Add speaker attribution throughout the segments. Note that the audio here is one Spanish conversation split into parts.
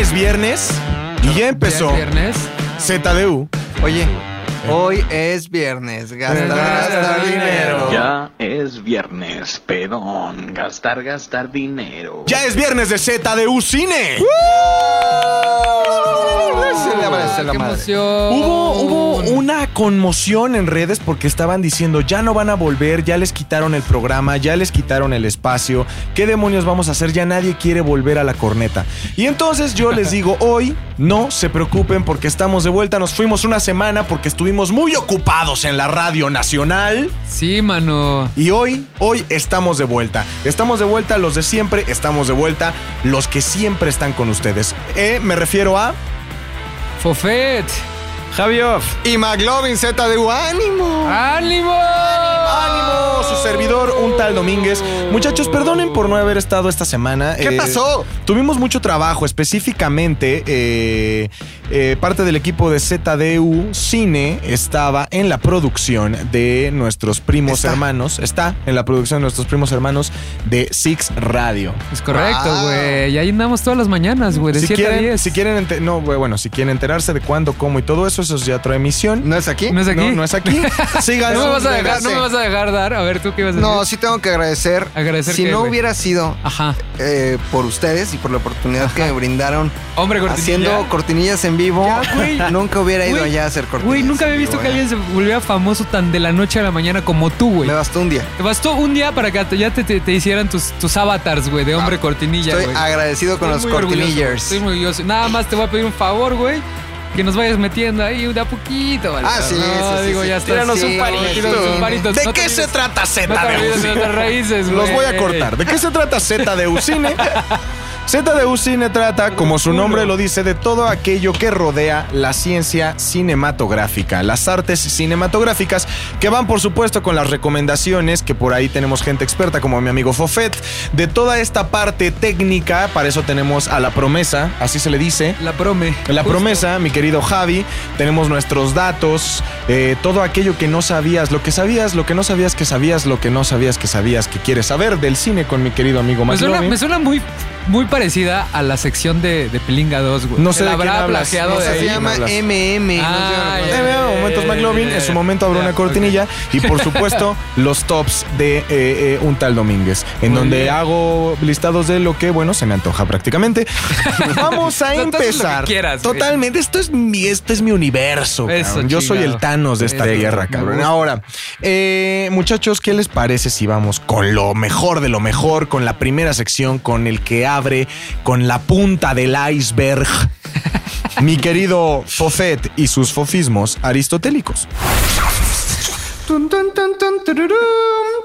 Speaker 1: es viernes y ya empezó
Speaker 2: ¿Ya es viernes?
Speaker 1: ZDU.
Speaker 3: Oye,
Speaker 2: Eh.
Speaker 3: hoy es viernes. Gastar, gastar dinero.
Speaker 4: Ya es viernes, pedón. Gastar, gastar dinero.
Speaker 1: Ya es viernes de ZDU Cine.
Speaker 3: Se le aparece la
Speaker 2: ¡Qué
Speaker 3: madre.
Speaker 2: emoción!
Speaker 1: Hubo, hubo una conmoción en redes porque estaban diciendo ya no van a volver, ya les quitaron el programa, ya les quitaron el espacio, ¿qué demonios vamos a hacer? Ya nadie quiere volver a la corneta. Y entonces yo les digo hoy, no se preocupen porque estamos de vuelta, nos fuimos una semana porque estuvimos muy ocupados en la radio nacional.
Speaker 2: Sí, mano.
Speaker 1: Y hoy, hoy estamos de vuelta. Estamos de vuelta los de siempre, estamos de vuelta los que siempre están con ustedes. Eh, me refiero a...
Speaker 2: Fofet.
Speaker 1: Javioff.
Speaker 3: Y McLovin ZDU, ánimo.
Speaker 2: Ah, ¡Ánimo!
Speaker 1: ¡Ánimo! Su servidor, un tal Domínguez. Muchachos, perdonen por no haber estado esta semana.
Speaker 3: ¿Qué
Speaker 1: Eh,
Speaker 3: pasó?
Speaker 1: Tuvimos mucho trabajo, específicamente eh, eh, parte del equipo de ZDU Cine estaba en la producción de nuestros primos
Speaker 3: Está.
Speaker 1: hermanos, está en la producción de nuestros primos hermanos de Six Radio.
Speaker 2: Es correcto,
Speaker 3: Wow.
Speaker 2: güey. Y ahí andamos todas las mañanas, güey. De
Speaker 1: Ah. Si
Speaker 2: 7 a
Speaker 1: quieren,
Speaker 2: 10.
Speaker 1: si quieren, ente- no, bueno, si quieren enterarse de cuándo, cómo y todo eso, eso es ya otra emisión.
Speaker 3: ¿No es aquí?
Speaker 2: No es aquí.
Speaker 1: No, no es aquí. Sigan.
Speaker 2: No me vas a dejar,
Speaker 3: regrese.
Speaker 2: no me vas a dejar dar. A ver, tú qué ibas a decir.
Speaker 3: No, sí tengo que agradecer.
Speaker 2: Agradecer
Speaker 3: si
Speaker 2: qué,
Speaker 3: no
Speaker 2: güey.
Speaker 3: hubiera sido
Speaker 2: Ajá.
Speaker 3: eh, por ustedes y por la oportunidad que me brindaron
Speaker 2: Hombre, cortinilla.
Speaker 3: haciendo cortinillas en vivo,
Speaker 2: Ya, güey.
Speaker 3: nunca hubiera ido
Speaker 2: Güey,
Speaker 3: allá a hacer cortinillas.
Speaker 2: Güey, nunca había
Speaker 3: en
Speaker 2: visto
Speaker 3: vivo,
Speaker 2: que
Speaker 3: eh.
Speaker 2: alguien se volviera famoso tan de la noche a la mañana como tú, güey.
Speaker 3: Me bastó un día.
Speaker 2: Te bastó un día para que ya te, te- te hicieran tus, tus avatars, güey, de hombre cortinilla,
Speaker 3: Estoy
Speaker 2: güey.
Speaker 3: agradecido con
Speaker 2: Estoy
Speaker 3: los
Speaker 2: muy orgulloso,
Speaker 3: cortinillers.
Speaker 2: Estoy muy orgulloso. Nada más te voy a pedir un favor, güey. Que nos vayas metiendo ahí de a poquito, ¿vale?
Speaker 3: Ah, sí,
Speaker 2: No,
Speaker 3: sí, sí,
Speaker 2: digo,
Speaker 3: sí.
Speaker 2: ya está.
Speaker 3: Tíranos
Speaker 2: Sí,
Speaker 3: un parito.
Speaker 2: tíranos un parito.
Speaker 1: ¿De
Speaker 2: No te
Speaker 1: qué se
Speaker 2: olvides-
Speaker 1: trata
Speaker 2: No te
Speaker 1: ZDU?
Speaker 2: olvides de nuestras raíces, güey.
Speaker 1: Los voy a cortar. ¿De qué se trata ZDU Cine? ZDU Cine trata, como su nombre lo dice, de todo aquello que rodea la ciencia cinematográfica, las artes cinematográficas, que van por supuesto con las recomendaciones, que por ahí tenemos gente experta como mi amigo Fofet, de toda esta parte técnica, para eso tenemos a la promesa, así se le dice,
Speaker 2: La prome.
Speaker 1: la
Speaker 2: Justo.
Speaker 1: promesa, mi querido Javi, tenemos nuestros datos, eh, todo aquello que no sabías, lo que sabías, lo que no sabías que sabías, lo que no sabías que sabías que quieres saber del cine con mi querido amigo
Speaker 2: Me suena,
Speaker 1: McLovin.
Speaker 2: me suena muy, muy parecida a la sección de, de Pilinga 2, güey.
Speaker 1: No sé
Speaker 2: la
Speaker 1: de quién
Speaker 2: habrá
Speaker 1: hablas.
Speaker 2: plagiado
Speaker 1: No
Speaker 2: de
Speaker 1: sé,
Speaker 3: Esa
Speaker 2: ahí.
Speaker 3: se
Speaker 1: ahí,
Speaker 3: llama
Speaker 1: Marlas.
Speaker 3: MM. no
Speaker 2: Ah,
Speaker 3: sé, no
Speaker 2: ya,
Speaker 3: sé.
Speaker 1: Eh, vea, momentos McLovin, en su momento habrá
Speaker 2: Ya,
Speaker 1: una cortinilla y por supuesto los tops de eh, eh, un tal Domínguez, en
Speaker 2: Muy
Speaker 1: donde
Speaker 2: bien.
Speaker 1: hago listados de lo que, bueno, se me antoja prácticamente. Vamos a
Speaker 2: Tú haces lo que
Speaker 1: empezar.
Speaker 2: quieras, güey.
Speaker 1: Totalmente, esto es mi, este es mi universo.
Speaker 2: Eso,
Speaker 1: cabrón. Yo soy
Speaker 2: chingado.
Speaker 1: el Thanos de esta
Speaker 2: Eso,
Speaker 1: tierra,
Speaker 2: me
Speaker 1: cabrón.
Speaker 2: gusta.
Speaker 1: Ahora, eh, muchachos, ¿qué les parece si vamos con lo mejor de lo mejor, con la primera sección, con el que abre, con la punta del iceberg? Mi querido Fofet y sus fofismos aristotélicos.
Speaker 3: Tun, tun, tun, tun, tururum,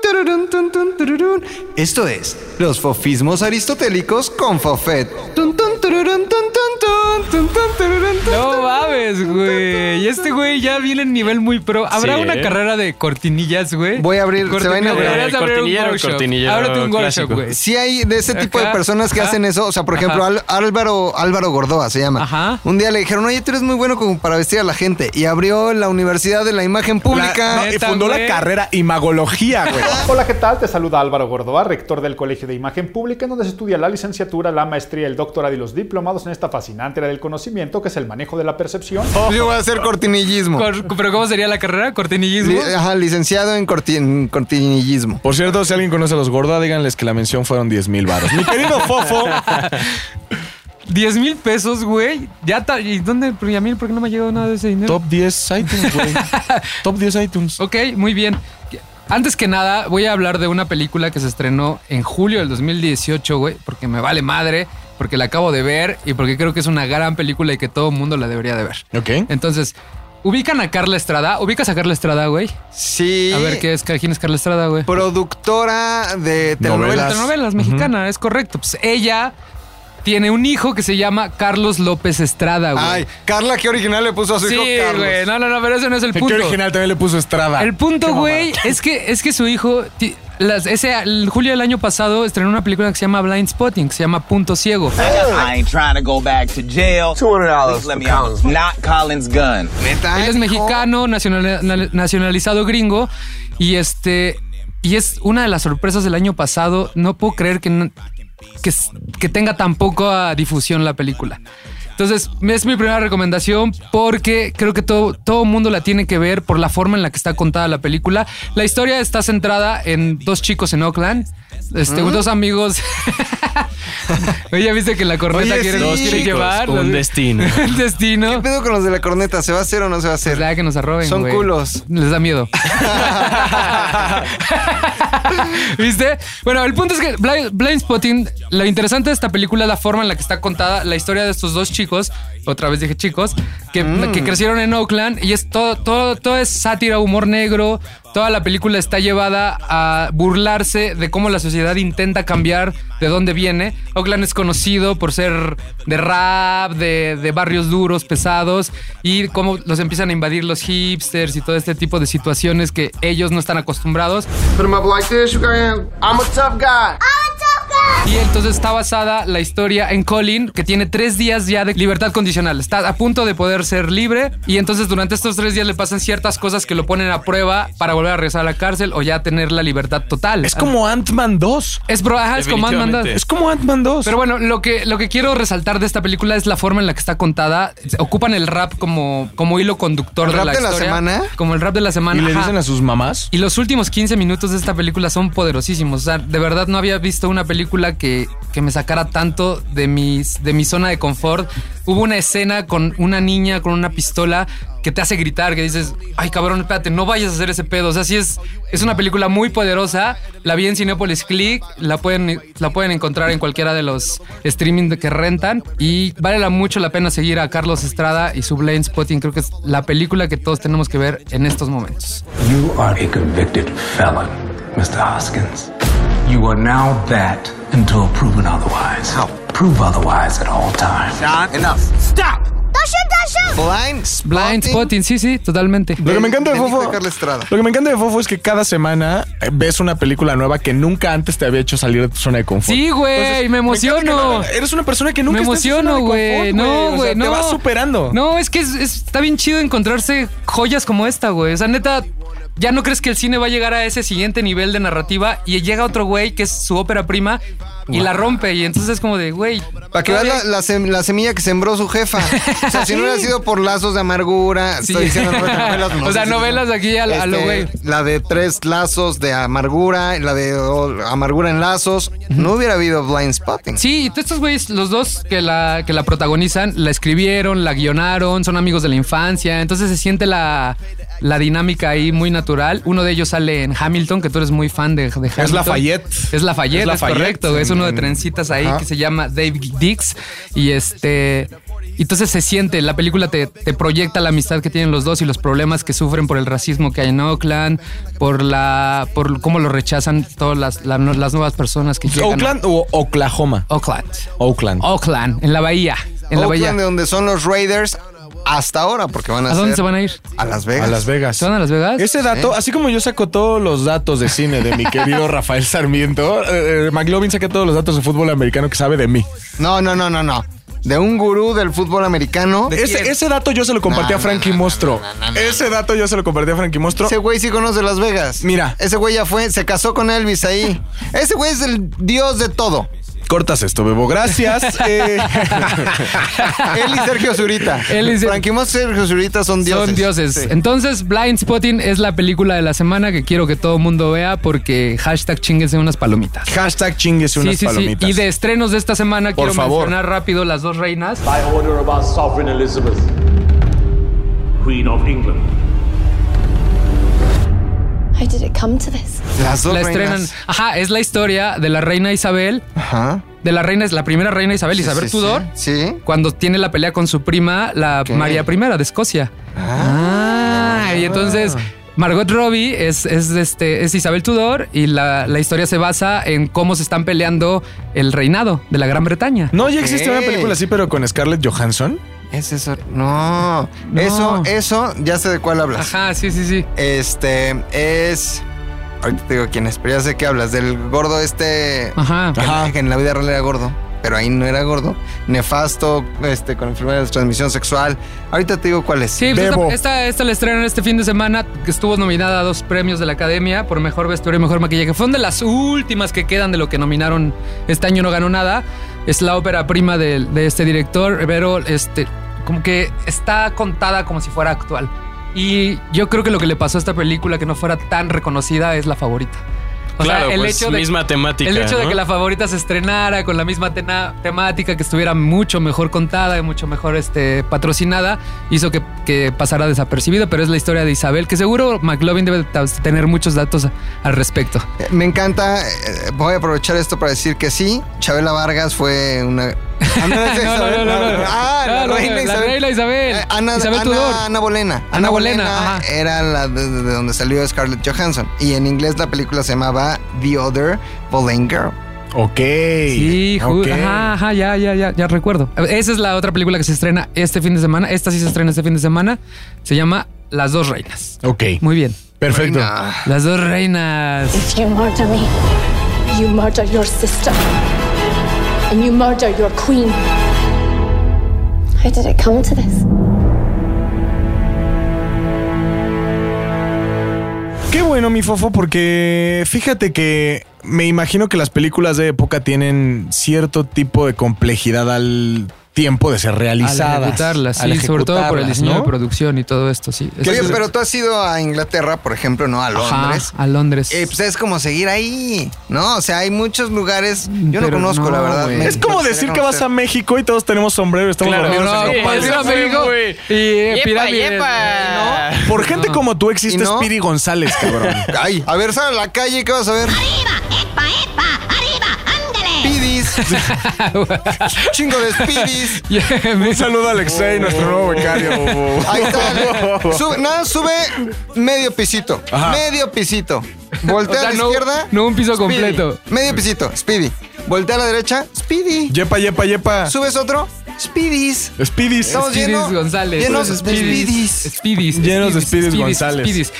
Speaker 3: tururun, tun, tun, tururun. Esto es Los Fofismos Aristotélicos con Fofet. Tun, tun, tururun, tun, tun, tun, tun, tun, tururun, tun.
Speaker 2: No mames, güey. Y este güey ya viene en nivel muy pro. ¿Habrá
Speaker 5: Sí,
Speaker 2: una
Speaker 5: ¿eh?
Speaker 2: carrera de cortinillas, güey?
Speaker 3: Voy a abrir,
Speaker 2: Cortinilla-
Speaker 3: se va a inaugurar.
Speaker 2: Deberías abrir un
Speaker 5: Cortinillero,
Speaker 2: workshop.
Speaker 5: cortinillero
Speaker 2: Ábrete un workshop,
Speaker 5: clásico.
Speaker 2: güey.
Speaker 3: Si hay de ese tipo de
Speaker 2: Ajá,
Speaker 3: personas que
Speaker 2: ajá,
Speaker 3: hacen eso. O sea, por
Speaker 2: ajá.
Speaker 3: ejemplo, Al- Álvaro, Álvaro Gordoa se llama.
Speaker 2: Ajá.
Speaker 3: Un día le dijeron, oye, tú eres muy bueno como para vestir a la gente. Y abrió la Universidad de la Imagen Pública.
Speaker 1: La- no, y
Speaker 2: Neta,
Speaker 1: fundó la
Speaker 2: güey.
Speaker 1: carrera imagología, güey.
Speaker 6: Hola, ¿qué tal? Te saluda Álvaro Gordoa, rector del Colegio de Imagen Pública, en donde se estudia la licenciatura, la maestría, el doctorado y los diplomados en esta fascinante área del conocimiento que es el manejo de la percepción.
Speaker 3: Yo voy a hacer cortinillismo.
Speaker 2: Cor- ¿Pero cómo sería la carrera? ¿Cortinillismo?
Speaker 3: Li- eh, ajá, licenciado en corti- en cortinillismo.
Speaker 1: Por cierto, si alguien conoce a los gordos, díganles que la mención fueron 10 mil baros. Mi querido Fofo,
Speaker 2: 10 mil pesos, güey. Ya ta- ¿Y dónde? Pero, ¿y a mí por qué no me ha llegado nada de ese dinero?
Speaker 1: top 10 iTunes, güey. Top 10 iTunes.
Speaker 2: Ok, muy bien. Antes que nada, voy a hablar de una película que se estrenó en julio del 2018, güey, porque me vale madre, porque la acabo de ver y porque creo que es una gran película y que todo el mundo la debería de ver.
Speaker 1: Ok.
Speaker 2: Entonces, ubican a Carla Estrada. ¿Ubicas a Carla Estrada, güey?
Speaker 3: Sí.
Speaker 2: A ver, ¿qué es? ¿quién es Carla Estrada, güey?
Speaker 3: Productora de
Speaker 2: Novelas.
Speaker 3: telenovelas.
Speaker 2: telenovelas mexicana, es correcto. Pues ella tiene un hijo que se llama Carlos López Estrada, güey.
Speaker 3: Ay, Carla, qué original le puso a su
Speaker 2: sí,
Speaker 3: hijo Carlos.
Speaker 2: güey. No, no, no, pero ese no es el
Speaker 1: Qué
Speaker 2: punto.
Speaker 1: original también le puso Estrada.
Speaker 2: El punto, güey, es que, es que su hijo, ti- las- ese, el julio del año pasado estrenó una película que se llama Blind Spotting, que se llama Punto Ciego.
Speaker 7: I ain't trying to go back to jail. Two hundred dollars. Let me out. Not Colin's gun.
Speaker 3: Neta,
Speaker 2: Él es
Speaker 3: hijo.
Speaker 2: mexicano, nacional- na- nacionalizado gringo, y este, y es una de las sorpresas del año pasado. No puedo creer que no- que, s- que tenga tan poca difusión la película. Entonces, es mi primera recomendación porque creo que todo todo mundo la tiene que ver por la forma en la que está contada la película. La historia está centrada en dos chicos en Oakland, este, dos amigos. Oye, viste que la corneta
Speaker 3: Oye,
Speaker 2: quiere,
Speaker 3: sí.
Speaker 2: nos
Speaker 3: Dos
Speaker 2: quiere
Speaker 3: chicos,
Speaker 2: llevar.
Speaker 1: un
Speaker 2: ¿no?
Speaker 1: destino.
Speaker 2: El destino.
Speaker 3: ¿Qué pedo con los de la corneta? ¿Se va a hacer o no se va a hacer?
Speaker 2: Pues la que nos arroben.
Speaker 3: Son
Speaker 2: güey.
Speaker 3: culos.
Speaker 2: Les da miedo. ¿Viste? Bueno, el punto es que Blind, Blind Spotting, lo interesante de esta película es la forma en la que está contada la historia de estos dos chicos, otra vez dije chicos, que, que crecieron en Oakland y es todo, todo, todo es sátira, humor negro. Toda la película está llevada a burlarse de cómo la sociedad intenta cambiar de dónde viene. Oakland es conocido por ser de rap, de, de barrios duros, pesados, y cómo los empiezan a invadir los hipsters y todo este tipo de situaciones que ellos no están acostumbrados.
Speaker 5: Put him up like this, you can. I'm a tough guy.
Speaker 2: Y entonces está basada la historia en Colin, que tiene tres días ya de libertad condicional. Está a punto de poder ser libre. Y entonces durante estos tres días le pasan ciertas cosas que lo ponen a prueba para volver a regresar a la cárcel o ya tener la libertad total.
Speaker 1: Es como Ant-Man 2.
Speaker 2: Es, bro, ajá, es como Ant-Man
Speaker 8: Definitivamente.
Speaker 2: dos.
Speaker 1: Es como Ant-Man 2.
Speaker 2: Pero bueno, lo que, lo que quiero resaltar de esta película es la forma en la que está contada. Ocupan el rap como, como hilo conductor
Speaker 3: ¿El
Speaker 2: de
Speaker 3: rap
Speaker 2: la
Speaker 3: de la
Speaker 2: historia.
Speaker 3: semana?
Speaker 2: Como el rap de la semana.
Speaker 1: y le
Speaker 2: ajá.
Speaker 1: dicen a sus mamás.
Speaker 2: Y los últimos 15 minutos de esta película son poderosísimos. O sea, de verdad no había visto una película que, que me sacara tanto de, mis, de mi zona de confort. Hubo una escena con una niña con una pistola que te hace gritar, que dices, ay cabrón, espérate, no vayas a hacer ese pedo. O sea, sí es, es una película muy poderosa. La vi en Cinepolis Click, la pueden, la pueden encontrar en cualquiera de los streaming que rentan. Y vale la- mucho la pena seguir a Carlos Estrada y su Blind Spotting. Creo que es la película que todos tenemos que ver en estos momentos.
Speaker 9: You are a convicted felon, Mr. Hoskins. You are now that until proven otherwise. How? Prove otherwise at all times.
Speaker 7: John, enough. Stop!
Speaker 3: Blind Spotting.
Speaker 2: Blind Spotting, sí, sí, totalmente.
Speaker 1: Lo que me encanta de
Speaker 3: Bendito
Speaker 1: Fofo.
Speaker 3: Carla Estrada.
Speaker 1: Lo que me encanta de Fofo es que cada semana eh, ves una película nueva que nunca antes te había hecho salir de tu zona de confort.
Speaker 2: Sí, güey, me emociono.
Speaker 1: encanta que Eres una persona que
Speaker 2: Me
Speaker 1: nunca está en su zona
Speaker 2: emociono,
Speaker 1: de
Speaker 2: güey.
Speaker 1: confort,
Speaker 2: No,
Speaker 1: O
Speaker 2: güey,
Speaker 1: sea,
Speaker 2: no.
Speaker 1: Te vas superando.
Speaker 2: No, es que es- es- está bien chido encontrarse joyas como esta, güey. O sea, neta, ya no crees que el cine va a llegar a ese siguiente nivel de narrativa y llega otro güey que es su ópera prima y la rompe. Y entonces es como de, güey.
Speaker 3: Para que veas
Speaker 2: todavía-
Speaker 3: la, la sem- la semilla que sembró su jefa. O sea, si no hubiera sido por lazos de amargura.
Speaker 2: Sí.
Speaker 3: Estoy diciendo novelas. no
Speaker 2: O sea,
Speaker 3: sé si-
Speaker 2: novelas aquí a- a lo güey.
Speaker 3: La de tres lazos de amargura, la de oh, amargura en lazos. No hubiera habido blind spotting.
Speaker 2: Sí, y todos estos güeyes, los dos que la, que la protagonizan, la escribieron, la guionaron, son amigos de la infancia, entonces se siente la, la dinámica ahí muy natural. Uno de ellos sale en Hamilton, que tú eres muy fan de, de Hamilton.
Speaker 1: Lafayette.
Speaker 2: Es
Speaker 1: Es
Speaker 2: Lafayette, es,
Speaker 1: Lafayette.
Speaker 2: correcto. güey. Es uno de trencitas ahí que se llama Dave Dix. Y este... y Entonces se siente, la película te, te proyecta la amistad que tienen los dos y los problemas que sufren por el racismo que hay en Oakland, por la por cómo lo rechazan todas las, la- las nuevas personas que llegan. a-
Speaker 1: ¿Oakland o Oklahoma?
Speaker 2: Oakland.
Speaker 1: Oakland.
Speaker 2: Oh, Oakland, en la bahía. En la bahía.
Speaker 3: Oakland, de donde son los Raiders hasta ahora, porque van a
Speaker 2: ¿A dónde
Speaker 3: ser-
Speaker 2: se van a ir?
Speaker 3: A Las Vegas.
Speaker 1: A Las Vegas.
Speaker 2: ¿Se van a Las Vegas?
Speaker 1: Ese dato, así como yo saco todos los datos de cine de mi querido Rafael Sarmiento, eh, eh, McLovin saca todos los datos de fútbol americano que sabe de mí.
Speaker 3: No, no, no, no, no. De un gurú del fútbol americano.
Speaker 1: Ese, ese dato yo se lo compartí a Frankie Mostro. Ese dato yo se lo compartí a Frankie Mostro.
Speaker 3: Ese güey sí conoce Las Vegas.
Speaker 1: Mira.
Speaker 3: Ese güey ya fue, se casó con Elvis ahí. Ese güey es el dios de todo.
Speaker 1: Cortas esto, Bebo. Gracias. Eh,
Speaker 3: Él y Sergio Zurita.
Speaker 2: Él y Ser-
Speaker 3: Frankie Mostro y Sergio Zurita son dioses.
Speaker 2: Son dioses.
Speaker 3: Sí.
Speaker 2: Entonces, Blind Spotting es la película de la semana que quiero que todo mundo vea porque hashtag chinguense unas palomitas.
Speaker 1: hashtag chingues unas palomitas.
Speaker 2: Y de estrenos de esta semana
Speaker 1: Por
Speaker 2: quiero
Speaker 1: favor.
Speaker 2: mencionar rápido Las dos reinas.
Speaker 10: By order of our sovereign Elizabeth, Queen of England.
Speaker 11: How did it come to this?
Speaker 3: Las dos
Speaker 2: La
Speaker 3: reinas.
Speaker 2: estrenan. Ajá, es la historia de la reina Isabel.
Speaker 3: Ajá.
Speaker 2: De la reina, es la primera reina Isabel, Isabel
Speaker 3: Sí, sí,
Speaker 2: Tudor.
Speaker 3: Sí. Sí.
Speaker 2: cuando tiene la pelea con su prima, la María I de Escocia. Ah, y entonces Margot Robbie es, es, este, es Isabel Tudor y la, la historia se basa en cómo se están peleando el reinado de la Gran Bretaña.
Speaker 1: No, ya existe una
Speaker 3: Ok.
Speaker 1: película así, pero con Scarlett Johansson.
Speaker 3: Es eso. No. Eso, eso, ya sé de cuál hablas.
Speaker 2: Ajá, sí, sí, sí.
Speaker 3: Este es. Ahorita te digo quién es, pero ya sé qué hablas. Del gordo este.
Speaker 2: Ajá.
Speaker 3: Que, que en la vida real era gordo. pero ahí no era gordo. Nefasto, este, con enfermedades de transmisión sexual. Ahorita te digo cuál es.
Speaker 2: Sí, pues esta, esta, esta la estrenan este fin de semana, que estuvo nominada a dos premios de la Academia por Mejor Vestuario y Mejor Maquillaje. Fue una de las últimas que quedan de lo que nominaron. Este año no ganó nada. Es la ópera prima de, de este director, pero este, como que está contada como si fuera actual. Y yo creo que lo que le pasó a esta película, que no fuera tan reconocida, es la favorita. O sea,
Speaker 8: Claro, pues, misma temática,
Speaker 2: El hecho de
Speaker 8: ¿no?
Speaker 2: que la favorita se estrenara con la misma tena- temática, que estuviera mucho mejor contada y mucho mejor este, patrocinada, hizo que, que pasara desapercibido, pero es la historia de Isabel, que seguro McLovin debe ta- tener muchos datos al respecto.
Speaker 3: Eh, Me encanta, eh, voy a aprovechar esto para decir que sí, Chabela Vargas fue una... Ah, no,
Speaker 2: No,
Speaker 3: es
Speaker 2: no,
Speaker 3: Isabel,
Speaker 2: no, no, no.
Speaker 3: Ah, la
Speaker 2: No, no,
Speaker 3: reina
Speaker 2: la
Speaker 3: Isabel.
Speaker 2: reina Isabel.
Speaker 3: Eh, Ana,
Speaker 2: Isabel
Speaker 3: Ana-
Speaker 2: Tudor.
Speaker 3: Ana Bolena.
Speaker 2: Ana Bolena, ajá.
Speaker 3: era la de, de donde salió Scarlett Johansson. Y en inglés la película se llamaba The Other Boleyn Girl.
Speaker 1: Ok.
Speaker 2: Sí, ju-
Speaker 3: ok.
Speaker 2: ajá, ajá, ya, ya, ya, ya recuerdo. A ver, Esa es la otra película que se estrena este fin de semana. Esta sí se estrena este fin de semana. Se llama Las dos reinas.
Speaker 1: Ok.
Speaker 2: Muy bien.
Speaker 1: Perfecto.
Speaker 2: Las dos reinas.
Speaker 11: If you murder me, you murder your sister. And you murder your queen. How did it come to this?
Speaker 1: Qué bueno, mi fofo, porque fíjate que me imagino que las películas de época tienen cierto tipo de complejidad al tiempo de ser realizadas.
Speaker 2: Al ejecutarlas, sí,
Speaker 1: al
Speaker 2: sobre todo por el
Speaker 1: ejecutarlas,
Speaker 2: diseño
Speaker 1: ¿no?
Speaker 2: de producción y todo esto, sí. Es-
Speaker 3: Oye,
Speaker 2: es-
Speaker 3: pero tú has ido a Inglaterra, por ejemplo, ¿no? A
Speaker 2: Ajá,
Speaker 3: Londres.
Speaker 2: a Londres.
Speaker 3: Eh, pues es como seguir ahí, ¿no? O sea, hay muchos lugares. Yo no
Speaker 2: Pero
Speaker 3: conozco,
Speaker 2: no,
Speaker 3: la verdad.
Speaker 2: güey.
Speaker 3: Me-
Speaker 1: Es como
Speaker 3: me
Speaker 1: decir
Speaker 3: gustaría
Speaker 1: que vas
Speaker 3: conocer.
Speaker 1: a México y todos tenemos sombrero, estamos
Speaker 2: Claro,
Speaker 1: dormidos
Speaker 2: no,
Speaker 1: en
Speaker 2: sí,
Speaker 1: nopales.
Speaker 2: es una México y eh, pirámides, ¿no?
Speaker 1: Por gente como tú
Speaker 3: ¿Y
Speaker 1: existe
Speaker 3: no?
Speaker 1: Speedy González, cabrón.
Speaker 3: Ay, a ver, sal a la calle, ¿qué vas a ver? Pidis. Chingo de Pidis.
Speaker 1: Un saludo a Alexei, nuestro nuevo becario.
Speaker 2: Oh,
Speaker 3: Ahí está. Sube, nada, sube medio pisito.
Speaker 1: Ajá.
Speaker 3: Medio pisito. Voltea
Speaker 2: O sea,
Speaker 3: a la
Speaker 2: no-
Speaker 3: izquierda.
Speaker 2: no un piso
Speaker 3: Speedy.
Speaker 2: completo.
Speaker 3: Medio pisito, Speedy. Voltea a la derecha, Speedy.
Speaker 1: Yepa, yepa, yepa.
Speaker 3: Subes otro, Speedys.
Speaker 1: Speedys.
Speaker 3: Estamos
Speaker 2: Speedys
Speaker 3: lleno-
Speaker 2: González.
Speaker 3: llenos de
Speaker 2: Speedys.
Speaker 3: Speedys.
Speaker 2: Speedys,
Speaker 1: Llenos de Speedys González.
Speaker 2: Speedys.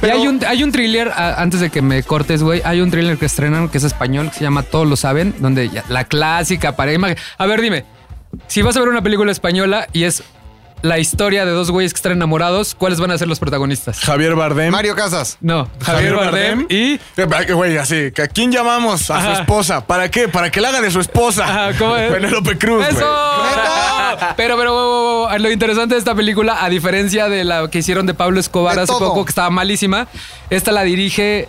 Speaker 1: Pero-
Speaker 2: y hay un, hay un thriller, a- antes de que me cortes, güey, hay un thriller que estrenaron que es español, que se llama Todos lo saben, donde ya- la clásica para imagen. A ver, dime, si vas a ver una película española y es la historia de dos güeyes que están enamorados, ¿cuáles van a ser los protagonistas?
Speaker 1: Javier Bardem.
Speaker 3: Mario Casas.
Speaker 2: No, Javier, Bardem, y.
Speaker 1: y. Güey, así. ¿A quién llamamos? A su
Speaker 2: Ajá.
Speaker 1: esposa. ¿Para qué? Para que la haga de su esposa.
Speaker 2: Ajá, ¿cómo es?
Speaker 1: Penélope Cruz.
Speaker 2: ¡Eso!
Speaker 1: güey.
Speaker 2: Pero, pero, wow, wow, wow, lo interesante de esta película, a diferencia de la que hicieron de Pablo Escobar
Speaker 3: De
Speaker 2: hace
Speaker 3: todo.
Speaker 2: poco, que estaba malísima, esta la dirige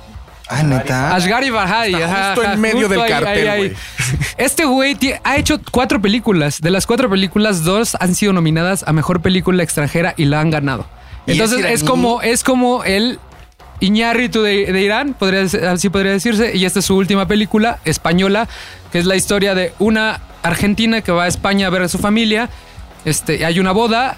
Speaker 3: Ah, neta.
Speaker 2: Ashgari Barhadi. ajá,
Speaker 1: justo en
Speaker 2: ajá,
Speaker 1: medio
Speaker 2: justo
Speaker 1: del cartel,
Speaker 2: ahí.
Speaker 1: güey.
Speaker 2: Este güey ti- ha hecho cuatro películas. De las cuatro películas, dos han sido nominadas a Mejor Película Extranjera y la han ganado.
Speaker 3: ¿Y
Speaker 2: Entonces
Speaker 3: es
Speaker 2: es,
Speaker 3: iraní?
Speaker 2: como, es como el Iñárritu de, de Irán, podría, ser- así podría decirse. Y esta es su última película española, que es la historia de una argentina que va a España a ver a su familia. Este, hay una boda,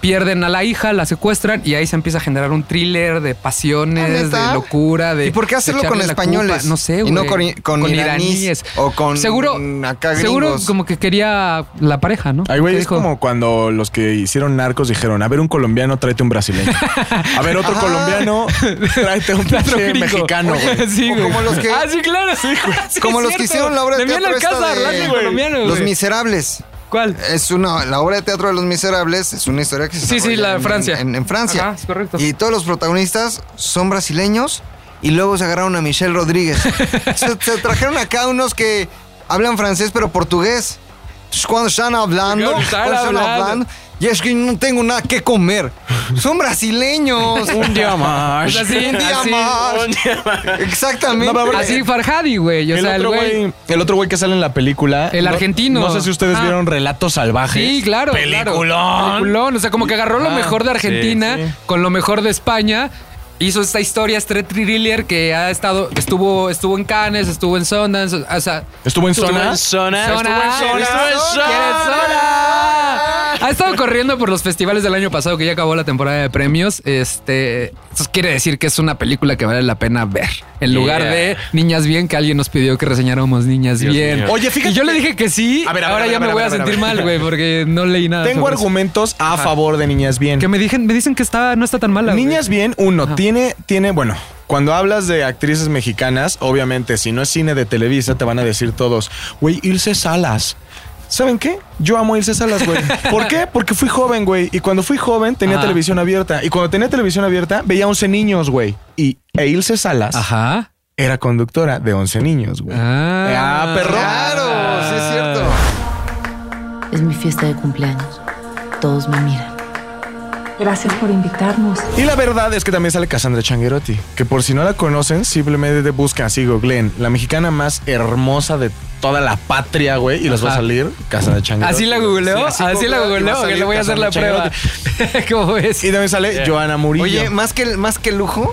Speaker 2: pierden a la hija, la secuestran y ahí se empieza a generar un thriller de
Speaker 3: ¿Ah,
Speaker 2: pasiones,
Speaker 3: neta?
Speaker 2: de locura, de
Speaker 3: ¿Y por qué hacerlo
Speaker 2: echarle
Speaker 3: con
Speaker 2: la
Speaker 3: españoles?
Speaker 2: culpa? No sé,
Speaker 3: Y
Speaker 2: güey.
Speaker 3: no con- con iraníes o con
Speaker 2: seguro,
Speaker 3: acá
Speaker 2: seguro
Speaker 3: gringos.
Speaker 2: como que quería la pareja, ¿no?
Speaker 1: Ay, güey,
Speaker 2: Que
Speaker 1: es
Speaker 2: dijo,
Speaker 1: como cuando los que hicieron narcos dijeron: A ver, un colombiano, tráete un brasileño. A ver, otro
Speaker 3: Ajá.
Speaker 1: colombiano, tráete un
Speaker 2: "Teatro
Speaker 1: pinche
Speaker 2: gringo".
Speaker 1: mexicano.
Speaker 2: Oye,
Speaker 1: güey.
Speaker 2: sí,
Speaker 3: O
Speaker 2: güey.
Speaker 3: como los que-
Speaker 2: Ah, sí, claro. Sí,
Speaker 3: Como
Speaker 2: es
Speaker 3: los que
Speaker 2: cierto.
Speaker 3: hicieron la obra de
Speaker 2: Damián
Speaker 3: teatro esta
Speaker 2: Alcázar,
Speaker 3: de-
Speaker 2: Latin colombiano,
Speaker 3: Los
Speaker 2: güey.
Speaker 3: Miserables.
Speaker 2: ¿Cuál?
Speaker 3: Es una, la obra de teatro de Los Miserables es una historia que se
Speaker 2: Sí, sí,
Speaker 3: desarrolla
Speaker 2: la de
Speaker 3: en-
Speaker 2: Francia.
Speaker 3: En, en Francia.
Speaker 2: Ajá, es correcto.
Speaker 3: Y todos los protagonistas son brasileños y luego se agarraron a Michelle Rodríguez. se, se trajeron acá unos que hablan francés pero portugués. Entonces, Cuando están hablando,
Speaker 2: Cuando están
Speaker 3: cuando están
Speaker 2: hablando.
Speaker 3: hablando, y es que no tengo nada que comer. Son brasileños.
Speaker 1: Un día más.
Speaker 2: Pues así,
Speaker 3: Un día
Speaker 2: así,
Speaker 3: más. Exactamente.
Speaker 1: No, pero-
Speaker 2: así Farhadi, güey. O
Speaker 1: el,
Speaker 2: sea, el
Speaker 1: otro
Speaker 2: güey.
Speaker 1: güey, el otro güey que sale en la película.
Speaker 2: El
Speaker 1: no-
Speaker 2: argentino.
Speaker 1: No sé si ustedes
Speaker 2: Ah.
Speaker 1: vieron Relatos Salvajes.
Speaker 2: Sí, claro. claro.
Speaker 1: Peliculón. Ah,
Speaker 2: Peliculón. O sea, como que agarró lo mejor de Argentina
Speaker 1: sí, sí.
Speaker 2: con lo mejor de España. Hizo esta historia, este thriller que ha estado, estuvo, estuvo en Cannes, estuvo en Sundance, o sea,
Speaker 1: Estuvo en zona.
Speaker 8: Zona, zona,
Speaker 2: Zona,
Speaker 8: estuvo en zona.
Speaker 2: ¿Quieres zona? Ha estado corriendo por los festivales del año pasado que ya acabó la temporada de premios. Este, eso quiere decir que es una película que vale la pena ver. En lugar
Speaker 8: Yeah.
Speaker 2: de Niñas Bien, que alguien nos pidió que reseñáramos Niñas
Speaker 8: Dios
Speaker 2: Bien.
Speaker 8: mío.
Speaker 1: Oye, fíjate
Speaker 2: Y yo
Speaker 1: que-
Speaker 2: le dije que sí.
Speaker 1: A ver, a ver,
Speaker 2: ahora
Speaker 1: a ver,
Speaker 2: ya
Speaker 1: a ver,
Speaker 2: me voy
Speaker 1: a
Speaker 2: a,
Speaker 1: ver, a ver.
Speaker 2: sentir mal, güey, porque no leí nada.
Speaker 1: Tengo
Speaker 2: sobre eso.
Speaker 1: argumentos a favor de Niñas Bien.
Speaker 2: Que me dijen, me dicen que está, no está tan mala. güey.
Speaker 1: Niñas Bien, uno,
Speaker 2: Ajá.
Speaker 1: tiene, tiene, bueno, Cuando hablas de actrices mexicanas, obviamente, si no es cine de Televisa, te van a decir todos, güey, Ilse Salas. ¿Saben qué? Yo amo a Ilse Salas, güey. ¿Por qué? Porque fui joven, güey. Y cuando fui joven tenía
Speaker 2: Ajá.
Speaker 1: televisión abierta. Y cuando tenía televisión abierta veía 11 niños, güey. Y e Ilse Salas era conductora de 11 niños, güey. Ah, perro.
Speaker 3: Claro, sí es cierto.
Speaker 12: Es mi fiesta de cumpleaños. Todos me miran.
Speaker 11: Gracias por invitarnos.
Speaker 1: Y la verdad es que también sale Cassandra Changuerotti, que por si no la conocen, simplemente buscan así Glenn, la mexicana más hermosa de toda la patria, güey, y les va a
Speaker 2: Ajá.
Speaker 1: salir Cassandra Changuerotti.
Speaker 2: Así la googleo,
Speaker 1: Sí,
Speaker 2: así la
Speaker 1: y va
Speaker 2: googleo, que
Speaker 1: salir
Speaker 2: le voy a hacer la
Speaker 1: Cassandra
Speaker 2: prueba. ¿Cómo ves?
Speaker 1: Y también sale Joana Murillo.
Speaker 3: Oye, más que, más que lujo,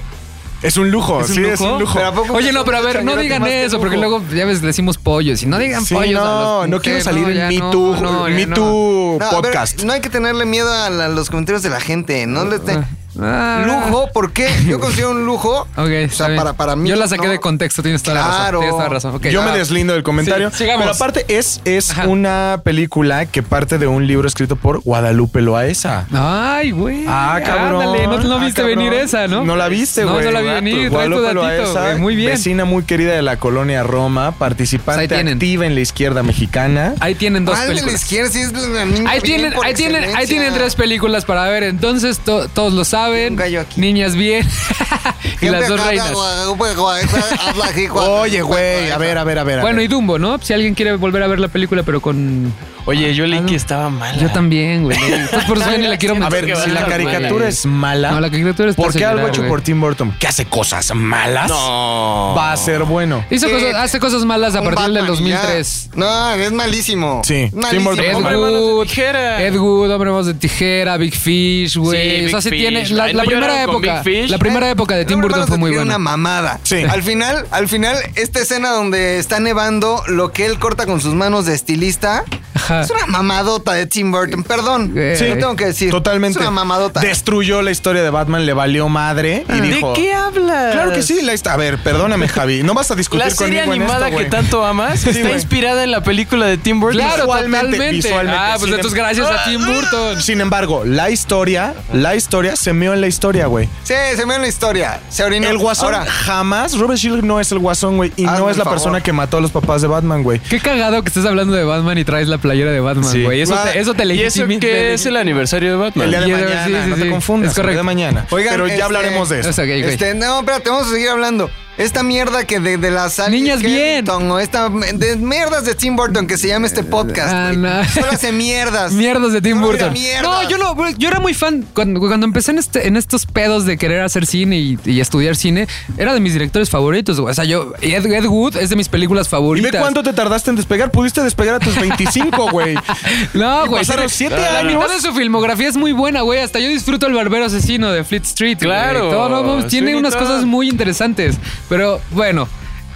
Speaker 1: Es un lujo,
Speaker 2: ¿Es un
Speaker 1: sí,
Speaker 2: lujo?
Speaker 1: es un lujo.
Speaker 3: Pero ¿a poco
Speaker 2: Oye,
Speaker 3: que
Speaker 2: no,
Speaker 3: son
Speaker 2: pero a ver, no
Speaker 3: changuerote
Speaker 2: digan
Speaker 3: más que
Speaker 2: eso, porque
Speaker 3: lujo?
Speaker 2: luego ya ves, decimos pollos. Y no digan
Speaker 1: este Sí,
Speaker 2: pollos. a
Speaker 1: no,
Speaker 2: las
Speaker 1: no quiero
Speaker 2: mujeres,
Speaker 1: salir en
Speaker 2: ya
Speaker 1: Me
Speaker 2: no,
Speaker 1: Too,
Speaker 2: no, ya
Speaker 1: Me
Speaker 2: no.
Speaker 1: Too
Speaker 3: No, a ver,
Speaker 1: podcast.
Speaker 3: no hay que tenerle miedo a, la- los comentarios de la gente. No le te-
Speaker 2: Ah.
Speaker 3: Lujo, ¿por qué? Yo considero un lujo.
Speaker 2: Ok,
Speaker 3: o sea, para, para mí.
Speaker 2: Yo la saqué
Speaker 3: no.
Speaker 2: de contexto, tienes toda la razón.
Speaker 3: Claro.
Speaker 2: Tienes toda la razón. Ok, ah.
Speaker 1: Yo
Speaker 2: va.
Speaker 1: me deslindo del comentario.
Speaker 2: Sí, sigamos.
Speaker 1: Pero aparte es, es una película que parte de un libro escrito por Guadalupe Loaesa.
Speaker 2: Ay, güey.
Speaker 1: Ah, cabrón.
Speaker 2: Ándale, no, no
Speaker 1: Ah,
Speaker 2: viste
Speaker 1: cabrón.
Speaker 2: venir esa, ¿no?
Speaker 1: No la viste,
Speaker 2: No,
Speaker 1: güey. Ah, pues,
Speaker 2: no la vi venir, trae tu
Speaker 1: Guadalupe
Speaker 2: datito,
Speaker 1: Loaesa,
Speaker 2: güey, muy bien.
Speaker 1: Vecina muy querida de la colonia
Speaker 3: Pues
Speaker 1: Roma,
Speaker 2: Ahí
Speaker 1: participante
Speaker 2: tienen.
Speaker 1: activa en la izquierda mexicana.
Speaker 2: Ahí tienen dos
Speaker 3: ¿Cuál de la
Speaker 2: películas.
Speaker 3: izquierda? Sí, es la niña
Speaker 2: Ahí
Speaker 3: bien
Speaker 2: tienen,
Speaker 3: por
Speaker 2: ahí tienen, ahí
Speaker 3: excelencia.
Speaker 2: tienen tres películas para ver. Entonces, to- todos lo saben.
Speaker 3: Un gallo aquí.
Speaker 2: Niñas bien. y las
Speaker 3: Gente
Speaker 2: dos
Speaker 3: acá,
Speaker 2: reinas.
Speaker 3: Guadalupe, Guadalupe, hazla aquí, Guadalupe.
Speaker 1: Oye, güey, a ver, a ver, a ver. a
Speaker 2: Bueno,
Speaker 1: ver.
Speaker 2: y Dumbo, ¿no? Si alguien quiere volver a ver la película, pero con.
Speaker 8: Oye, yo leí que estaba mala.
Speaker 2: Yo también, güey. Entonces, por eso yo ni la quiero
Speaker 1: a
Speaker 2: meter.
Speaker 1: ver,
Speaker 8: que
Speaker 1: si
Speaker 8: van
Speaker 1: la
Speaker 8: a-
Speaker 1: caricatura
Speaker 8: güey.
Speaker 1: es mala,
Speaker 2: No, la caricatura está
Speaker 1: ¿por qué algo
Speaker 2: señora,
Speaker 1: hecho
Speaker 2: güey.
Speaker 1: por Tim Burton que hace cosas malas
Speaker 8: No.
Speaker 1: va a ser bueno?
Speaker 2: Hizo
Speaker 3: ¿Qué?
Speaker 2: cosas, hace cosas malas a
Speaker 3: Un
Speaker 2: partir del
Speaker 3: Batman,
Speaker 2: 2003.
Speaker 3: ya. No, es malísimo.
Speaker 1: Sí,
Speaker 3: Malísimo.
Speaker 1: Tim
Speaker 2: Ed
Speaker 1: Burton.
Speaker 3: Hombre,
Speaker 1: Hombre,
Speaker 2: Wood,
Speaker 8: tijera.
Speaker 2: Ed Wood, Hombre Manos de Tijera, Big Fish, güey.
Speaker 8: Sí,
Speaker 2: o sea, sí
Speaker 8: Big Fish.
Speaker 2: tiene. La,
Speaker 8: Ay,
Speaker 2: la
Speaker 8: ¿no
Speaker 2: primera
Speaker 8: lloraron con
Speaker 2: época.
Speaker 8: Big Fish?
Speaker 2: La
Speaker 3: Eh,
Speaker 2: primera época de Tim
Speaker 3: Hombre,
Speaker 2: Burton fue muy
Speaker 3: tiene
Speaker 2: buena.
Speaker 3: una mamada.
Speaker 1: Sí.
Speaker 3: Al final, al final, esta escena donde está nevando, lo que él corta con sus manos de estilista,
Speaker 2: Ajá.
Speaker 3: es una mamadota de Tim Burton. Perdón,
Speaker 2: Sí.
Speaker 3: lo tengo que decir.
Speaker 1: Totalmente.
Speaker 3: Es una mamadota.
Speaker 1: Destruyó la historia de Batman, le valió madre
Speaker 2: Ah.
Speaker 1: y dijo.
Speaker 8: hablas?
Speaker 1: Claro que sí, la hist- A ver, perdóname, Javi. No vas a discutir
Speaker 8: La serie
Speaker 1: conmigo en
Speaker 8: animada
Speaker 1: esto,
Speaker 8: que
Speaker 1: güey.
Speaker 8: tanto amas está
Speaker 1: güey.
Speaker 8: inspirada en la película de Tim Burton.
Speaker 2: Claro,
Speaker 1: visualmente,
Speaker 2: totalmente.
Speaker 1: visualmente,
Speaker 2: ah, pues
Speaker 1: sin
Speaker 2: entonces
Speaker 1: em- ah.
Speaker 2: gracias a Tim Burton.
Speaker 1: Sin embargo, la historia, la historia se meó en la historia, güey.
Speaker 3: Sí, se me dio la historia. Se orinó.
Speaker 1: El guasón
Speaker 3: Ahora,
Speaker 1: jamás, Robert Shield no es el guasón, güey. Y
Speaker 3: Hazme
Speaker 1: no es
Speaker 3: el
Speaker 1: la
Speaker 3: favor.
Speaker 1: persona que mató a los papás de Batman, güey.
Speaker 2: Qué cagado que estés hablando de Batman y traes la playera de Batman,
Speaker 1: Sí.
Speaker 2: güey. Eso,
Speaker 1: Ah,
Speaker 2: te, eso te
Speaker 8: ¿Y eso
Speaker 2: legitimi- te
Speaker 8: qué es el aniversario de Batman?
Speaker 1: El día de
Speaker 2: Y el-
Speaker 1: mañana,
Speaker 2: sí, sí,
Speaker 1: no
Speaker 2: sí.
Speaker 1: te confundas.
Speaker 2: Es
Speaker 1: el día
Speaker 2: correcto.
Speaker 1: de mañana.
Speaker 3: Oigan,
Speaker 1: Pero
Speaker 3: este-
Speaker 1: ya hablaremos de
Speaker 2: legitimi-
Speaker 1: esto.
Speaker 2: Es ok, güey.
Speaker 3: este, no, espérate, vamos a seguir hablando. Esta mierda que de, de las Alice
Speaker 2: Niñas bien.
Speaker 3: Hamilton, o esta de mierdas de Tim Burton que se llama este podcast.
Speaker 2: Ah,
Speaker 3: güey.
Speaker 2: no.
Speaker 3: Solo hace mierdas.
Speaker 2: Mierdas de Tim
Speaker 3: Solo
Speaker 2: Burton.
Speaker 3: hace mierdas.
Speaker 2: No, yo no, güey, yo era muy fan. Cuando, cuando empecé en, este- en estos pedos de querer hacer cine y, y estudiar cine, era de mis directores favoritos. güey. O sea, yo, Ed, Ed Wood es de mis películas
Speaker 1: Y ve
Speaker 2: favoritas.
Speaker 1: cuánto te tardaste en despegar. Pudiste despegar a tus 25, güey.
Speaker 2: No,
Speaker 1: Y
Speaker 2: güey.
Speaker 1: pasaron
Speaker 2: tiene-
Speaker 1: siete
Speaker 2: La
Speaker 1: años.
Speaker 2: mitad de su filmografía es muy buena, güey. Hasta yo disfruto El Barbero Asesino de Fleet Street. güey.
Speaker 8: Claro,
Speaker 2: Todo, no, mames,
Speaker 8: es
Speaker 2: tiene
Speaker 8: un
Speaker 2: unas
Speaker 8: hito.
Speaker 2: cosas muy interesantes. Pero bueno.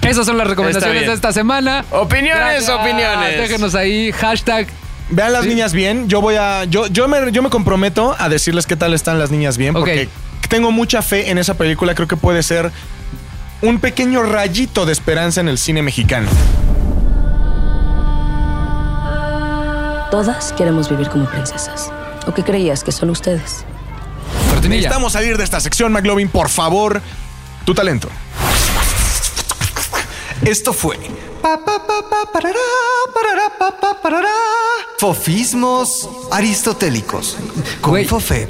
Speaker 2: Esas son las recomendaciones
Speaker 8: bien.
Speaker 2: de esta semana.
Speaker 8: Opiniones, opiniones.
Speaker 2: Déjenos ahí. Hashtag.
Speaker 1: Vean las niñas bien. Yo voy a. Yo, yo, me, yo me comprometo a decirles qué tal están las niñas bien.
Speaker 2: Ok.
Speaker 1: Porque tengo mucha fe en esa película. Creo que puede ser un pequeño rayito de esperanza en el cine mexicano.
Speaker 12: Todas queremos vivir como princesas. ¿O qué creías que solo ustedes?
Speaker 2: Cortinilla.
Speaker 1: Necesitamos salir de esta sección, McLovin, por favor. Tu talento.
Speaker 3: Esto fue. pa, pa, pa, pa, parará, parará, pa, pa, parará. Fofismos aristotélicos. Con
Speaker 2: Güey.
Speaker 3: Fofet.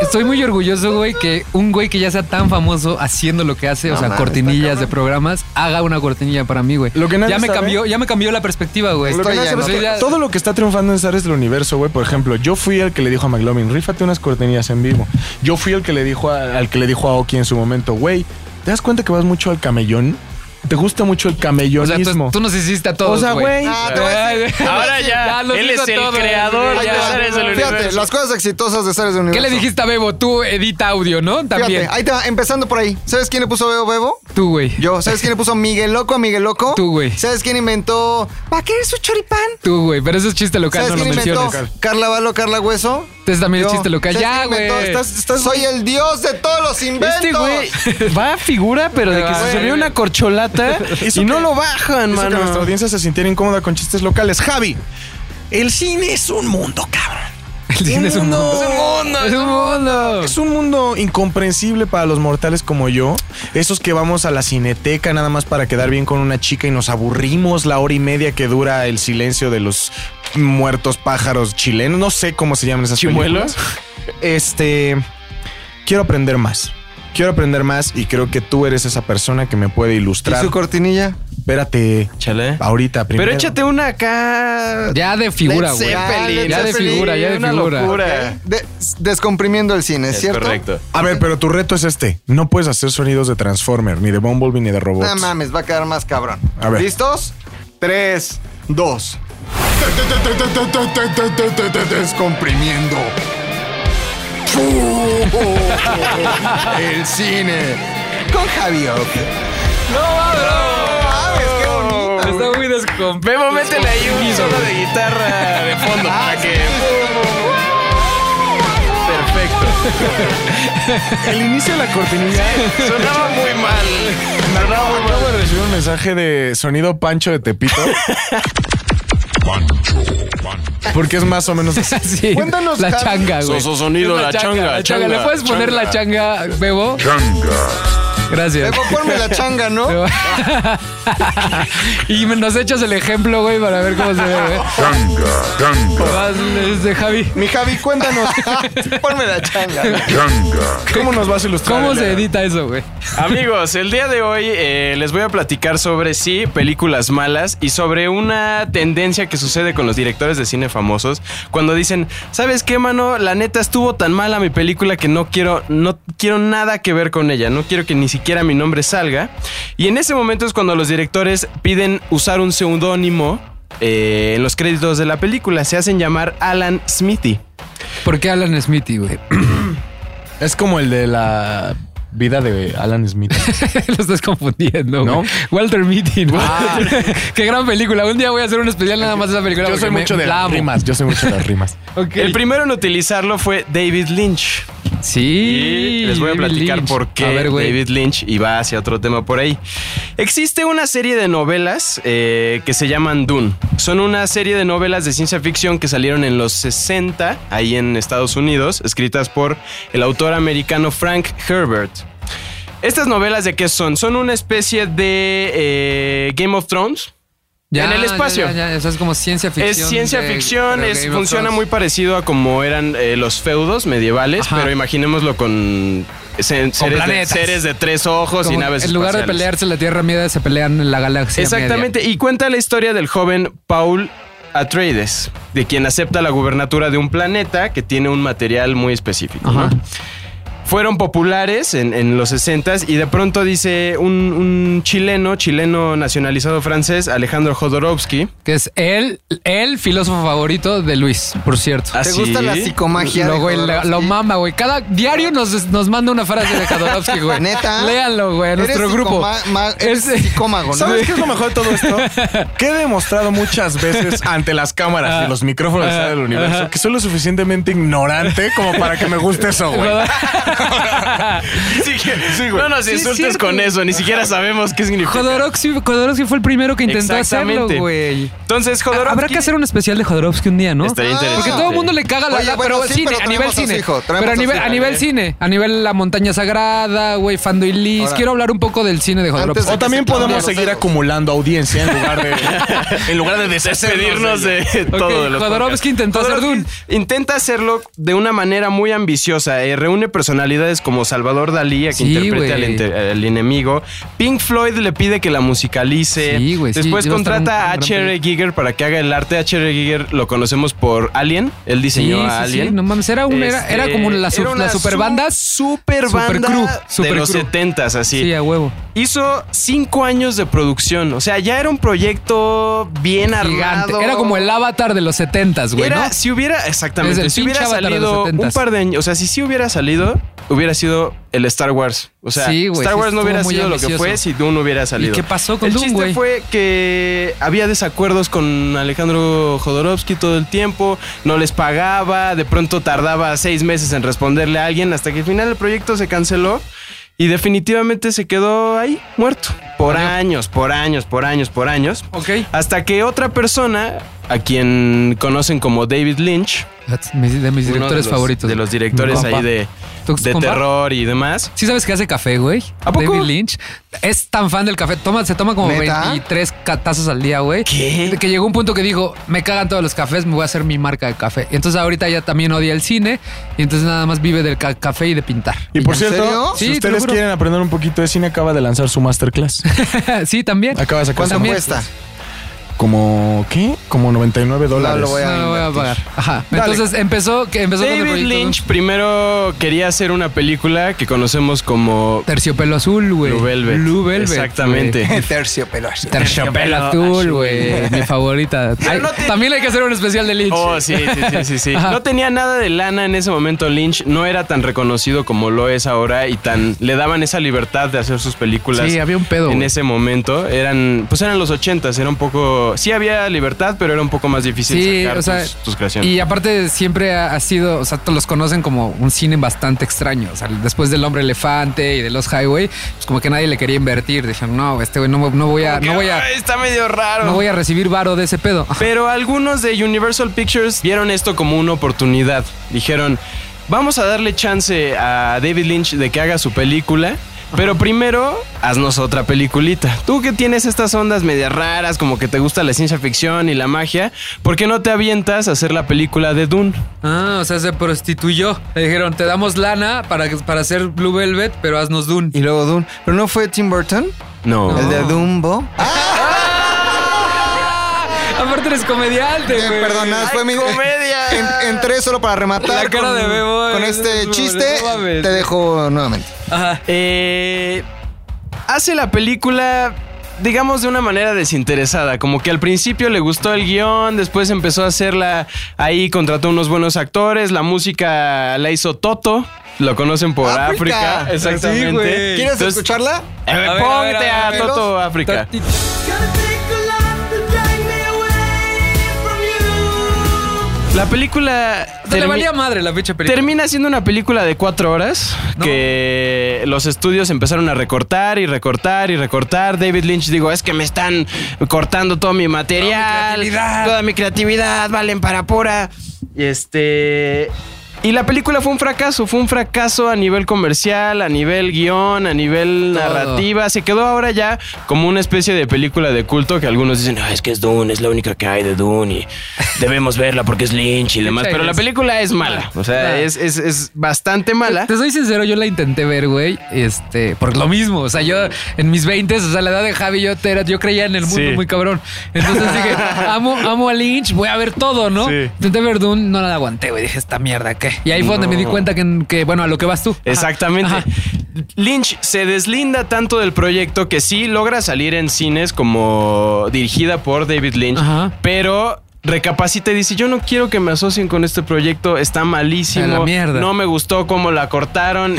Speaker 2: Estoy muy orgulloso, güey, que un güey que ya sea tan famoso haciendo lo que hace, o sea,
Speaker 3: mames,
Speaker 2: cortinillas de programas, haga una cortinilla para mí, güey.
Speaker 1: Lo que nadie
Speaker 2: ya me
Speaker 1: sabe-
Speaker 2: cambió, ya me cambió la perspectiva, güey.
Speaker 1: Lo que
Speaker 2: Estoy
Speaker 1: nadie
Speaker 2: ya-
Speaker 1: sabe es
Speaker 2: estoy
Speaker 1: que
Speaker 2: ya-
Speaker 1: Todo lo que está triunfando en Zares del Universo, güey. Por ejemplo, yo fui el que le dijo a McLovin, rífate unas cortinillas en vivo. Yo fui el que le dijo a- al que le dijo a Oki en su momento, güey, ¿te das cuenta que vas mucho al camellón? ¿Te gusta mucho el
Speaker 2: o sea,
Speaker 1: camellonismo?
Speaker 2: tú, tú nos hiciste a
Speaker 1: o
Speaker 2: todos,
Speaker 1: sea, güey.
Speaker 3: Ah, te voy a decir-
Speaker 8: Ahora ya,
Speaker 2: los
Speaker 8: él
Speaker 2: hizo
Speaker 8: es el
Speaker 2: todos,
Speaker 8: creador
Speaker 2: güey,
Speaker 8: de
Speaker 2: ya.
Speaker 8: Zares del Universo.
Speaker 3: Fíjate, las cosas exitosas de Seres del Universo.
Speaker 2: ¿Qué le dijiste a Bebo? Tú edita audio, ¿no? También.
Speaker 3: Fíjate, ahí te va, empezando por ahí. ¿Sabes quién le puso Bebo Bebo?
Speaker 2: Tú, güey.
Speaker 3: Yo. ¿Sabes quién le puso Miguel Loco a Miguel Loco?
Speaker 2: Tú, güey.
Speaker 3: ¿Sabes quién inventó. ¿Para qué eres un choripán?
Speaker 2: Tú, güey. Pero eso es chiste local,
Speaker 3: ¿Sabes
Speaker 2: no lo
Speaker 3: quién inventó?
Speaker 2: menciones.
Speaker 3: Carla Balo, Carla Hueso.
Speaker 2: Entonces también es
Speaker 3: Yo.
Speaker 2: chiste local.
Speaker 3: ¿Sabes
Speaker 2: Ya,
Speaker 3: quién
Speaker 2: güey.
Speaker 3: inventó? Estás- estás- Soy el dios de todos los inventos.
Speaker 8: Este güey va a figura, pero de que
Speaker 2: Güey.
Speaker 8: se subió una corcholata
Speaker 1: Hizo
Speaker 8: y no
Speaker 1: que-
Speaker 8: lo bajan,
Speaker 1: Hizo que
Speaker 8: mano.
Speaker 1: nuestra audiencia se sintiera incómoda con chistes locales. Javi, el cine es un mundo, cabrón.
Speaker 2: El cine es un mundo.
Speaker 1: Es un mundo. Es un mundo. Es un mundo incomprensible para los mortales como yo. Esos que vamos a la cineteca nada más para quedar bien con una chica y nos aburrimos la hora y media que dura el silencio de los muertos pájaros chilenos. No sé cómo se llaman esas
Speaker 7: ¿Chimuelos?
Speaker 1: películas. Este. Quiero aprender más. Quiero aprender más y creo que tú eres esa persona que me puede ilustrar.
Speaker 3: ¿Y su cortinilla?
Speaker 1: Espérate. Chale. Ahorita primero.
Speaker 3: Pero échate una acá.
Speaker 2: Ya de figura, güey. Ya de figura, ya de figura.
Speaker 3: De- descomprimiendo el cine, ¿cierto?
Speaker 1: A ver, pero tu reto es este. No puedes hacer sonidos de Transformer, ni de Bumblebee, ni de robots.
Speaker 3: No mames, va a quedar más cabrón.
Speaker 1: A ver.
Speaker 3: ¿Listos? Tres, dos. Descomprimiendo. El cine. Con Javier.
Speaker 2: Está muy descom...
Speaker 7: Memo, métele ahí un solo de guitarra de fondo para que. Perfecto.
Speaker 1: El inicio de la cortinilla.
Speaker 7: Sonaba muy mal. Sonaba muy
Speaker 1: Acabo de recibir un mensaje de sonido Pancho de Tepito. Porque es más o menos así.
Speaker 2: Sí,
Speaker 1: Cuéntanos,
Speaker 2: la
Speaker 1: Javi.
Speaker 2: changa, güey.
Speaker 7: Soso sonido, la changa,
Speaker 2: la
Speaker 7: changa,
Speaker 2: ¿Le puedes poner la changa, Bebo? Gracias.
Speaker 3: Bebo, ponme la changa, ¿no?
Speaker 2: Bebo. y me- nos echas el ejemplo, güey, para ver cómo se ve, güey. Vas, este, Javi.
Speaker 3: Mi Javi, cuéntanos. Ponme la changa.
Speaker 1: ¿Cómo nos vas a ilustrar?
Speaker 2: ¿Cómo se
Speaker 1: el-
Speaker 2: edita eso, güey?
Speaker 7: Amigos, el día de hoy eh, les voy a platicar sobre sí películas malas y sobre una tendencia que sucede con los directores de cine famosos cuando dicen, ¿sabes qué, mano? La neta estuvo tan mala mi película que no quiero, no quiero nada que ver con ella, no quiero que ni siquiera mi nombre salga. Y en ese momento es cuando los directores piden usar un seudónimo eh, en los créditos de la película, se hacen llamar Alan Smithy.
Speaker 2: ¿Por qué Alan Smithy, güey?
Speaker 1: Es como el de la vida de Alan Smith.
Speaker 2: Lo estás confundiendo,
Speaker 1: ¿No? Ah.
Speaker 2: ¿No? Walter Mitty, ¿no? Qué gran película. Un día voy a hacer un especial nada más de esa película.
Speaker 1: Yo
Speaker 2: porque
Speaker 1: soy
Speaker 2: me-
Speaker 1: mucho de
Speaker 2: la
Speaker 1: las
Speaker 2: amo.
Speaker 1: rimas. Yo soy mucho de las rimas.
Speaker 2: Ok.
Speaker 7: El primero en utilizarlo fue David Lynch.
Speaker 2: Sí.
Speaker 7: Y les voy a
Speaker 2: David
Speaker 7: platicar
Speaker 2: Lynch.
Speaker 7: por qué
Speaker 2: A ver, güey.
Speaker 7: David Lynch y va hacia otro tema por ahí. Existe una serie de novelas eh, que se llaman Dune. Son una serie de novelas de ciencia ficción que salieron en los 60 ahí en Estados Unidos, escritas por el autor americano Frank Herbert. Estas novelas de qué son? Son una especie de eh, Game of Thrones. en el espacio.
Speaker 2: Ya, ya, ya. O sea, es como ciencia ficción.
Speaker 7: Es ciencia
Speaker 2: de-
Speaker 7: ficción,
Speaker 2: pero
Speaker 7: es-
Speaker 2: Game of
Speaker 7: funciona
Speaker 2: Thrones.
Speaker 7: muy parecido a como eran eh, los feudos medievales,
Speaker 2: Ajá.
Speaker 7: pero imaginémoslo con, se- seres, de,
Speaker 2: planetas.
Speaker 7: seres de tres ojos y
Speaker 2: Como
Speaker 7: naves
Speaker 2: En lugar de
Speaker 7: espaciales.
Speaker 2: pelearse la Tierra Media, se pelean en la galaxia.
Speaker 7: Exactamente, y cuenta la historia del joven Paul Atreides, de quien acepta la gubernatura de un planeta que tiene un material muy específico.
Speaker 2: Media. Ajá.
Speaker 7: ¿no? Fueron populares en, en los 60s y de pronto dice un, un chileno, chileno nacionalizado francés, Alejandro Jodorowsky.
Speaker 2: Que es el, el filósofo favorito de Luis, por cierto.
Speaker 7: ¿Ah,
Speaker 3: ¿Te
Speaker 7: sí?
Speaker 3: gusta la psicomagia?
Speaker 2: Lo,
Speaker 3: de
Speaker 2: güey, la-
Speaker 3: Jodorowsky?
Speaker 2: lo mama, güey. Cada diario nos, nos manda una frase de Jodorowsky, güey.
Speaker 3: ¿Neta?
Speaker 2: Léanlo, güey, a
Speaker 3: Eres
Speaker 2: nuestro grupo.
Speaker 3: psicoma- ma- eres
Speaker 2: Es-
Speaker 3: psicómago, ¿no?
Speaker 1: ¿Sabes qué es lo mejor de todo esto? Que he demostrado muchas veces ante las cámaras y los micrófonos de Sala del universo que soy lo suficientemente ignorante como para que me guste eso, güey.
Speaker 7: Sí, güey. No nos
Speaker 2: Sí, es
Speaker 7: insultes
Speaker 2: cierto,
Speaker 7: con
Speaker 2: güey.
Speaker 7: eso, ni siquiera sabemos qué significa.
Speaker 2: Jodorowsky, Jodorowsky fue el primero que intentó hacerlo,
Speaker 7: Exactamente.
Speaker 2: güey.
Speaker 7: Entonces, Jodorowsky.
Speaker 2: Habrá que hacer un especial de Jodorowsky un día, ¿no?
Speaker 7: Estaría
Speaker 2: Porque
Speaker 7: interesante.
Speaker 2: todo el mundo le caga la,
Speaker 3: Oye,
Speaker 2: la-
Speaker 3: bueno,
Speaker 2: pero
Speaker 3: sí,
Speaker 2: cine,
Speaker 3: pero
Speaker 2: a nivel
Speaker 3: traemos a su
Speaker 2: cine.
Speaker 3: hijo, traemos
Speaker 2: pero a
Speaker 3: a su
Speaker 2: nivel,
Speaker 3: hijo,
Speaker 2: a nivel
Speaker 3: ¿eh?
Speaker 2: cine, a nivel La Montaña Sagrada, güey, Fanduilis.
Speaker 3: Ahora.
Speaker 2: Quiero hablar un poco del cine de
Speaker 3: Antes
Speaker 2: Jodorowsky.
Speaker 1: O también podemos seguir acumulando audiencia en lugar de, en lugar de deshacernos
Speaker 7: despedirnos de
Speaker 2: Ok,
Speaker 7: todo de los
Speaker 2: Jodorowsky
Speaker 7: podcasts.
Speaker 2: intentó hacer
Speaker 7: Jodorowsky Intenta hacerlo de una manera muy ambiciosa. eh, reúne personalidades como Salvador Dalí, a quien
Speaker 2: Sí,
Speaker 7: interpreta al,
Speaker 2: güey.
Speaker 7: ente- al enemigo. Pink Floyd le pide que la musicalice.
Speaker 2: Sí, güey, sí,
Speaker 7: Después
Speaker 2: iba a estar un-
Speaker 7: contrata a
Speaker 2: un gran
Speaker 7: H.R. Giger para que haga el arte. H.R. Giger lo conocemos por Alien. Él
Speaker 2: Sí,
Speaker 7: diseñó a
Speaker 2: sí, sí,
Speaker 7: Alien.
Speaker 2: no mames, era, un, era,
Speaker 7: Este,
Speaker 2: era como la, su-
Speaker 7: era una
Speaker 2: la superbanda. Super
Speaker 7: Super banda
Speaker 2: crew,
Speaker 7: de
Speaker 2: super
Speaker 7: los
Speaker 2: crew.
Speaker 7: 70 así.
Speaker 2: Sí, a huevo.
Speaker 7: Hizo cinco años de producción. O sea, ya era un proyecto bien
Speaker 2: Gigante.
Speaker 7: armado.
Speaker 2: Era como el avatar de los 70s, güey,
Speaker 7: Era-
Speaker 2: ¿no?
Speaker 7: Si hubiera,
Speaker 2: Es
Speaker 7: exactamente,
Speaker 2: el
Speaker 7: si hubiera
Speaker 2: pinche avatar de los
Speaker 7: salido un
Speaker 2: 70s.
Speaker 7: par de años, o sea, si sí hubiera salido, hubiera sido el Star Wars. O sea,
Speaker 2: Sí, güey,
Speaker 7: Star
Speaker 2: sí
Speaker 7: Wars no
Speaker 2: estuvo
Speaker 7: hubiera
Speaker 2: muy
Speaker 7: sido lo que
Speaker 2: ambicioso.
Speaker 7: fue si Dune no hubiera salido.
Speaker 2: qué pasó con
Speaker 7: el
Speaker 2: Dune,
Speaker 7: chiste
Speaker 2: güey?
Speaker 7: fue que había desacuerdos con Alejandro Jodorowsky todo el tiempo, no les pagaba, de pronto tardaba seis meses en responderle a alguien, hasta que al final el proyecto se canceló. Y definitivamente se quedó ahí, muerto. Por años, por años, por años, por años.
Speaker 2: Ok.
Speaker 7: Hasta que otra persona
Speaker 8: a quien conocen como David Lynch.
Speaker 2: Mis- de mis
Speaker 8: uno de
Speaker 2: directores
Speaker 8: los-
Speaker 2: favoritos.
Speaker 8: De los directores
Speaker 2: Compa.
Speaker 8: ahí de,
Speaker 2: ¿Tu
Speaker 8: de
Speaker 2: compa?
Speaker 8: terror y demás.
Speaker 2: ¿Sí sabes que hace café, güey?
Speaker 8: ¿A poco?
Speaker 2: David Lynch es tan fan del café. Toma, se toma como
Speaker 3: ¿Neta?
Speaker 2: 23 ca- tazas al día, güey. ¿Qué? Que llegó un punto que dijo, me cagan todos los cafés, me voy a hacer mi marca de café. Y entonces ahorita ya también odia el cine y entonces nada más vive del ca- café y de pintar.
Speaker 1: Y por
Speaker 2: ¿En
Speaker 1: cierto,
Speaker 2: serio?
Speaker 1: si
Speaker 2: Sí, te lo
Speaker 1: ustedes
Speaker 2: juro.
Speaker 1: quieren aprender un poquito de cine, acaba de lanzar su masterclass.
Speaker 2: sí, también.
Speaker 1: Acaba de sacar
Speaker 2: ¿Cuánto
Speaker 1: su
Speaker 2: cuesta?
Speaker 1: Como, ¿qué? Como 99 dólares.
Speaker 2: No lo voy a pagar. Ajá.
Speaker 8: Dale.
Speaker 2: Entonces empezó, que empezó con el
Speaker 8: David
Speaker 2: proyecto de un
Speaker 8: Lynch primero quería hacer una película que conocemos como
Speaker 2: Terciopelo azul, güey.
Speaker 8: Blue Velvet.
Speaker 2: Blue Velvet,
Speaker 8: Exactamente.
Speaker 2: güey.
Speaker 3: Terciopelo azul.
Speaker 2: Terciopelo azul, güey. Mi favorita. Ay, También hay que hacer un especial de Lynch.
Speaker 8: Oh, sí, sí, sí, sí, sí.
Speaker 2: Ajá.
Speaker 8: No tenía nada de lana en ese momento Lynch, no era tan reconocido como lo es ahora y tan le daban esa libertad de hacer sus películas.
Speaker 2: Sí, había un pedo,
Speaker 8: En
Speaker 2: güey.
Speaker 8: ese momento eran pues eran los 80 era un poco sí había libertad, pero era un poco más difícil
Speaker 2: Sí,
Speaker 8: sacar
Speaker 2: o sea,
Speaker 8: tus, tus creaciones.
Speaker 2: Y aparte siempre ha, ha sido, o sea, te los conocen como un cine bastante extraño. O sea, después del Hombre Elefante y de Los Highway, pues como que nadie le quería invertir. Dijeron, no, este güey no, no voy a, no voy a,
Speaker 8: Ay, está medio raro.
Speaker 2: no voy a recibir varo de ese pedo.
Speaker 8: Pero algunos de Universal Pictures vieron esto como una oportunidad. Dijeron, vamos a darle chance a David Lynch de que haga su película. Pero primero, haznos otra peliculita. Tú que tienes estas ondas medias raras, como que te gusta la ciencia ficción y la magia, ¿por qué no te avientas a hacer la película de Dune?
Speaker 2: Ah, o sea, se prostituyó. Le dijeron, te damos lana para, para hacer Blue Velvet, pero haznos Dune.
Speaker 3: Y luego Dune. ¿Pero no fue Tim Burton?
Speaker 8: No.
Speaker 3: ¿El de Dumbo?
Speaker 2: Aparte eres comediante,
Speaker 3: Eh,
Speaker 2: güey.
Speaker 3: perdona, fue mi comedia. En, entré solo para rematar.
Speaker 2: La cara
Speaker 3: con,
Speaker 2: de Bebo,
Speaker 3: Con
Speaker 2: eh,
Speaker 3: este
Speaker 2: no,
Speaker 3: chiste,
Speaker 2: no mames.
Speaker 3: te dejo nuevamente.
Speaker 8: Eh, hace la película, digamos, de una manera desinteresada. Como que al principio le gustó el guión, después empezó a hacerla. Ahí contrató unos buenos actores, la música la hizo Toto. Lo conocen por África.
Speaker 3: Sí,
Speaker 8: exactamente.
Speaker 3: güey. ¿Quieres
Speaker 8: Entonces,
Speaker 3: escucharla?
Speaker 8: eh,
Speaker 3: A ver, a ver,
Speaker 8: ponte
Speaker 3: a ver,
Speaker 8: a,
Speaker 3: a ver.
Speaker 8: Toto África. La película.
Speaker 2: Te le
Speaker 8: termi-
Speaker 2: valía madre la pinche película.
Speaker 8: Termina siendo una película de cuatro horas que los estudios empezaron a recortar y recortar y recortar. David Lynch digo, es que me están cortando todo mi material, toda mi creatividad, valen para pura. Y este... Y la película fue un fracaso, fue un fracaso a nivel comercial, a nivel guión, a nivel
Speaker 2: Todo.
Speaker 8: narrativa. Se quedó ahora ya como una especie de película de culto que algunos dicen, "Ah, es que es Dune, es la única que hay de Dune y debemos verla porque es Lynch y demás. Pero la película es mala. O sea,
Speaker 2: Ah.
Speaker 8: es, es, es bastante mala.
Speaker 2: Te soy sincero, yo la intenté ver, güey, este, por lo mismo. O sea, yo en mis 20, o sea, la edad de Javi, yo, te era- yo creía en el mundo
Speaker 8: Sí.
Speaker 2: muy cabrón. Entonces dije, amo, amo a Lynch, voy a ver todo, ¿no?
Speaker 8: Sí.
Speaker 2: Intenté ver Dune, no la aguanté, güey. Dije, esta mierda, ¿qué? Y ahí fue donde me di
Speaker 8: No.
Speaker 2: cuenta que, que, bueno, a lo que vas tú.
Speaker 8: Exactamente. Lynch se deslinda tanto del proyecto que sí logra salir en cines como dirigida por David Lynch, pero recapacita y dice, yo no quiero que me asocien con este proyecto, está malísimo,
Speaker 2: A la mierda.
Speaker 8: no me gustó cómo la cortaron,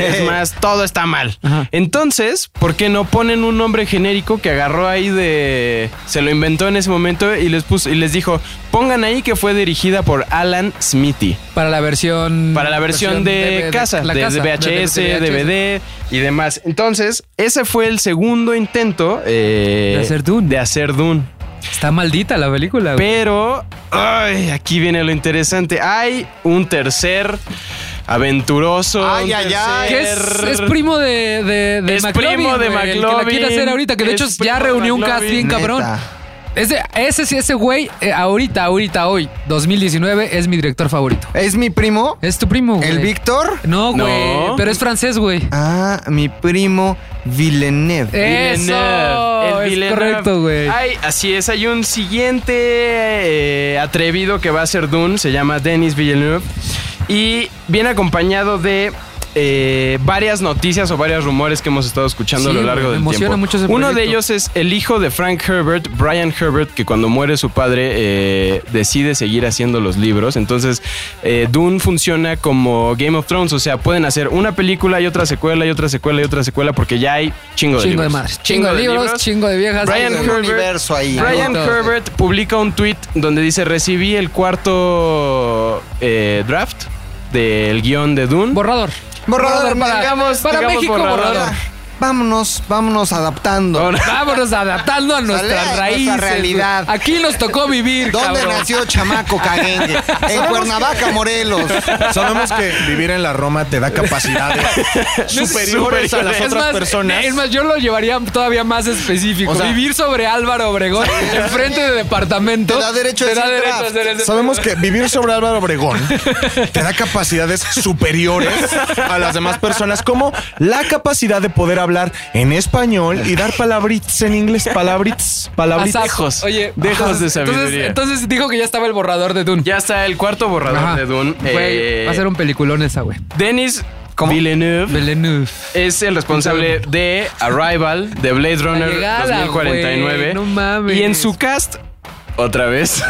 Speaker 8: es más, todo está mal.
Speaker 2: Ajá.
Speaker 8: Entonces, ¿por qué no ponen un nombre genérico que agarró ahí de... se lo inventó en ese momento y les, puso, y les dijo, pongan ahí que fue dirigida por Alan Smithy.
Speaker 2: Para la versión.
Speaker 8: Para la versión de, casa,
Speaker 2: la
Speaker 8: de,
Speaker 2: casa,
Speaker 8: de VHS, DVD y demás. Entonces, ese fue el segundo intento eh,
Speaker 2: De hacer Dune.
Speaker 8: de hacer Dune.
Speaker 2: Está maldita la película, güey.
Speaker 8: Pero, ay, aquí viene lo interesante. Hay un tercer aventuroso.
Speaker 3: Ay,
Speaker 8: un
Speaker 3: ay, ay.
Speaker 2: Que es,
Speaker 8: tercer-
Speaker 2: es primo de, de, de
Speaker 8: Es
Speaker 2: McLovin,
Speaker 8: primo de
Speaker 2: güey, el Que
Speaker 8: McLovin.
Speaker 2: la quiere hacer ahorita, que de hecho ya
Speaker 8: Es primo de
Speaker 2: reunió un cast
Speaker 8: McLovin.
Speaker 2: bien cabrón.
Speaker 3: Neta.
Speaker 2: Ese, ese, sí, ese güey, eh, ahorita, ahorita, hoy, 2019, es mi director favorito.
Speaker 3: Es mi primo,
Speaker 2: Es tu primo, güey.
Speaker 3: el Víctor.
Speaker 2: No, güey,
Speaker 8: No.
Speaker 2: pero es francés, güey.
Speaker 3: Ah, mi primo Villeneuve.
Speaker 2: Eso,
Speaker 8: Villeneuve, el
Speaker 2: es
Speaker 8: Villeneuve.
Speaker 2: correcto, güey.
Speaker 8: Ay, así es, hay un siguiente eh, atrevido que va a ser Dune, se llama Denis Villeneuve. Y viene acompañado de eh, varias noticias o varios rumores que hemos estado
Speaker 2: Sí,
Speaker 8: escuchando a lo
Speaker 2: güey,
Speaker 8: largo
Speaker 2: me
Speaker 8: del
Speaker 2: emociona
Speaker 8: tiempo.
Speaker 2: mucho ese
Speaker 8: Uno de
Speaker 2: proyecto.
Speaker 8: ellos es el hijo de Frank Herbert, Brian Herbert, que cuando muere su padre eh, decide seguir haciendo los libros. Entonces, eh, Dune funciona como Game of Thrones, o sea, pueden hacer una película y otra secuela y otra secuela y otra secuela porque ya hay chingo de
Speaker 2: Chingo de
Speaker 8: libros.
Speaker 2: madres, chingo de libros, chingo de viejas.
Speaker 8: Brian
Speaker 2: chingo de-
Speaker 3: Un universo ahí.
Speaker 8: Brian
Speaker 2: Todo.
Speaker 8: Herbert publica un tweet donde dice recibí el cuarto eh, draft del guión de Dune.
Speaker 2: Borrador.
Speaker 3: Borrador,
Speaker 2: para,
Speaker 3: digamos-
Speaker 2: para
Speaker 8: digamos
Speaker 2: México, borrador.
Speaker 8: borrador.
Speaker 3: vámonos, vámonos adaptando.
Speaker 2: Vámonos adaptando a nuestras
Speaker 3: Sale, a nuestra
Speaker 2: raíces. güey.
Speaker 3: realidad.
Speaker 2: Aquí nos tocó vivir.
Speaker 3: ¿Dónde
Speaker 2: cabrón.
Speaker 3: nació Chamaco Caguengue? En Cuernavaca, Morelos.
Speaker 1: Sabemos que vivir en la Roma te da capacidades superiores a las
Speaker 2: Es
Speaker 1: otras
Speaker 2: más,
Speaker 1: personas.
Speaker 2: Es más, yo lo llevaría todavía más específico.
Speaker 1: O sea-
Speaker 2: vivir sobre Álvaro Obregón enfrente de departamento.
Speaker 3: Te da derecho a
Speaker 2: Te da
Speaker 3: decir
Speaker 2: derecho a
Speaker 3: draft.
Speaker 2: hacer ese
Speaker 1: Sabemos que vivir sobre Álvaro Obregón te da capacidades superiores a las demás personas, como la capacidad de poder hablar en español y dar palabritas en inglés, palabritas, palabritas.
Speaker 8: Dejos.
Speaker 2: Oye,
Speaker 8: Dejos de
Speaker 2: entonces- Entonces,
Speaker 8: sabiduría.
Speaker 2: entonces dijo que ya estaba el borrador de Dune.
Speaker 8: ya está el cuarto borrador
Speaker 2: Ajá.
Speaker 8: de Dune.
Speaker 2: Güey,
Speaker 8: Eh,
Speaker 2: va a ser un peliculón esa, güey.
Speaker 8: Denis Villeneuve
Speaker 2: Villeneuve.
Speaker 8: es el responsable de Arrival, de Blade Runner
Speaker 2: llegada,
Speaker 8: 2049.
Speaker 2: güey, no mames.
Speaker 8: Y en su cast, otra vez.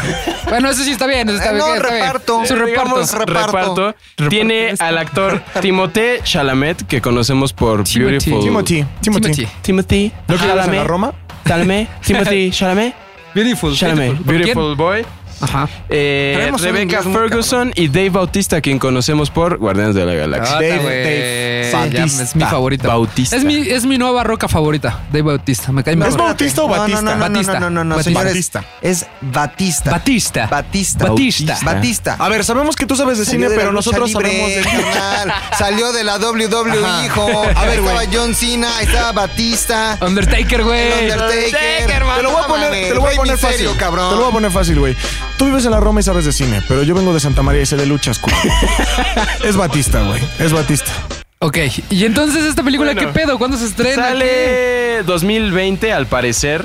Speaker 2: Bueno, eso sí está bien, eso está
Speaker 3: Eh,
Speaker 2: bien.
Speaker 3: no,
Speaker 2: está bien.
Speaker 3: reparto.
Speaker 2: Su reparto.
Speaker 8: Digamos, reparto.
Speaker 3: Reparto.
Speaker 8: Tiene al actor Timothée Chalamet, que conocemos por
Speaker 2: Timothée.
Speaker 8: Beautiful.
Speaker 1: Timothy, Uh. Timothy.
Speaker 2: Timothy.
Speaker 8: Timothy.
Speaker 1: ¿No que hablas en la Roma?
Speaker 8: Chalamet. Timothy Chalamet.
Speaker 2: Beautiful.
Speaker 8: Chalamet.
Speaker 2: ¿Por quién?
Speaker 8: Beautiful Boy.
Speaker 2: Ajá.
Speaker 8: Eh,
Speaker 3: Traemos un
Speaker 8: Rebecca
Speaker 3: inglés muy
Speaker 8: Ferguson y Dave Bautista, quien conocemos por Guardianes de la Galaxia.
Speaker 2: Dave,
Speaker 1: Dave, Dave Bautista.
Speaker 2: es mi favorita.
Speaker 8: Bautista.
Speaker 2: Es mi, es mi nueva roca favorita, Dave Bautista. Me cae
Speaker 1: ¿Es
Speaker 2: mejor.
Speaker 1: Bautista o
Speaker 3: No,
Speaker 1: Batista?
Speaker 3: No, no, no,
Speaker 2: Batista.
Speaker 3: no, no, no, no,
Speaker 2: Batista.
Speaker 3: señores.
Speaker 1: Batista.
Speaker 3: Es Batista.
Speaker 2: Batista.
Speaker 3: Batista.
Speaker 2: Batista.
Speaker 3: Batista.
Speaker 1: A ver, sabemos que tú sabes de
Speaker 3: Salió
Speaker 1: cine,
Speaker 3: de la
Speaker 1: pero
Speaker 3: lucha
Speaker 1: nosotros
Speaker 3: libre,
Speaker 1: sabemos de
Speaker 3: carnal. Salió de la WWE,
Speaker 1: Ajá.
Speaker 3: hijo.
Speaker 1: A
Speaker 3: A
Speaker 1: ver,
Speaker 3: ver, estaba
Speaker 1: güey.
Speaker 3: John Cena, ahí estaba Batista.
Speaker 2: Undertaker, güey.
Speaker 3: El Undertaker.
Speaker 1: Te lo voy a
Speaker 3: No
Speaker 1: poner,
Speaker 3: mames,
Speaker 1: te lo voy a
Speaker 3: güey,
Speaker 1: poner
Speaker 3: mi
Speaker 1: fácil.
Speaker 3: serio, cabrón.
Speaker 1: Te lo voy a poner fácil, güey. Tú vives en la Roma y sabes de cine, pero yo vengo de Santa María y sé de luchas, culo. es Batista, güey. Es Batista.
Speaker 2: Ok, y entonces esta película,
Speaker 8: Bueno.
Speaker 2: ¿qué pedo? ¿Cuándo se estrena?
Speaker 8: Sale 2020 al parecer.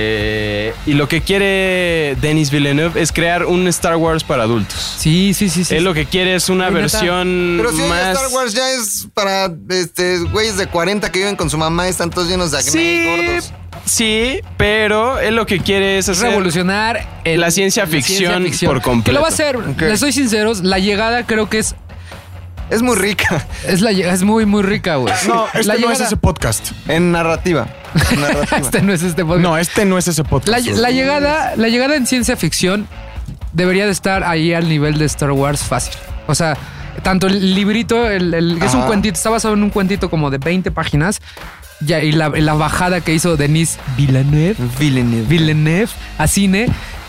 Speaker 8: eh, y lo que quiere Denis Villeneuve es crear un Star Wars para adultos.
Speaker 2: Sí, sí, sí, sí.
Speaker 8: Él lo que quiere es una
Speaker 2: Ay, neta.
Speaker 8: versión
Speaker 3: Pero si hoy
Speaker 8: más...
Speaker 3: Star Wars ya es para este güeyes de 40 que viven con su mamá y están todos llenos de acné
Speaker 8: Sí,
Speaker 3: gordos.
Speaker 8: sí, pero él lo que quiere es hacer...
Speaker 2: revolucionar
Speaker 8: La ciencia ficción por completo.
Speaker 2: Que lo va a hacer,
Speaker 3: Ok.
Speaker 2: les soy sinceros, la llegada creo que es
Speaker 3: Es muy rica
Speaker 2: es la llegada es muy muy rica, güey.
Speaker 1: No,
Speaker 2: La
Speaker 1: este no es
Speaker 2: llegada-
Speaker 1: ese podcast.
Speaker 3: en narrativa. En narrativa.
Speaker 2: este no es este podcast.
Speaker 1: No, este no es ese podcast.
Speaker 2: La,
Speaker 1: güey.
Speaker 2: la llegada, la llegada en ciencia ficción debería de estar ahí al nivel de Star Wars fácil. O sea, tanto el librito, el, el- es un
Speaker 3: Ajá.
Speaker 2: cuentito, está basado en un cuentito como de 20 páginas. Ya, y la, la bajada que hizo Denise Villeneuve,
Speaker 3: Villeneuve.
Speaker 2: Villeneuve a cine,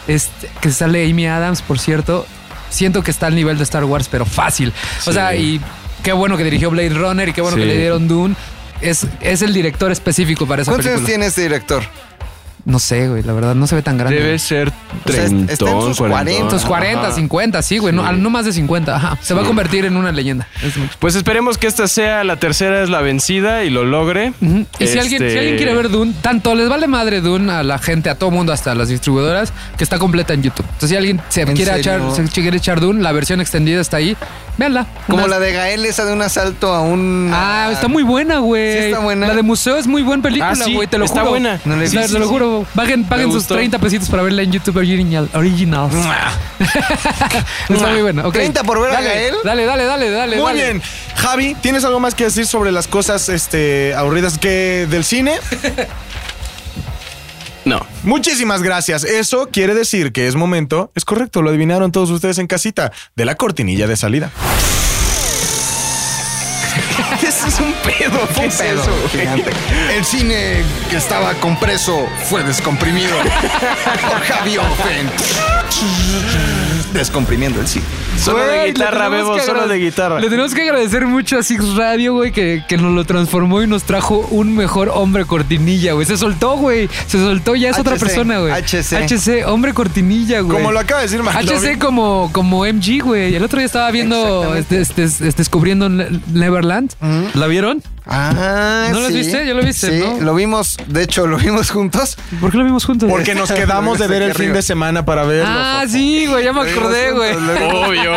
Speaker 2: este, que sale Amy Adams, por cierto, siento que está al nivel de Star Wars, pero fácil. O sea, y qué bueno que dirigió Blade Runner y qué bueno
Speaker 8: Sí.
Speaker 2: que le dieron Dune. Es, es el director específico para esa
Speaker 3: ¿Cuántos años
Speaker 2: película.
Speaker 3: tiene este director?
Speaker 2: No sé, güey, la verdad, no se ve tan grande.
Speaker 8: Debe ser
Speaker 3: O sea, está en sus 40,
Speaker 8: treintón,
Speaker 2: Sus
Speaker 8: cuarentón.
Speaker 2: 40, 50, sí, güey. No, al- no más de 50. Ajá. Se va a convertir en una leyenda. Es mucho.
Speaker 8: Pues esperemos que esta sea la tercera es la vencida y lo logre.
Speaker 2: Ujú. Y si, alguien,
Speaker 8: Este-
Speaker 2: si alguien quiere ver Dune, tanto les vale madre Dune a la gente, a todo mundo, hasta a las distribuidoras, que está completa en YouTube. Entonces, si alguien se
Speaker 3: ¿En
Speaker 2: quiere
Speaker 3: serio?
Speaker 2: echar, se quiere echar Dune, la versión extendida está ahí. Véanla.
Speaker 3: Como
Speaker 2: Una-
Speaker 3: la de Gael, esa de un asalto a un.
Speaker 2: Ah, está muy buena, güey.
Speaker 3: Sí está buena.
Speaker 2: La de museo es muy buena película,
Speaker 8: Ah, sí,
Speaker 2: güey. te lo
Speaker 8: está
Speaker 2: juro.
Speaker 8: buena.
Speaker 3: No la he
Speaker 2: Sí,
Speaker 3: visto.
Speaker 2: te lo juro. Paguen, paguen sus
Speaker 8: gustó.
Speaker 2: 30 pesitos para verla en YouTube original. Originals. está muy buena. ok.
Speaker 3: 30 por ver a
Speaker 2: dale,
Speaker 3: Gael.
Speaker 2: Dale, dale, dale, dale.
Speaker 1: Muy
Speaker 2: dale.
Speaker 1: bien. Javi, ¿tienes algo más que decir sobre las cosas este, aburridas que del cine?
Speaker 8: No.
Speaker 1: Muchísimas gracias. Eso quiere decir que es momento, es correcto, lo adivinaron todos ustedes en casita, de la cortinilla de salida.
Speaker 3: Ese es un pedo. ¿Qué es eso, gigante. El cine que estaba compreso fue descomprimido. Por Javi Offen. Descomprimiendo el cine.
Speaker 8: Solo de
Speaker 2: Güey, le
Speaker 8: guitarra,
Speaker 2: tenemos
Speaker 8: Bebo,
Speaker 2: que
Speaker 8: solo
Speaker 2: agrade-
Speaker 8: de guitarra.
Speaker 2: Le tenemos que agradecer mucho a Six Radio, güey, que, que nos lo transformó y nos trajo un mejor hombre cortinilla, güey. Se soltó, güey. Se soltó, ya es otra
Speaker 3: HC,
Speaker 2: persona, güey.
Speaker 3: HC.
Speaker 2: HC, hombre cortinilla, güey.
Speaker 1: Como lo acaba de decir Maclovin.
Speaker 2: HC como, como MG, güey. El otro día estaba viendo, este, este- este- descubriendo Ne- Neverland. ¿La vieron?
Speaker 3: Ah,
Speaker 2: ¿No lo
Speaker 3: sí.
Speaker 2: viste? Ya lo viste,
Speaker 3: Sí,
Speaker 2: ¿no?
Speaker 3: lo vimos. De hecho, lo vimos juntos.
Speaker 2: ¿Por qué lo vimos juntos?
Speaker 1: Porque nos quedamos
Speaker 3: Este,
Speaker 1: de ver el fin de semana para verlo.
Speaker 2: Ah, sí, güey, ya me acordé, güey.
Speaker 8: Obvio.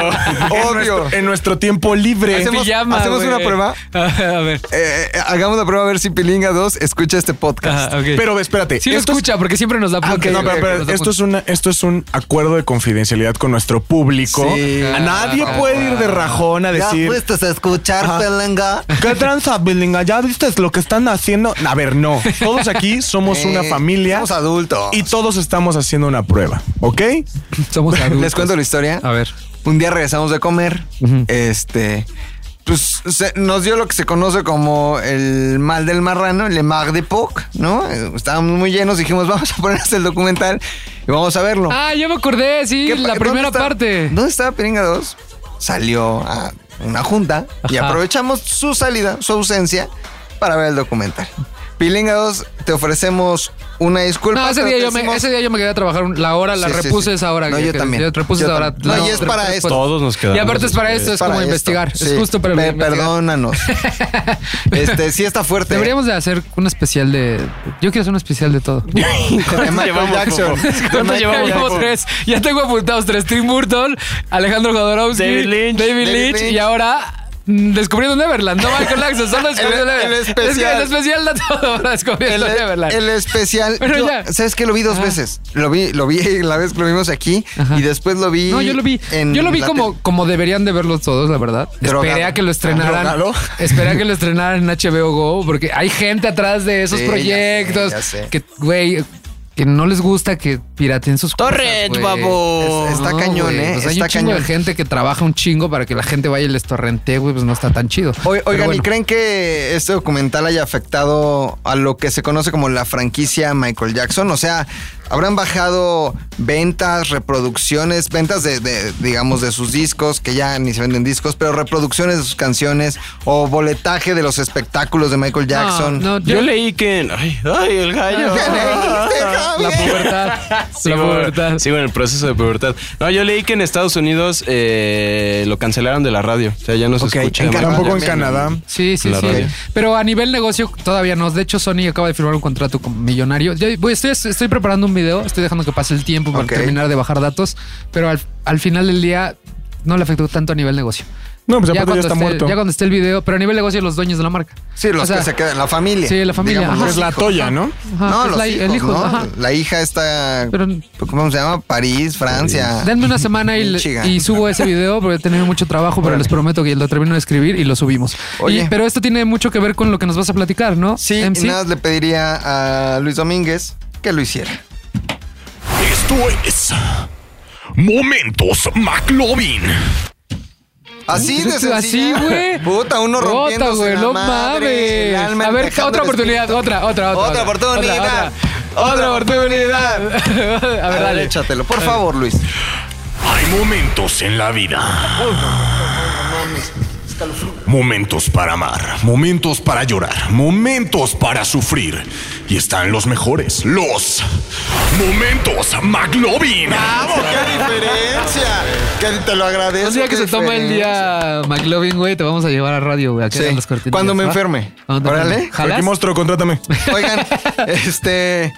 Speaker 3: Obvio.
Speaker 1: En nuestro tiempo libre.
Speaker 3: Hacemos-
Speaker 2: Pijama,
Speaker 3: hacemos
Speaker 2: güey.
Speaker 3: una prueba.
Speaker 2: a ver.
Speaker 3: Eh, eh, hagamos la prueba a ver si Pilinga 2 escucha este podcast.
Speaker 2: Ajá, ok.
Speaker 1: Pero espérate,
Speaker 2: sí lo
Speaker 1: esto es- Ah,
Speaker 2: escucha, porque siempre nos da puntos,
Speaker 1: no,
Speaker 2: güey,
Speaker 1: pero, pero
Speaker 2: nos da
Speaker 1: esto
Speaker 2: puntos.
Speaker 1: es una, esto es un acuerdo de confidencialidad con nuestro público.
Speaker 3: Sí.
Speaker 1: A Nadie
Speaker 2: Ah,
Speaker 1: puede ir de rajón a
Speaker 3: ¿Ya
Speaker 1: decir.
Speaker 3: puestos a escuchar,
Speaker 1: Ajá.
Speaker 3: Pilinga?
Speaker 1: ¿Qué tranza, Bilinga? ¿Ya viste lo que están haciendo? A ver, no. Todos aquí somos
Speaker 3: Eh,
Speaker 1: una familia.
Speaker 3: somos adultos.
Speaker 1: Y todos estamos haciendo una prueba, ¿ok?
Speaker 2: Somos adultos.
Speaker 3: Les cuento la historia.
Speaker 2: A ver.
Speaker 3: Un día regresamos de comer. Este. pues se- nos dio lo que se conoce como el mal del marrano, el mar de Poc, ¿no? Eh, Estábamos muy llenos, dijimos, vamos a ponerse el documental y vamos a verlo.
Speaker 2: Ah, ya me acordé, sí,
Speaker 3: ¿Qué pa-
Speaker 2: la
Speaker 3: dónde
Speaker 2: primera
Speaker 3: está-
Speaker 2: parte.
Speaker 3: ¿Dónde estaba Piringa 2? Salió a una junta y
Speaker 2: Ajá.
Speaker 3: aprovechamos su salida, su ausencia, para ver el documental. Piringa 2, te ofrecemos una disculpa.
Speaker 2: No, ese
Speaker 3: pero
Speaker 2: día,
Speaker 3: te
Speaker 2: yo me,
Speaker 3: decimos-
Speaker 2: ese día yo me quedé a trabajar un- la hora, la
Speaker 3: Sí, sí,
Speaker 2: repuse
Speaker 3: sí.
Speaker 2: esa hora.
Speaker 3: No,
Speaker 2: que-
Speaker 3: yo
Speaker 2: que-
Speaker 3: también.
Speaker 2: yo repuse
Speaker 3: Yo
Speaker 2: esa hora.
Speaker 3: también. No, y es para esto. Todos
Speaker 8: nos
Speaker 2: Y aparte es para esto, es
Speaker 3: para
Speaker 2: como
Speaker 3: esto.
Speaker 2: investigar.
Speaker 3: Sí.
Speaker 2: Es justo para
Speaker 3: Pe-
Speaker 2: investigar.
Speaker 3: Perdónanos. Este, sí está fuerte.
Speaker 2: Deberíamos de hacer un especial de... Yo quiero hacer un especial de todo.
Speaker 3: De ¿eh? Michael Jackson. De
Speaker 2: ¿Cuántos
Speaker 3: Michael
Speaker 2: llevamos?
Speaker 3: Jackson.
Speaker 2: tres. Ya tengo apuntados tres. Tim Burton, Alejandro Jodorowsky,
Speaker 8: David Lynch.
Speaker 2: David
Speaker 3: David
Speaker 2: Lynch,
Speaker 3: Lynch.
Speaker 2: y ahora mm, Descubriendo Neverland. No Michael Jackson, solo Descubriendo
Speaker 3: El- el
Speaker 2: Neverland. Es que
Speaker 3: especial.
Speaker 2: el especial da todo para
Speaker 3: El, e-
Speaker 2: Descubriendo Neverland.
Speaker 3: el especial.
Speaker 2: Pero
Speaker 3: yo-
Speaker 2: ya. Ah.
Speaker 3: ¿Sabes qué? Lo vi dos
Speaker 2: Ajá.
Speaker 3: veces. Lo vi, lo vi la vez que lo vimos aquí y después lo vi.
Speaker 2: No, yo lo vi.
Speaker 3: en
Speaker 2: yo lo vi
Speaker 3: la
Speaker 2: como, como deberían de verlos todos, la verdad.
Speaker 3: Drogado. Ah,
Speaker 2: Esperé a que lo estrenaran.
Speaker 3: Drogado.
Speaker 2: Esperé a que lo estrenaran en HBO Go, porque hay gente atrás de esos
Speaker 3: Sí, ya sé,
Speaker 2: proyectos.
Speaker 3: ya sé.
Speaker 2: Que, güey, que no les gusta que piraten sus
Speaker 8: Torrent,
Speaker 2: cosas, güey.
Speaker 8: babo.
Speaker 3: Es- está
Speaker 2: No,
Speaker 3: cañón,
Speaker 2: güey,
Speaker 3: ¿eh?
Speaker 2: pues hay
Speaker 3: Está
Speaker 2: un chingo
Speaker 3: cañón.
Speaker 2: de gente que trabaja un chingo para que la gente vaya y les torrentee, güey, pues no está tan chido.
Speaker 3: O-
Speaker 2: Pero
Speaker 3: Oigan, ¿y
Speaker 2: bueno.
Speaker 3: creen que este documental haya afectado a lo que se conoce como la franquicia Michael Jackson? O sea, ¿habrán bajado ventas, reproducciones, ventas de, de, digamos, de sus discos, que ya ni se venden discos, pero reproducciones de sus canciones o boletaje de los espectáculos de Michael Jackson?
Speaker 2: No,
Speaker 8: Yo
Speaker 2: yo,
Speaker 8: leí que. Ay, ay, el gallo.
Speaker 2: la pubertad. la
Speaker 8: Sigo-
Speaker 2: pubertad.
Speaker 8: Sigo en el proceso de pubertad. No, yo leí que en Estados Unidos eh, lo cancelaron de la radio. O sea, ya no se
Speaker 3: Ok,
Speaker 8: escucha.
Speaker 3: en
Speaker 8: Michael
Speaker 3: Canadá
Speaker 1: Tampoco en
Speaker 8: Jackson.
Speaker 1: Canadá.
Speaker 2: Sí, sí,
Speaker 8: La
Speaker 2: sí.
Speaker 8: radio.
Speaker 2: Pero a nivel negocio todavía no. De hecho, Sony acaba de firmar un contrato con millonario. Ya voy- estoy, estoy preparando un video, estoy dejando que pase el tiempo para
Speaker 3: Ok.
Speaker 2: terminar de bajar datos, pero al, al final del día no le afectó tanto a nivel negocio.
Speaker 1: No, pues aparte ya,
Speaker 2: cuando
Speaker 1: está
Speaker 2: esté,
Speaker 1: muerto.
Speaker 2: ya cuando esté el video, pero a nivel negocio los dueños de la marca.
Speaker 3: Sí, los
Speaker 2: O sea,
Speaker 3: que se quedan, la familia.
Speaker 2: sí, la familia,
Speaker 3: digamos,
Speaker 2: ajá.
Speaker 3: los
Speaker 1: es Pues la
Speaker 3: hijos.
Speaker 1: toya, ¿no?
Speaker 2: ajá,
Speaker 3: no,
Speaker 2: es
Speaker 3: los
Speaker 2: la-
Speaker 3: hijos,
Speaker 2: el hijo.
Speaker 3: ¿no?
Speaker 2: ajá.
Speaker 3: La hija está,
Speaker 2: Pero-
Speaker 3: ¿cómo se llama? París, Francia.
Speaker 2: Denme una semana y, le-
Speaker 3: Michigan.
Speaker 2: y subo ese video porque he tenido mucho trabajo, pero les prometo que lo termino de escribir y lo subimos. Y-
Speaker 3: Oye.
Speaker 2: pero esto tiene mucho que ver con lo que nos vas a platicar, ¿no?
Speaker 3: Sí, y
Speaker 2: MC?
Speaker 3: nada más le pediría a Luis Domínguez que lo hiciera.
Speaker 13: Esto es Momentos McLovin.
Speaker 3: Así de sencillo.
Speaker 2: Pues Así, güey.
Speaker 3: Puta, uno
Speaker 2: Rota,
Speaker 3: rompiéndose
Speaker 2: güey,
Speaker 3: la
Speaker 2: no
Speaker 3: madre, el
Speaker 2: mames.
Speaker 3: alma
Speaker 2: A ver,
Speaker 3: dejando
Speaker 2: otra
Speaker 3: el
Speaker 2: oportunidad,
Speaker 3: espíritu.
Speaker 2: otra, otra, otra.
Speaker 3: Otra oportunidad.
Speaker 2: Otra,
Speaker 3: Otra
Speaker 2: oportunidad. A ver,
Speaker 3: A ver,
Speaker 2: dale.
Speaker 3: échatelo, por favor, Luis.
Speaker 13: Hay momentos en la vida. Momentos para amar, momentos para llorar, momentos para sufrir. Y están los mejores, los momentos McLovin.
Speaker 3: ¡Qué diferencia! Que te lo agradezco.
Speaker 2: Un día que
Speaker 3: qué
Speaker 2: se toma el
Speaker 3: diferencia.
Speaker 2: día McLovin, güey, te vamos a llevar a radio, güey. a que
Speaker 3: Sí.
Speaker 2: hagan las cortinillas,
Speaker 3: Cuando me
Speaker 2: ¿va?
Speaker 3: enferme.
Speaker 2: Cuando te
Speaker 3: Órale.
Speaker 2: enfermes.
Speaker 1: Aquí
Speaker 2: ¿Jalas?
Speaker 1: monstruo, contrátame.
Speaker 3: Oigan, este.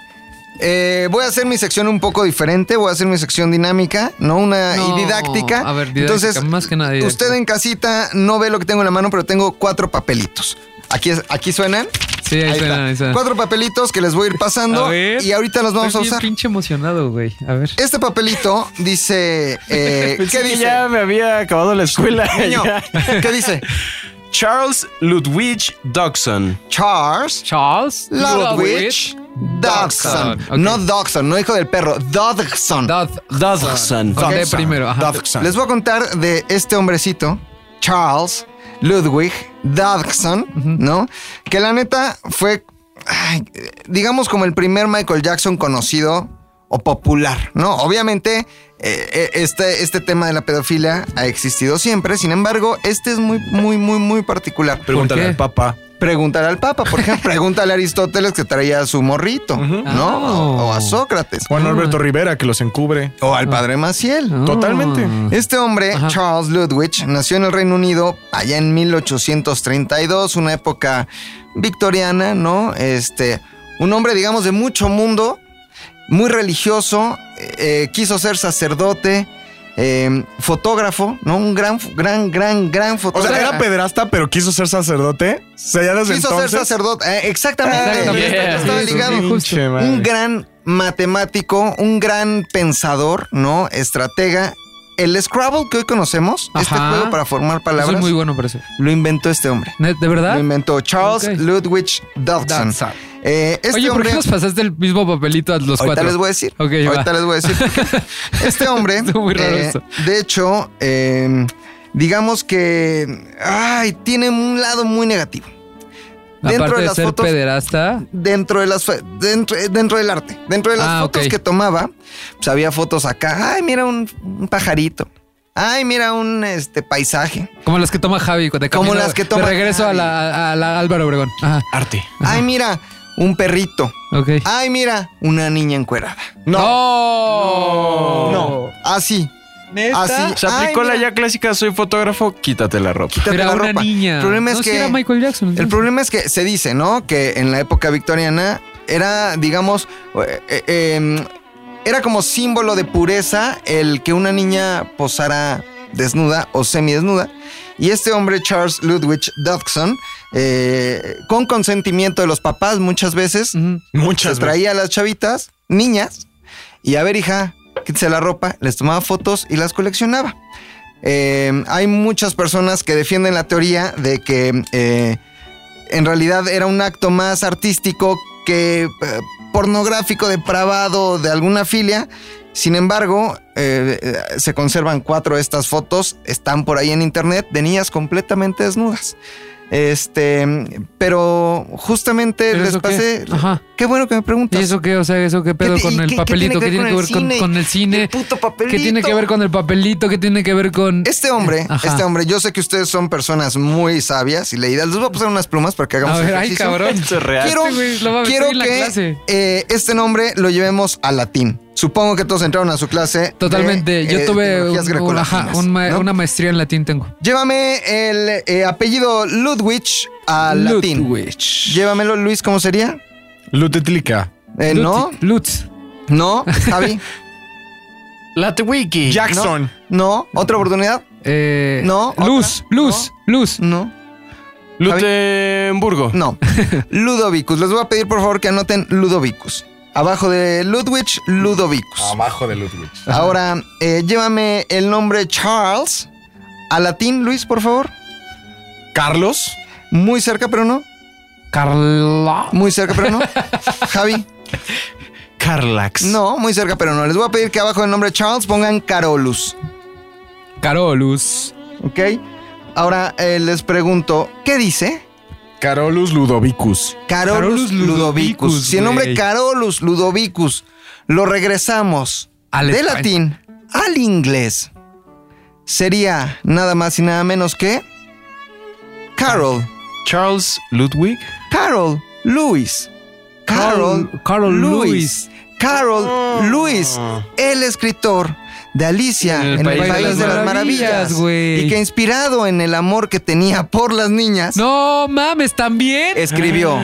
Speaker 3: eh, voy a hacer mi sección un poco diferente, voy a hacer mi sección dinámica, no una
Speaker 2: No,
Speaker 3: y didáctica.
Speaker 2: a ver, didáctica, más que nada didáctica.
Speaker 3: usted en casita no ve lo que tengo en la mano, pero tengo cuatro papelitos. Aquí, es- aquí suenan.
Speaker 2: Sí, ahí,
Speaker 3: Ahí
Speaker 2: suena,
Speaker 3: está.
Speaker 2: ahí suena.
Speaker 3: Cuatro papelitos que les voy a ir pasando
Speaker 2: A ver.
Speaker 3: y ahorita los vamos a
Speaker 2: Estoy bien
Speaker 3: usar.
Speaker 2: pinche emocionado, güey. A ver.
Speaker 3: Este papelito dice. eh,
Speaker 8: Pensé
Speaker 3: ¿Qué
Speaker 8: que
Speaker 3: dice?
Speaker 8: ya me había acabado la escuela.
Speaker 3: Niño,
Speaker 8: Ya.
Speaker 3: ¿Qué dice?
Speaker 8: Charles Ludwig Dodson.
Speaker 3: Charles
Speaker 2: Charles
Speaker 3: Ludwig Dodson.
Speaker 2: Dodson, ok.
Speaker 3: No Dodson, no hijo del perro. Dodson.
Speaker 2: Dodson.
Speaker 8: Dodson.
Speaker 2: Con D primero, ajá.
Speaker 1: Dodson.
Speaker 3: Les voy a contar de este hombrecito, Charles Ludwig Dodson, ¿no? Que la neta fue, ay, digamos, como el primer Michael Jackson conocido o popular, ¿no? Obviamente, eh, eh, este, este tema de la pedofilia ha existido siempre, sin embargo, este es muy, muy, muy, muy particular.
Speaker 8: Pregúntale
Speaker 2: qué?
Speaker 8: al papá.
Speaker 3: Pregúntale al Papa, por ejemplo, pregúntale a Aristóteles que traía a su morrito, ¿no? O- o a Sócrates.
Speaker 1: Juan Alberto Rivera, que los encubre.
Speaker 3: O al padre Maciel.
Speaker 1: Totalmente.
Speaker 3: Este hombre, Charles Ludwig, nació en el Reino Unido allá en 1832, una época victoriana, ¿no? Este, un hombre, digamos, de mucho mundo, muy religioso, eh, eh, quiso ser sacerdote, eh, fotógrafo, ¿no? Un gran, gran, gran, gran
Speaker 1: O
Speaker 3: fotógrafo.
Speaker 1: sea, era pedrasta, pero quiso ser sacerdote. O sea, ya desde
Speaker 3: Quiso
Speaker 1: entonces.
Speaker 3: ser sacerdote, eh, exactamente.
Speaker 2: Exactamente.
Speaker 3: Estaba- estaba
Speaker 2: Sí, sí,
Speaker 3: ligado.
Speaker 2: sí, justo.
Speaker 1: Pinche madre.
Speaker 3: Un gran matemático, un gran pensador, ¿no? Estratega. El Scrabble que hoy conocemos, este
Speaker 2: Ajá.
Speaker 3: juego para formar
Speaker 2: Soy
Speaker 3: palabras,
Speaker 2: muy bueno para eso.
Speaker 3: lo inventó este hombre.
Speaker 2: ¿Ne- ¿De verdad?
Speaker 3: Lo inventó Charles
Speaker 2: Ok.
Speaker 3: Ludwig Dodson.
Speaker 2: Dodson.
Speaker 3: Eh, este
Speaker 2: Oye, ¿por
Speaker 3: hombre,
Speaker 2: qué nos pasaste el mismo papelito a los
Speaker 3: ahorita
Speaker 2: cuatro?
Speaker 3: les voy a decir.
Speaker 2: Ok, va.
Speaker 3: ahorita les voy a decir. Este hombre,
Speaker 2: Estuvo muy raro
Speaker 3: eh,
Speaker 2: eso.
Speaker 3: de hecho, eh, digamos que, ay, tiene un lado muy negativo.
Speaker 2: Aparte de, ser pederasta.
Speaker 3: dentro de las fo- dentro, eh, dentro del arte, dentro de las
Speaker 2: Ah,
Speaker 3: fotos
Speaker 2: ok.
Speaker 3: que tomaba, pues había fotos acá, ay, mira un, un pajarito. Ay, mira un este paisaje.
Speaker 2: Como las que toma Javi. De
Speaker 3: Como
Speaker 2: camino-
Speaker 3: las que toma
Speaker 2: De regreso a la, a la Álvaro Obregón. Ajá.
Speaker 8: Arte.
Speaker 3: Ay, mira un perrito.
Speaker 2: Ok.
Speaker 3: Ay, mira una niña encuerada.
Speaker 2: No.
Speaker 3: No, así. Así.
Speaker 8: Se aplicó
Speaker 3: Ay,
Speaker 8: la
Speaker 3: mira,
Speaker 8: ya clásica, soy fotógrafo, quítate la ropa.
Speaker 3: quítate
Speaker 2: Era
Speaker 3: la
Speaker 2: una
Speaker 3: ropa.
Speaker 2: niña.
Speaker 3: El problema es
Speaker 2: No, sí
Speaker 3: que
Speaker 2: era Michael Jackson.
Speaker 3: El problema es que se dice, ¿no? Que en la época victoriana era, digamos, eh, eh, eh, era como símbolo de pureza el que una niña posara desnuda o semidesnuda. Y este hombre, Charles Ludwig Dodgson, eh, con consentimiento de los papás muchas veces,
Speaker 1: Muchas
Speaker 3: se traía a las chavitas, niñas, y a ver, hija, quítese la ropa, les tomaba fotos y las coleccionaba. Eh, hay muchas personas que defienden la teoría de que eh, en realidad era un acto más artístico que eh, pornográfico, depravado de alguna filia. Sin embargo, eh, eh, se conservan cuatro de estas fotos, están por ahí en internet, de niñas completamente desnudas. Este, pero justamente
Speaker 2: ¿Pero
Speaker 3: les
Speaker 2: eso qué?
Speaker 3: pasé.
Speaker 2: Ajá.
Speaker 3: Qué bueno que me preguntas.
Speaker 2: ¿Y eso qué? O sea, ¿eso qué pedo
Speaker 3: ¿Qué te- y
Speaker 2: con el
Speaker 3: qué- qué
Speaker 2: papelito? ¿Qué tiene que ver con, con el cine?
Speaker 3: puto
Speaker 2: ¿Qué tiene que
Speaker 3: papelito?
Speaker 2: ver con el papelito? ¿Qué tiene que ver con...?
Speaker 3: Este hombre,
Speaker 2: Ajá.
Speaker 3: este hombre, yo sé que ustedes son personas muy sabias y leídas. Les voy a pasar unas plumas para que hagamos
Speaker 2: A ver, ay,
Speaker 3: ejercicio.
Speaker 2: cabrón.
Speaker 8: Esto es real.
Speaker 3: Quiero,
Speaker 2: Este güey lo va a meter
Speaker 3: quiero
Speaker 2: en la
Speaker 3: que
Speaker 2: clase.
Speaker 3: eh, este nombre lo llevemos al latín. Supongo que todos entraron a su clase. de,
Speaker 2: Totalmente. Yo
Speaker 3: eh,
Speaker 2: tuve
Speaker 3: teologías
Speaker 2: un- un- ajá,
Speaker 3: grecolatinas,
Speaker 2: un ma-
Speaker 3: ¿no?
Speaker 2: una maestría en latín tengo.
Speaker 3: Llévame el eh, apellido Ludwig al latín. Llévamelo, Luis, ¿cómo sería?
Speaker 1: Lutetlica.
Speaker 3: Eh, no,
Speaker 2: Lutz.
Speaker 3: no, Javi.
Speaker 8: Latwiki.
Speaker 1: Jackson.
Speaker 3: No, no. otra oportunidad.
Speaker 2: Eh,
Speaker 3: No, otra.
Speaker 2: Luz, luz, luz.
Speaker 3: No.
Speaker 8: Lutemburgo.
Speaker 3: No. Ludovicus. Les voy a pedir por favor que anoten Ludovicus. Abajo de Ludwig, Ludovicus.
Speaker 1: Abajo de Ludwig.
Speaker 3: Ahora, eh, llévame el nombre Charles a latín, Luis, por favor.
Speaker 1: Carlos.
Speaker 3: Muy cerca, pero no.
Speaker 2: Carla.
Speaker 3: Muy cerca, pero no. Javi.
Speaker 8: Carlax.
Speaker 3: No, muy cerca, pero no. Les voy a pedir que abajo del nombre Charles pongan Carolus.
Speaker 2: Carolus.
Speaker 3: ¿Ok? Ahora eh, les pregunto, ¿qué dice?
Speaker 1: Carolus Ludovicus.
Speaker 3: Carolus,
Speaker 2: Carolus
Speaker 3: Ludovicus.
Speaker 2: Ludovicus,
Speaker 3: Si el nombre
Speaker 2: güey.
Speaker 3: Carolus Ludovicus lo regresamos
Speaker 2: Al
Speaker 3: de
Speaker 2: español.
Speaker 3: latín al inglés, sería nada más y nada menos que Carol.
Speaker 8: Charles Ludwig.
Speaker 2: Eh,
Speaker 3: Carol Lewis. Carol,
Speaker 2: Carol- Carol Ah.
Speaker 3: Lewis. Carol Lewis, el escritor de Alicia
Speaker 2: En
Speaker 3: en
Speaker 2: el
Speaker 3: el,
Speaker 2: País
Speaker 3: País, de las Maravillas,
Speaker 2: güey.
Speaker 3: y que inspirado en el amor que tenía por las niñas,
Speaker 2: No mames,
Speaker 3: Eh,
Speaker 2: ¿también?
Speaker 3: escribió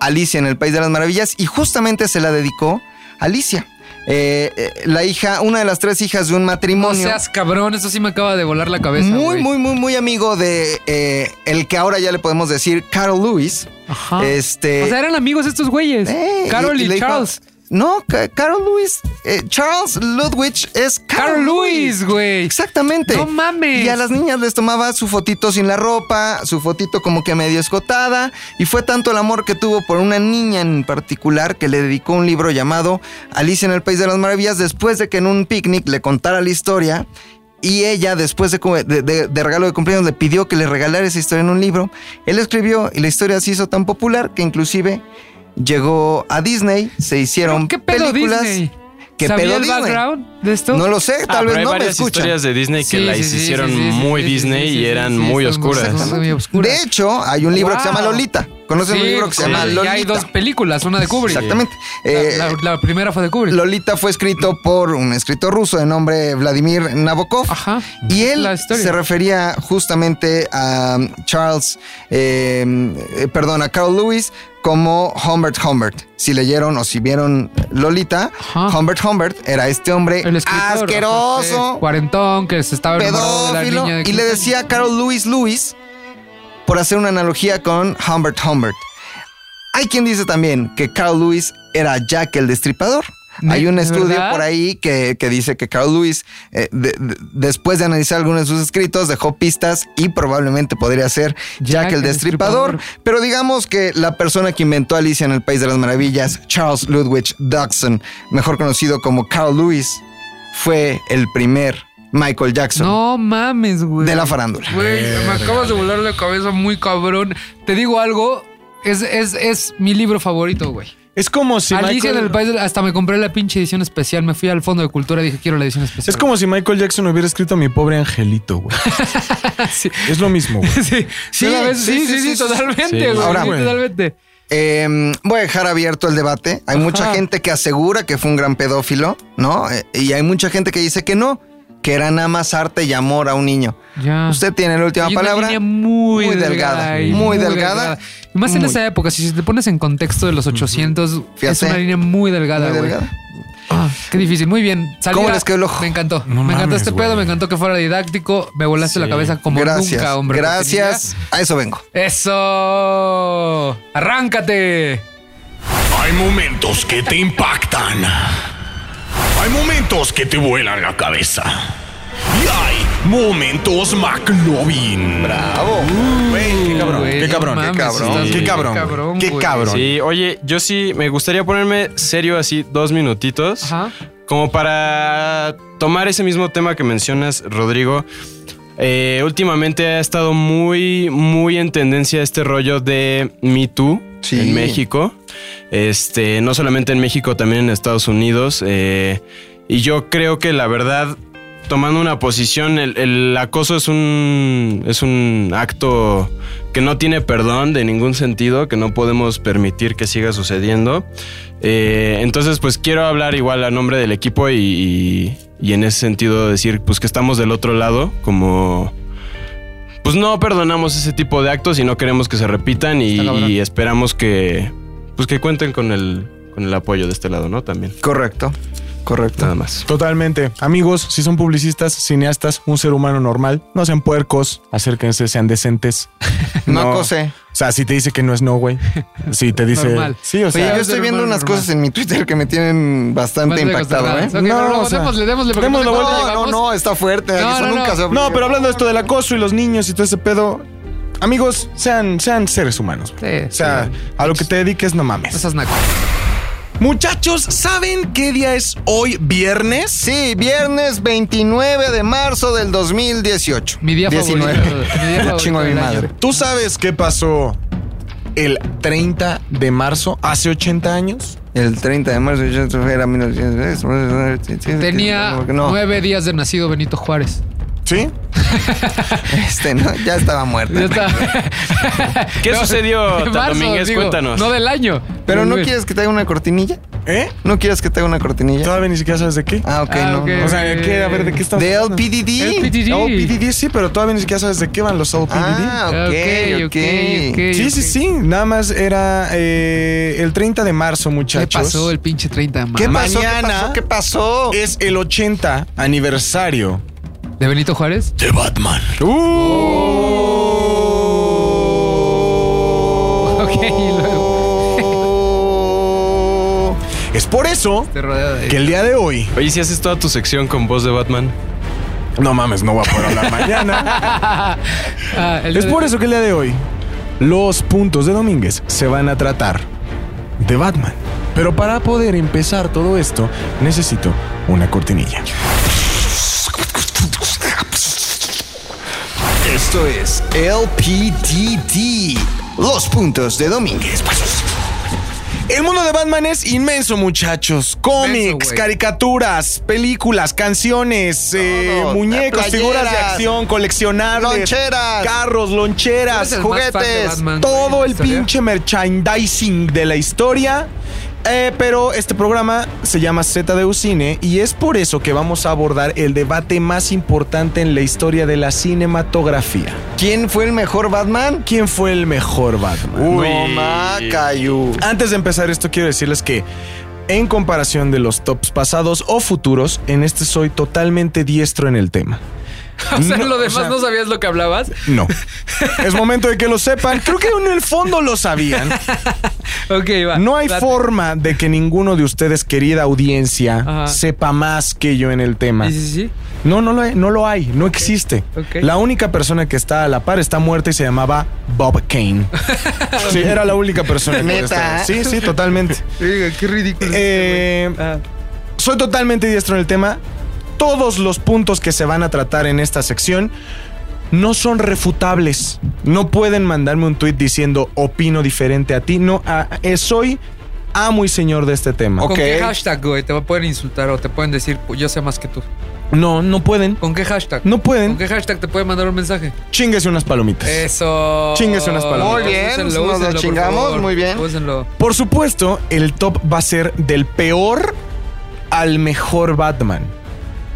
Speaker 3: Alicia en el País de las Maravillas y justamente se la dedicó a Alicia, eh, eh, la hija, una de las tres hijas de un
Speaker 2: No
Speaker 3: matrimonio.
Speaker 2: seas cabrón, eso sí me acaba de volar la cabeza,
Speaker 3: muy,
Speaker 2: güey.
Speaker 3: muy, muy, muy amigo de eh, el que ahora ya le podemos decir Carol Lewis.
Speaker 2: Ajá.
Speaker 3: Este,
Speaker 2: o sea, eran amigos estos güeyes.
Speaker 3: eh,
Speaker 2: Carol y,
Speaker 3: le dijo,
Speaker 2: Charles.
Speaker 3: no, Ca- Carol Lewis. eh, Charles Ludwig es
Speaker 2: Carol Lewis, güey.
Speaker 3: Exactamente.
Speaker 2: No mames.
Speaker 3: Y a las niñas les tomaba su fotito sin la ropa, su fotito como que medio escotada. Y fue tanto el amor que tuvo por una niña en particular que le dedicó un libro llamado Alicia en el País de las Maravillas después de que en un picnic le contara la historia. Y ella, después de, cum- de- de- de regalo de cumpleaños, le pidió que le regalara esa historia en un libro. Él escribió y la historia se hizo tan popular que inclusive llegó a Disney, se hicieron
Speaker 2: ¿Qué pedo
Speaker 3: películas.
Speaker 2: Disney?
Speaker 3: ¿Qué
Speaker 2: ¿Sabía
Speaker 3: pedo
Speaker 2: el
Speaker 3: Disney?
Speaker 2: background de esto?
Speaker 3: No lo sé,
Speaker 8: Ah,
Speaker 3: tal
Speaker 8: pero
Speaker 3: vez
Speaker 8: hay
Speaker 3: no me
Speaker 8: varias
Speaker 3: escuchan.
Speaker 8: historias de Disney que
Speaker 2: Sí,
Speaker 8: las
Speaker 2: sí, sí,
Speaker 8: hicieron
Speaker 2: sí, sí, sí,
Speaker 8: muy
Speaker 2: sí, sí,
Speaker 8: Disney
Speaker 2: sí,
Speaker 8: y
Speaker 2: sí,
Speaker 8: eran
Speaker 2: sí,
Speaker 8: muy
Speaker 2: son
Speaker 8: oscuras.
Speaker 2: cosas muy oscuras.
Speaker 3: De hecho, hay un libro que se llama
Speaker 2: Wow.
Speaker 3: Lolita. ¿Conocen
Speaker 2: Sí,
Speaker 3: un libro que se llama
Speaker 2: sí,
Speaker 3: Lolita?
Speaker 2: Y hay dos películas, una de Kubrick.
Speaker 3: Exactamente.
Speaker 2: La,
Speaker 3: Eh,
Speaker 2: la- la primera fue de Kubrick.
Speaker 3: Lolita fue escrito por un escritor ruso de nombre Vladimir Nabokov.
Speaker 2: Ajá.
Speaker 3: Y él
Speaker 2: La historia.
Speaker 3: se refería justamente a um, Charles, eh, eh, perdón, a Carl Lewis como Humbert Humbert. Si leyeron o si vieron Lolita,
Speaker 2: Ajá.
Speaker 3: Humbert Humbert era este hombre
Speaker 2: El escritor.
Speaker 3: asqueroso,
Speaker 2: ajá, sí, Cuarentón, que se estaba enamorado de la
Speaker 3: pedófilo.
Speaker 2: niña. de
Speaker 3: y le
Speaker 2: Kubrick.
Speaker 3: decía a Carol Lewis Lewis por hacer una analogía con Humbert Humbert. Hay quien dice también que Carol Lewis era Jack el Destripador.
Speaker 2: Ne-
Speaker 3: Hay un
Speaker 2: ¿de
Speaker 3: estudio
Speaker 2: verdad?
Speaker 3: por ahí que, que dice que Carol Lewis, eh, de- de- después de analizar algunos de sus escritos, dejó pistas y probablemente podría ser Jack, el, Destripador. Pero digamos que la persona que inventó Alicia en el País de las Maravillas, Charles Ludwig Dodson, mejor conocido como Carl Lewis, fue el primer Michael Jackson.
Speaker 2: No mames, güey.
Speaker 3: De la farándula.
Speaker 2: Güey, me acabas de volar la cabeza muy cabrón. Te digo algo, es, es, es mi libro favorito, güey.
Speaker 1: Es como si
Speaker 2: Alicia
Speaker 1: Michael-
Speaker 2: en el País, del- hasta me compré la pinche edición especial. Me fui al Fondo de Cultura y dije, quiero la edición especial.
Speaker 1: Es como si Michael Jackson hubiera escrito Mi pobre angelito, güey. Es lo mismo, güey.
Speaker 2: Sí, sí, a veces- sí, sí, sí, totalmente, güey.
Speaker 3: Ahora,
Speaker 2: Sí, totalmente.
Speaker 3: eh, voy a dejar abierto el debate. Hay mucha gente que asegura que fue un gran pedófilo, ¿no? Eh, y hay mucha gente que dice que no, que era nada más arte y amor a un niño.
Speaker 2: Ya.
Speaker 3: Usted tiene la última
Speaker 2: Ah. Hay una
Speaker 3: palabra.
Speaker 2: línea muy,
Speaker 3: muy
Speaker 2: delgada.
Speaker 3: delgada,
Speaker 2: y
Speaker 3: muy delgada,
Speaker 2: Y más en
Speaker 3: muy-
Speaker 2: esa época, si te pones en contexto de los 800, es
Speaker 3: Fíjate.
Speaker 2: una línea muy delgada,
Speaker 3: Muy
Speaker 2: güey.
Speaker 3: delgada.
Speaker 2: Ah, qué difícil. Muy bien. Salida,
Speaker 3: ¿Cómo les quedó el ojo?
Speaker 2: Me encantó. me encantó
Speaker 3: mames,
Speaker 2: este pedo, me encantó que fuera didáctico. Me volaste la cabeza como
Speaker 3: Gracias,
Speaker 2: nunca, hombre.
Speaker 3: Gracias. A eso vengo.
Speaker 2: Cochinilla. Eso. Arráncate.
Speaker 13: Hay momentos que te impactan. Hay momentos que te vuelan la cabeza. Y hay momentos McLovin.
Speaker 3: Bravo.
Speaker 1: Uh, qué cabrón.
Speaker 8: Güey,
Speaker 1: qué
Speaker 8: no
Speaker 1: cabrón.
Speaker 8: mames,
Speaker 1: qué cabrón.
Speaker 8: estás
Speaker 1: Qué
Speaker 8: bien
Speaker 1: cabrón. güey.
Speaker 2: cabrón,
Speaker 1: Qué
Speaker 2: güey.
Speaker 1: cabrón.
Speaker 8: Sí, oye, yo sí me gustaría ponerme serio así dos minutitos. Como para tomar ese mismo tema que mencionas, Rodrigo. Eh, últimamente ha estado muy, muy en tendencia este rollo de Me Too
Speaker 3: Sí.
Speaker 8: en México. Este, no solamente en México, también en Estados Unidos. Eh, y yo creo que la verdad, tomando una posición, el, el acoso es un, es un acto que no tiene perdón de ningún sentido, que no podemos permitir que siga sucediendo. Eh, entonces, pues quiero hablar igual a nombre del equipo y, y- y en ese sentido decir, pues que estamos del otro lado, como... Pues no perdonamos ese tipo de actos y no queremos que se repitan y,
Speaker 2: cabrón.
Speaker 8: y esperamos que, pues que cuenten con el, con el apoyo de este lado, ¿no? También.
Speaker 3: Correcto. Correcto.
Speaker 8: Nada más.
Speaker 1: Totalmente. Amigos, si son publicistas, cineastas, un ser humano normal, no sean puercos, acérquense, sean decentes.
Speaker 3: No acose.
Speaker 1: O sea, si te dice que no es no, güey. Si te dice.
Speaker 2: Normal.
Speaker 1: Sí, o
Speaker 2: Oye,
Speaker 1: sea.
Speaker 3: yo
Speaker 2: es
Speaker 3: estoy
Speaker 2: normal,
Speaker 3: viendo unas
Speaker 2: normal.
Speaker 3: cosas en mi Twitter que me tienen bastante
Speaker 2: Bastante
Speaker 3: impactado, ¿eh?
Speaker 2: consternadas. Ok, pero luego démosle, démosle, porque
Speaker 1: demos
Speaker 2: no
Speaker 1: la
Speaker 2: sé
Speaker 1: vuelta.
Speaker 2: cuánto
Speaker 3: No,
Speaker 2: llevamos.
Speaker 3: no, está fuerte.
Speaker 2: No,
Speaker 3: eso
Speaker 2: no,
Speaker 3: nunca
Speaker 2: no.
Speaker 3: se
Speaker 1: No, pero hablando de esto del acoso y los niños y todo ese pedo, amigos, sean, sean seres humanos. güey.
Speaker 2: Sí,
Speaker 1: o sea, a lo que te dediques, no mames.
Speaker 2: No seas naco.
Speaker 1: Muchachos, ¿saben qué día es hoy viernes?
Speaker 3: Sí, viernes 29 de marzo del 2018.
Speaker 2: Mi día
Speaker 3: 19.
Speaker 2: favorito. Mi día favorito
Speaker 3: Chingo a mi
Speaker 2: del año.
Speaker 3: madre.
Speaker 1: ¿Tú sabes qué pasó el 30 de marzo, hace 80 años?
Speaker 3: El 30 de marzo yo era 1910.
Speaker 2: Tenía
Speaker 3: no,
Speaker 2: nueve días de nacido Benito Juárez.
Speaker 1: ¿Sí?
Speaker 3: este, no, ya estaba muerta.
Speaker 2: Ya está.
Speaker 8: ¿Qué
Speaker 2: No,
Speaker 8: sucedió,
Speaker 2: de
Speaker 8: Tata
Speaker 2: marzo,
Speaker 8: Domínguez?
Speaker 2: digo,
Speaker 8: Cuéntanos.
Speaker 2: No del año.
Speaker 3: Pero no
Speaker 2: Muy bien.
Speaker 3: quieres que te haga una cortinilla?
Speaker 1: ¿Eh?
Speaker 3: ¿No quieres que te haga una cortinilla?
Speaker 1: Todavía ni siquiera sabes de qué.
Speaker 3: Ah, ok,
Speaker 2: Ah,
Speaker 3: no.
Speaker 2: ok,
Speaker 3: no.
Speaker 1: O sea, ¿de ¿qué? A ver, ¿de qué estamos
Speaker 3: De
Speaker 1: hablando?
Speaker 3: LPDD.
Speaker 2: LPDD.
Speaker 1: LPDD, sí, pero todavía ni siquiera sabes de qué van los LPDD.
Speaker 3: Ah, ok, ok.
Speaker 2: ok,
Speaker 1: sí, sí,
Speaker 2: ok.
Speaker 1: sí. Nada más era eh, el 30 de marzo,
Speaker 2: ¿Qué
Speaker 1: muchachos.
Speaker 2: pasó el pinche 30 de marzo?
Speaker 3: ¿Qué pasó?
Speaker 1: Mañana-
Speaker 3: ¿Qué pasó? ¿Qué pasó?
Speaker 1: Es el 80 aniversario
Speaker 2: ¿De Benito Juárez?
Speaker 13: De Batman.
Speaker 1: Uh. Oh.
Speaker 2: Ok, y luego.
Speaker 1: Es por eso
Speaker 2: Te rodea de.
Speaker 1: que el día de hoy.
Speaker 8: Oye, si haces toda tu sección con voz de Batman.
Speaker 1: No mames, no voy a poder hablar mañana.
Speaker 2: Ah, el-
Speaker 1: Es por eso que el día de hoy los puntos de Domínguez se van a tratar de Batman. Pero para poder empezar todo esto, necesito una cortinilla.
Speaker 3: Esto es LPDD. Los puntos de Domínguez.
Speaker 1: El mundo de Batman es inmenso, muchachos. Cómics,
Speaker 2: güey.
Speaker 1: caricaturas, películas, canciones, eh,
Speaker 3: Todo,
Speaker 1: muñecos,
Speaker 3: playeras,
Speaker 1: figuras de acción, coleccionables,
Speaker 3: loncheras.
Speaker 1: carros,
Speaker 2: ¿Tú eres
Speaker 1: loncheras,
Speaker 2: el más
Speaker 1: juguetes,
Speaker 2: fan de Batman,
Speaker 1: todo
Speaker 2: güey,
Speaker 1: el
Speaker 2: en historia?
Speaker 1: pinche merchandising de la historia. Eh, pero este programa se llama ZDU Cine y es por eso que vamos a abordar el debate más importante en la historia de la cinematografía.
Speaker 3: ¿Quién fue el mejor Batman?
Speaker 1: ¿Quién fue el mejor Batman?
Speaker 3: No, Macayu.
Speaker 1: Antes de empezar esto, quiero decirles que en comparación de los tops pasados o futuros, en este soy totalmente diestro en el tema.
Speaker 2: o sea,
Speaker 1: no,
Speaker 2: lo
Speaker 1: o
Speaker 2: demás
Speaker 1: sea-
Speaker 2: no sabías lo que hablabas.
Speaker 1: No. Es momento de que lo sepan. Creo que en el fondo lo sabían.
Speaker 2: Ok, va.
Speaker 1: No hay
Speaker 2: Date.
Speaker 1: forma de que ninguno de ustedes, querida audiencia,
Speaker 2: Ajá.
Speaker 1: sepa más que yo en el tema.
Speaker 2: Sí, sí, sí.
Speaker 1: No, no lo hay, no lo hay, no existe.
Speaker 2: ok.
Speaker 1: La única persona que está a la par está muerta y se llamaba Bob Kane. sí, era la única persona. que
Speaker 3: Neta.
Speaker 1: estaba. Sí, sí, totalmente.
Speaker 2: Oiga, qué ridículo.
Speaker 1: Eh,
Speaker 2: Ah.
Speaker 1: soy totalmente diestro en el tema. todos los puntos que se van a tratar en esta sección no son refutables. No pueden mandarme un tweet diciendo opino diferente a ti. No, a- eh, soy amo y señor de este tema.
Speaker 2: ¿Con qué hashtag, güey? Te pueden insultar o te pueden decir, "Pues, yo sé más que tú.
Speaker 1: No, no pueden.
Speaker 2: ¿Con qué hashtag?
Speaker 1: No pueden.
Speaker 2: ¿Con qué hashtag te pueden mandar un mensaje?
Speaker 1: Chinguese unas palomitas.
Speaker 2: Eso.
Speaker 1: Chinguese Pues, unas palomitas.
Speaker 2: Muy bien, Úsenlo, nos lo úsenlo, por chingamos, favor. muy bien. Úsenlo.
Speaker 1: Por supuesto, el top va a ser del peor al mejor Batman.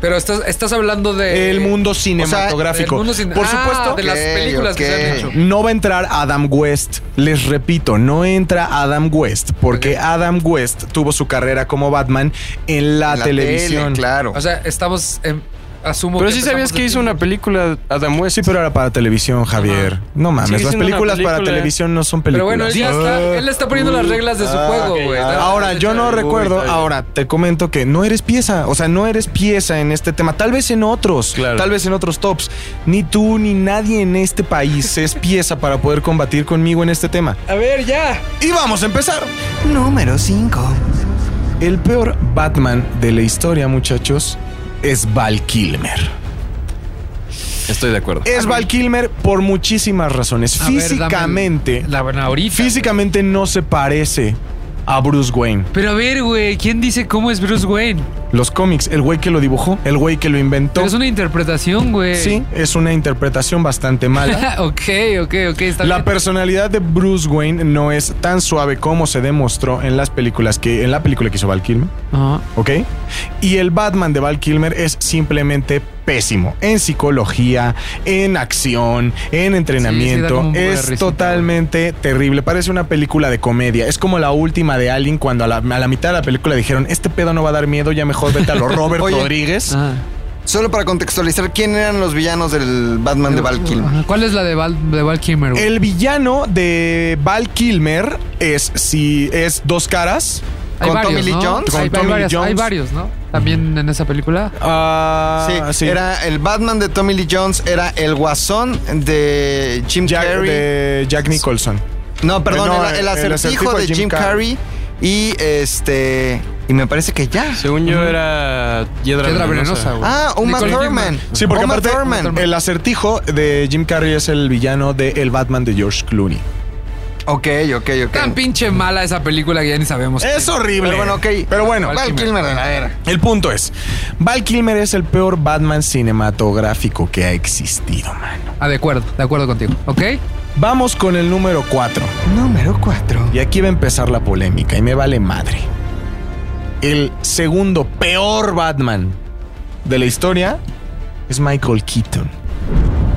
Speaker 2: Pero estás, estás hablando de.
Speaker 1: El mundo cinematográfico.
Speaker 2: Eh, del mundo cine-
Speaker 1: Por
Speaker 2: Ah,
Speaker 1: supuesto.
Speaker 2: de las películas que se han hecho.
Speaker 1: No va a entrar Adam West. Les repito, no entra Adam West porque Adam West tuvo su carrera como Batman en la, televisión.
Speaker 2: O sea, estamos. en- asumo
Speaker 8: Pero sí sabías
Speaker 2: empezamos
Speaker 8: que
Speaker 2: de-
Speaker 8: hizo una película Adam West.
Speaker 1: Pues Sí, pero era para televisión, Javier. No mames,
Speaker 8: Sigue
Speaker 1: las
Speaker 8: siendo una
Speaker 1: películas para
Speaker 8: película.
Speaker 1: televisión no son
Speaker 2: Pero
Speaker 1: películas.
Speaker 2: bueno, él ya
Speaker 1: Ah.
Speaker 2: está. Él está poniendo las reglas de su juego, güey.
Speaker 1: Ahora, yo no
Speaker 2: Uy,
Speaker 1: recuerdo.
Speaker 2: está bien.
Speaker 1: Ahora, te comento que no eres pieza. O sea, no eres pieza en este tema. Tal vez en otros. Tal vez en otros tops. Ni tú ni nadie en este país es pieza para poder combatir conmigo en este tema.
Speaker 2: A ver, ya.
Speaker 1: Y vamos a empezar. Número 5. El peor Batman de la historia, muchachos, es Val Kilmer.
Speaker 8: Estoy de acuerdo.
Speaker 2: Eh,
Speaker 1: Es Val Kilmer por muchísimas razones.
Speaker 2: A ver, dame
Speaker 1: físicamente, físicamente no se parece a Bruce Wayne.
Speaker 2: Pero a ver, güey, ¿quién dice cómo es Bruce Wayne?
Speaker 1: Los cómics, el güey que lo dibujó, el güey que lo inventó.
Speaker 2: Pero es una interpretación, güey.
Speaker 1: Sí, es una interpretación bastante mala.
Speaker 2: ok, ok, ok. Está
Speaker 1: La
Speaker 2: bien.
Speaker 1: personalidad de Bruce Wayne no es tan suave como se demostró en las películas que en la película que hizo Val Kilmer.
Speaker 2: Ah,
Speaker 1: ¿Ok? Y el Batman de Val Kilmer es simplemente pésimo en psicología, en acción, en
Speaker 2: da como
Speaker 1: entrenamiento.
Speaker 2: un poco de
Speaker 1: es
Speaker 2: risita,
Speaker 1: totalmente terrible. Parece una película de comedia. Es como la última de Alien cuando a la, a la mitad de la película dijeron, este pedo no va a dar miedo, ya mejor vete a lo Robert
Speaker 3: Oye,
Speaker 1: Rodríguez.
Speaker 2: ah,
Speaker 3: Solo para contextualizar, ¿quién eran los villanos del Batman de Val Kilmer?
Speaker 2: Ajá, ¿Cuál es la de Val, de Val Kilmer, güey?
Speaker 1: El villano de Val Kilmer es si es dos caras.
Speaker 2: Hay
Speaker 1: con
Speaker 2: varios,
Speaker 1: Tommy Lee
Speaker 2: ¿no?
Speaker 1: Jones.
Speaker 2: Hay, hay
Speaker 1: con Tommy Lee
Speaker 2: varias- hay
Speaker 1: Jones.
Speaker 2: varios, ¿no? También en esa película.
Speaker 1: Ah,
Speaker 3: Sí,
Speaker 1: sí.
Speaker 3: era el Batman de Tommy Lee Jones, era el guasón de Jim Carrey.
Speaker 1: de Jack Nicholson.
Speaker 3: No, perdón,
Speaker 1: No,
Speaker 3: el, el
Speaker 1: el
Speaker 3: acertijo
Speaker 1: acertijo
Speaker 3: de Jim, Carrey. y este y me parece que ya.
Speaker 8: Según yo era Hiedra,
Speaker 3: Hiedra venenosa,
Speaker 8: venenosa.
Speaker 3: güey. Ah, Uma
Speaker 8: Nicole Kidman.
Speaker 3: Thurman.
Speaker 1: Sí, porque
Speaker 3: Uma
Speaker 1: aparte
Speaker 3: Thurman.
Speaker 1: el acertijo de Jim Carrey es el villano de El Batman de George Clooney.
Speaker 3: Ok, ok, ok.
Speaker 2: Tan pinche mala esa película que ya ni sabemos.
Speaker 1: Es horrible.
Speaker 2: Pero bueno, ok.
Speaker 1: Pero bueno,
Speaker 2: Val Val Kilmer. Kilmer, a ver.
Speaker 1: El punto es, Val Kilmer es el peor Batman cinematográfico que ha existido, mano.
Speaker 2: Ah, de acuerdo, de acuerdo contigo. ¿Ok?
Speaker 1: Eh, Vamos con el número 4.
Speaker 3: Número 4.
Speaker 1: Y aquí va a empezar la polémica y me vale madre. El segundo peor Batman de la historia es Michael Keaton.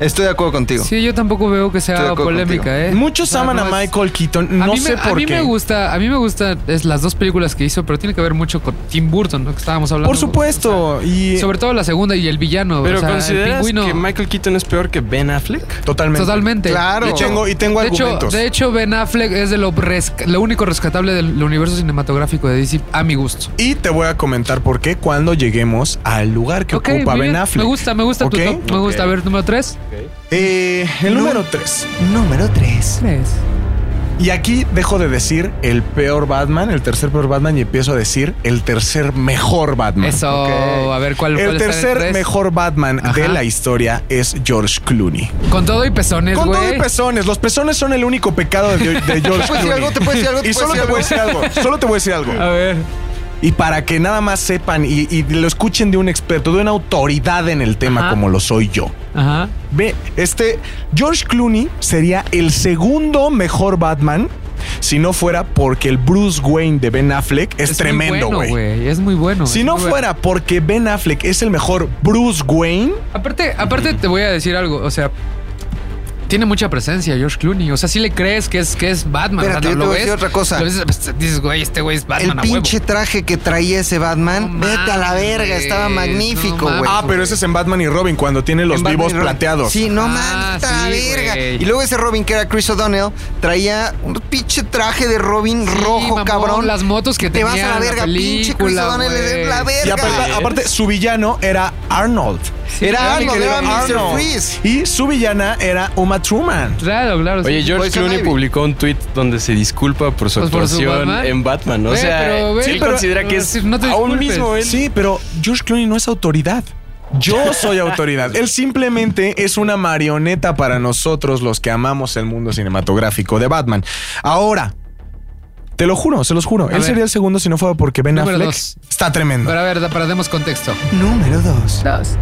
Speaker 3: Estoy de acuerdo contigo.
Speaker 2: Sí, yo tampoco veo que
Speaker 3: Estoy de
Speaker 2: sea
Speaker 3: acuerdo
Speaker 2: polémica,
Speaker 3: contigo.
Speaker 2: ¿eh?
Speaker 1: Muchos
Speaker 2: O sea,
Speaker 1: aman
Speaker 2: no
Speaker 1: a
Speaker 2: es-
Speaker 1: Michael Keaton,
Speaker 2: a
Speaker 1: no
Speaker 2: mí
Speaker 1: sé
Speaker 2: me,
Speaker 1: por
Speaker 2: a mí
Speaker 1: qué.
Speaker 2: me gusta, a mí me gusta es las dos películas que hizo, pero tiene que ver mucho con Tim Burton, ¿no? Que estábamos hablando.
Speaker 1: Por supuesto, y
Speaker 2: Sobre todo la segunda y el villano.
Speaker 8: Pero
Speaker 2: o sea, el
Speaker 8: ¿consideras
Speaker 2: pingüino.
Speaker 8: que Michael Keaton es peor que Ben Affleck?
Speaker 1: totalmente.
Speaker 2: Totalmente.
Speaker 1: Y tengo, y tengo
Speaker 2: de
Speaker 1: argumentos.
Speaker 2: Hecho, de hecho, Ben Affleck es de lo, resca- lo único rescatable del universo cinematográfico de DC, a mi gusto.
Speaker 1: Y te voy a comentar por qué cuando lleguemos al lugar que
Speaker 2: Ok,
Speaker 1: ocupa
Speaker 2: muy
Speaker 1: Ben
Speaker 2: bien.
Speaker 1: Affleck.
Speaker 2: Me gusta, me gusta tu
Speaker 1: ¿Ok?
Speaker 2: top, Me gusta. A ver, número 3.
Speaker 1: Eh, el número 3.
Speaker 3: Número 3.
Speaker 2: 3.
Speaker 1: Y aquí dejo de decir el peor Batman, el tercer peor Batman, y empiezo a decir el tercer mejor Batman.
Speaker 2: Eso, a ver, ¿cuál
Speaker 1: El
Speaker 2: cuál está en
Speaker 1: tercer
Speaker 2: tres?
Speaker 1: mejor Batman de la historia es George Clooney.
Speaker 2: Con todo y pezones,
Speaker 1: Con
Speaker 2: güey.
Speaker 1: todo y pezones. Los pezones son el único pecado de, de George
Speaker 3: Te puedo decir
Speaker 1: Clooney.
Speaker 3: algo, te puedo decir algo, te
Speaker 1: Y
Speaker 3: puedo
Speaker 1: solo te voy a
Speaker 3: decir
Speaker 1: decir
Speaker 3: algo.
Speaker 1: algo. Solo te voy a decir algo.
Speaker 2: A ver.
Speaker 1: Y para que nada más sepan y, y lo escuchen de un experto, de una autoridad en el tema
Speaker 2: Ajá.
Speaker 1: como lo soy yo.
Speaker 2: Ajá.
Speaker 1: Ve, este George Clooney sería el segundo mejor Batman si no fuera porque el Bruce Wayne de Ben Affleck es,
Speaker 2: Es muy
Speaker 1: tremendo,
Speaker 2: bueno,
Speaker 1: güey.
Speaker 2: güey. Es muy bueno.
Speaker 1: si
Speaker 2: es
Speaker 1: no
Speaker 2: muy bueno.
Speaker 1: fuera porque Ben Affleck es el mejor Bruce Wayne,
Speaker 2: Aparte, aparte te voy a decir algo, o sea, tiene mucha presencia George Clooney, o sea, si le crees que es que es Batman,
Speaker 3: Espérate,
Speaker 2: o sea,
Speaker 3: yo
Speaker 2: ¿no?
Speaker 3: te
Speaker 2: lo
Speaker 3: voy a
Speaker 2: ves,
Speaker 3: decir otra cosa.
Speaker 2: lo ves, pues, dices, güey, este güey es Batman
Speaker 3: El
Speaker 2: a
Speaker 3: pinche traje que traía ese Batman,
Speaker 2: No
Speaker 3: vete a la
Speaker 2: mames,
Speaker 3: verga, estaba
Speaker 2: no
Speaker 3: magnífico,
Speaker 2: mames,
Speaker 3: güey.
Speaker 1: Ah, pero ese es en Batman y Robin cuando tiene los
Speaker 3: En Batman
Speaker 1: vivos
Speaker 3: y Robin.
Speaker 1: plateados.
Speaker 3: Sí, no
Speaker 2: Ah,
Speaker 3: mames, está la
Speaker 2: sí,
Speaker 3: verga.
Speaker 2: güey.
Speaker 3: Y luego ese Robin que era Chris O'Donnell traía un pinche traje de Robin
Speaker 2: huevo. Sí,
Speaker 3: rojo,
Speaker 2: mamón,
Speaker 3: cabrón.
Speaker 2: las motos que
Speaker 3: Te vas a
Speaker 2: tenían,
Speaker 3: la verga, pinche Chris
Speaker 2: película,
Speaker 3: O'Donnell,
Speaker 2: güey.
Speaker 3: es la verga.
Speaker 1: Y aparte, aparte, su villano era Arnold.
Speaker 2: Sí,
Speaker 3: Era
Speaker 1: mi
Speaker 3: Arnold,
Speaker 1: querido
Speaker 3: era Mr. Freeze.
Speaker 1: Y su villana era Uma Truman.
Speaker 2: Claro, claro.
Speaker 8: Oye, George Clooney publicó un tweet donde se disculpa por su
Speaker 2: Pues por su
Speaker 8: actuación
Speaker 2: Batman.
Speaker 8: en Batman. O
Speaker 2: Güey,
Speaker 8: sea,
Speaker 2: pero, güey,
Speaker 8: sí él
Speaker 2: pero-
Speaker 8: considera que es
Speaker 2: sí, no te
Speaker 8: aún
Speaker 2: disculpes.
Speaker 8: mismo él.
Speaker 1: Sí, pero George Clooney no es autoridad. Yo soy autoridad. Él simplemente es una marioneta para nosotros los que amamos el mundo cinematográfico de Batman. Ahora, te lo juro, se los juro. él
Speaker 2: ver.
Speaker 1: sería el segundo si no fuera porque Ben
Speaker 2: Número
Speaker 1: Affleck
Speaker 2: dos.
Speaker 1: está tremendo.
Speaker 2: Pero a ver, da- para demos contexto.
Speaker 1: Número 2.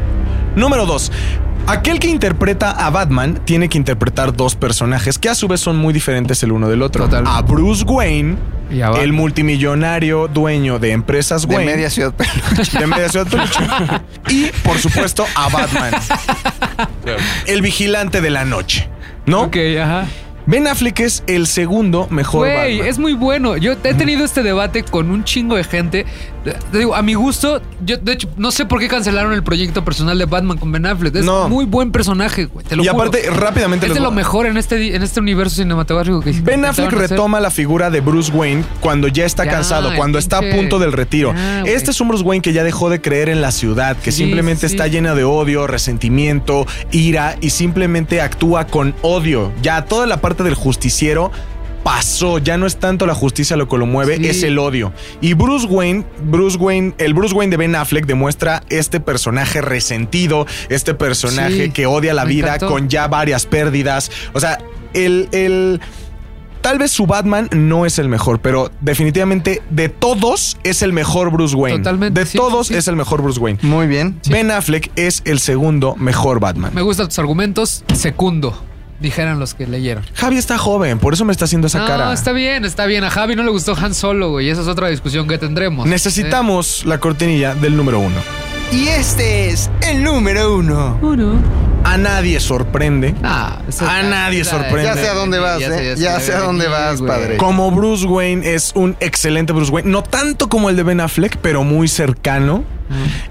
Speaker 1: Número 2. Aquel que interpreta a Batman tiene que interpretar dos personajes que a su vez son muy diferentes el uno del otro. A Bruce Wayne,
Speaker 2: Y a Batman.
Speaker 1: el multimillonario dueño de empresas
Speaker 3: De
Speaker 1: Wayne.
Speaker 3: media ciudad.
Speaker 1: de media ciudad peluche. Y, por supuesto, a Batman. El vigilante de la noche. ¿No?
Speaker 2: Ok, ajá.
Speaker 1: Ben Affleck es el segundo mejor
Speaker 2: Güey,
Speaker 1: Batman.
Speaker 2: es muy bueno. Yo he tenido este debate con un chingo de gente. Te digo, a mi gusto, yo de hecho no sé por qué cancelaron el proyecto personal de Batman con Ben Affleck. Es
Speaker 1: No.
Speaker 2: muy buen personaje, güey. Te lo
Speaker 1: Y
Speaker 2: juro.
Speaker 1: aparte, rápidamente
Speaker 2: Es
Speaker 1: les
Speaker 2: de
Speaker 1: voy-
Speaker 2: lo mejor en este, di- en este universo cinematográfico que
Speaker 1: Ben Affleck
Speaker 2: intentaron hacer.
Speaker 1: retoma la figura de Bruce Wayne cuando ya está
Speaker 2: Ya,
Speaker 1: cansado,
Speaker 2: el
Speaker 1: cuando está a
Speaker 2: pinche-
Speaker 1: punto del retiro.
Speaker 2: Ya, güey.
Speaker 1: este es un Bruce Wayne que ya dejó de creer en la ciudad, que
Speaker 2: Sí,
Speaker 1: simplemente
Speaker 2: sí.
Speaker 1: está llena de odio, resentimiento, ira y simplemente actúa con odio. Ya toda la parte del justiciero pasó, ya no es tanto la justicia lo que lo mueve,
Speaker 2: Sí.
Speaker 1: es el odio. Y Bruce Wayne, Bruce Wayne, el Bruce Wayne de Ben Affleck demuestra este personaje resentido, este personaje
Speaker 2: Sí,
Speaker 1: que odia la
Speaker 2: me
Speaker 1: vida
Speaker 2: encantó.
Speaker 1: con ya varias pérdidas. O sea, el, el- Tal vez su Batman no es el mejor, pero definitivamente de todos es el mejor Bruce Wayne.
Speaker 2: Totalmente,
Speaker 1: De
Speaker 2: sí,
Speaker 1: todos
Speaker 2: sí.
Speaker 1: es el mejor Bruce Wayne.
Speaker 3: Muy bien.
Speaker 1: Ben Affleck es el segundo mejor Batman.
Speaker 2: Me gustan tus argumentos. Secundo, dijeran los que leyeron.
Speaker 1: Javi está joven, por eso me está haciendo esa
Speaker 2: no,
Speaker 1: cara.
Speaker 2: está bien, está bien. A Javi no le gustó Han Solo, güey. Esa es otra discusión que tendremos. ¿eh?
Speaker 1: Necesitamos la cortinilla del número uno.
Speaker 3: Y este es el número uno.
Speaker 1: A nadie sorprende.
Speaker 2: Ah, eso-
Speaker 1: A nadie
Speaker 2: ya-
Speaker 1: sorprende.
Speaker 3: Ya sé a dónde vas,
Speaker 2: Ya sé,
Speaker 3: ¿eh?
Speaker 2: ya sé,
Speaker 3: Ya sé a dónde vas,
Speaker 2: güey.
Speaker 3: padre.
Speaker 1: Como Bruce Wayne es un excelente Bruce Wayne, no tanto como el de Ben Affleck, pero muy cercano.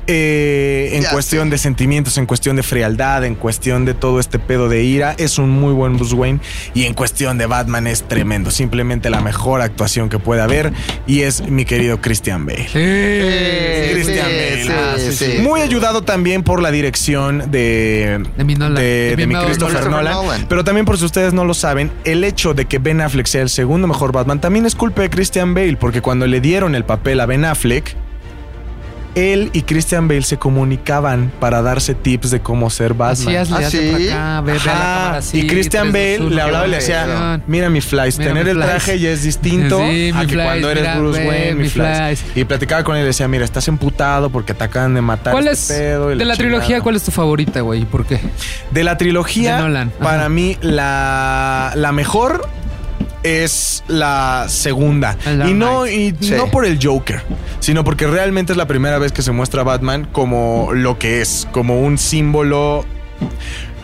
Speaker 1: eh, en
Speaker 3: Mm. Ya
Speaker 1: cuestión de sentimientos, en cuestión de frialdad, en cuestión de todo este pedo de ira, es un muy buen Bruce Wayne. Y en cuestión de Batman es tremendo, simplemente la mejor actuación que puede haber. Y es mi querido Christian Bale.
Speaker 2: Eh,
Speaker 3: Sí,
Speaker 1: Christian
Speaker 3: sí,
Speaker 1: Bale.
Speaker 3: sí,
Speaker 1: Ah,
Speaker 3: sí, sí.
Speaker 1: Muy ayudado también por la dirección de,
Speaker 2: De mi Nolan.
Speaker 1: de-
Speaker 2: De
Speaker 1: de
Speaker 2: mi
Speaker 1: mi
Speaker 2: Nolan.
Speaker 1: Christopher
Speaker 3: Christopher
Speaker 1: Nolan.
Speaker 3: Nolan.
Speaker 1: Pero también, por si ustedes no lo saben, el hecho de que Ben Affleck sea el segundo mejor Batman también es culpa de Christian Bale, porque cuando le dieron el papel a Ben Affleck, él y Christian Bale se comunicaban para darse tips de cómo ser Batman.
Speaker 2: Así hazle,
Speaker 3: ¿Ah,
Speaker 2: hazle
Speaker 3: sí?
Speaker 2: para acá, ve, ve a la
Speaker 1: Ajá.
Speaker 2: cámara así, este
Speaker 1: y Christian
Speaker 2: tres,
Speaker 1: Bale
Speaker 2: dos, uno,
Speaker 1: le hablaba y le
Speaker 2: qué
Speaker 1: decía,
Speaker 2: chingón.
Speaker 1: mira mi flies,
Speaker 2: Mira
Speaker 1: tener
Speaker 2: mi
Speaker 1: el
Speaker 2: flies.
Speaker 1: traje ya es distinto
Speaker 2: Sí,
Speaker 1: a
Speaker 2: mi
Speaker 1: que
Speaker 2: flies,
Speaker 1: cuando
Speaker 2: mira,
Speaker 1: eres Bruce
Speaker 2: ve,
Speaker 1: Wayne, mi
Speaker 2: mi
Speaker 1: flies.
Speaker 2: flies.
Speaker 1: Y platicaba con él y le decía, mira, estás emputado porque te acaban de matar.
Speaker 2: ¿Cuál es
Speaker 1: este pedo y
Speaker 2: de la trilogía?
Speaker 1: chingada".
Speaker 2: ¿Cuál es tu favorita, güey? ¿Y por qué?
Speaker 1: De la trilogía,
Speaker 2: De Nolan, ajá.
Speaker 1: para mí, la, la mejor es la segunda.
Speaker 2: El Dark
Speaker 1: Y no, y
Speaker 3: Sí.
Speaker 1: no por el Joker, sino porque realmente es la primera vez que se muestra a Batman como lo que es, como un símbolo.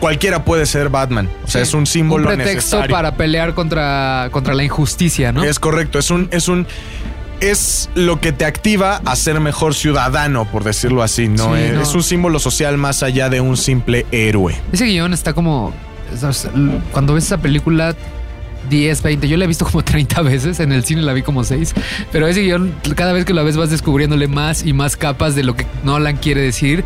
Speaker 1: Cualquiera puede ser Batman. O sea,
Speaker 2: Sí,
Speaker 1: es un símbolo
Speaker 2: Un pretexto
Speaker 1: necesario.
Speaker 2: para pelear contra, contra la injusticia, ¿no?
Speaker 1: Es correcto, es un, es un. Es lo que te activa a ser mejor ciudadano, por decirlo así. No,
Speaker 2: Sí,
Speaker 1: es,
Speaker 2: no.
Speaker 1: es un símbolo social más allá de un simple héroe.
Speaker 2: Ese guión está como. o sea, Cuando ves esa película 10, 20, yo la he visto como 30 veces, en el cine la vi como 6, pero ese guión, cada vez que la ves vas descubriéndole más y más capas de lo que Nolan quiere decir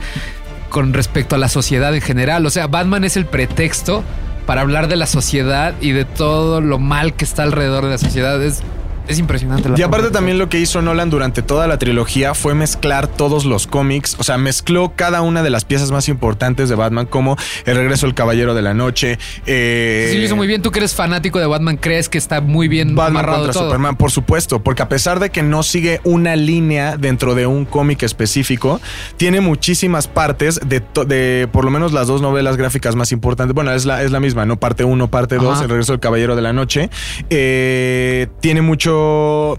Speaker 2: con respecto a la sociedad en general. O sea, Batman es el pretexto para hablar de la sociedad y de todo lo mal que está alrededor de la sociedad. Es, es impresionante. La
Speaker 1: Y aparte
Speaker 2: forma en
Speaker 1: también lo que hizo Nolan durante toda la trilogía fue mezclar todos los cómics, o sea, mezcló cada una de las piezas más importantes de Batman como El regreso del Caballero de la Noche, eh,
Speaker 2: que- Sí, lo hizo muy bien. Tú que eres fanático de Batman, crees que está muy bien
Speaker 1: Batman
Speaker 2: amarrado
Speaker 1: contra
Speaker 2: todo?
Speaker 1: Superman, por supuesto, porque a pesar de que no sigue una línea dentro de un cómic específico, tiene muchísimas partes de, to- de por lo menos las dos novelas gráficas más importantes. Bueno, es la, es la misma, ¿no? Parte 1, parte
Speaker 2: Ajá.
Speaker 1: 2, El regreso del Caballero de la Noche. Eh, tiene mucho...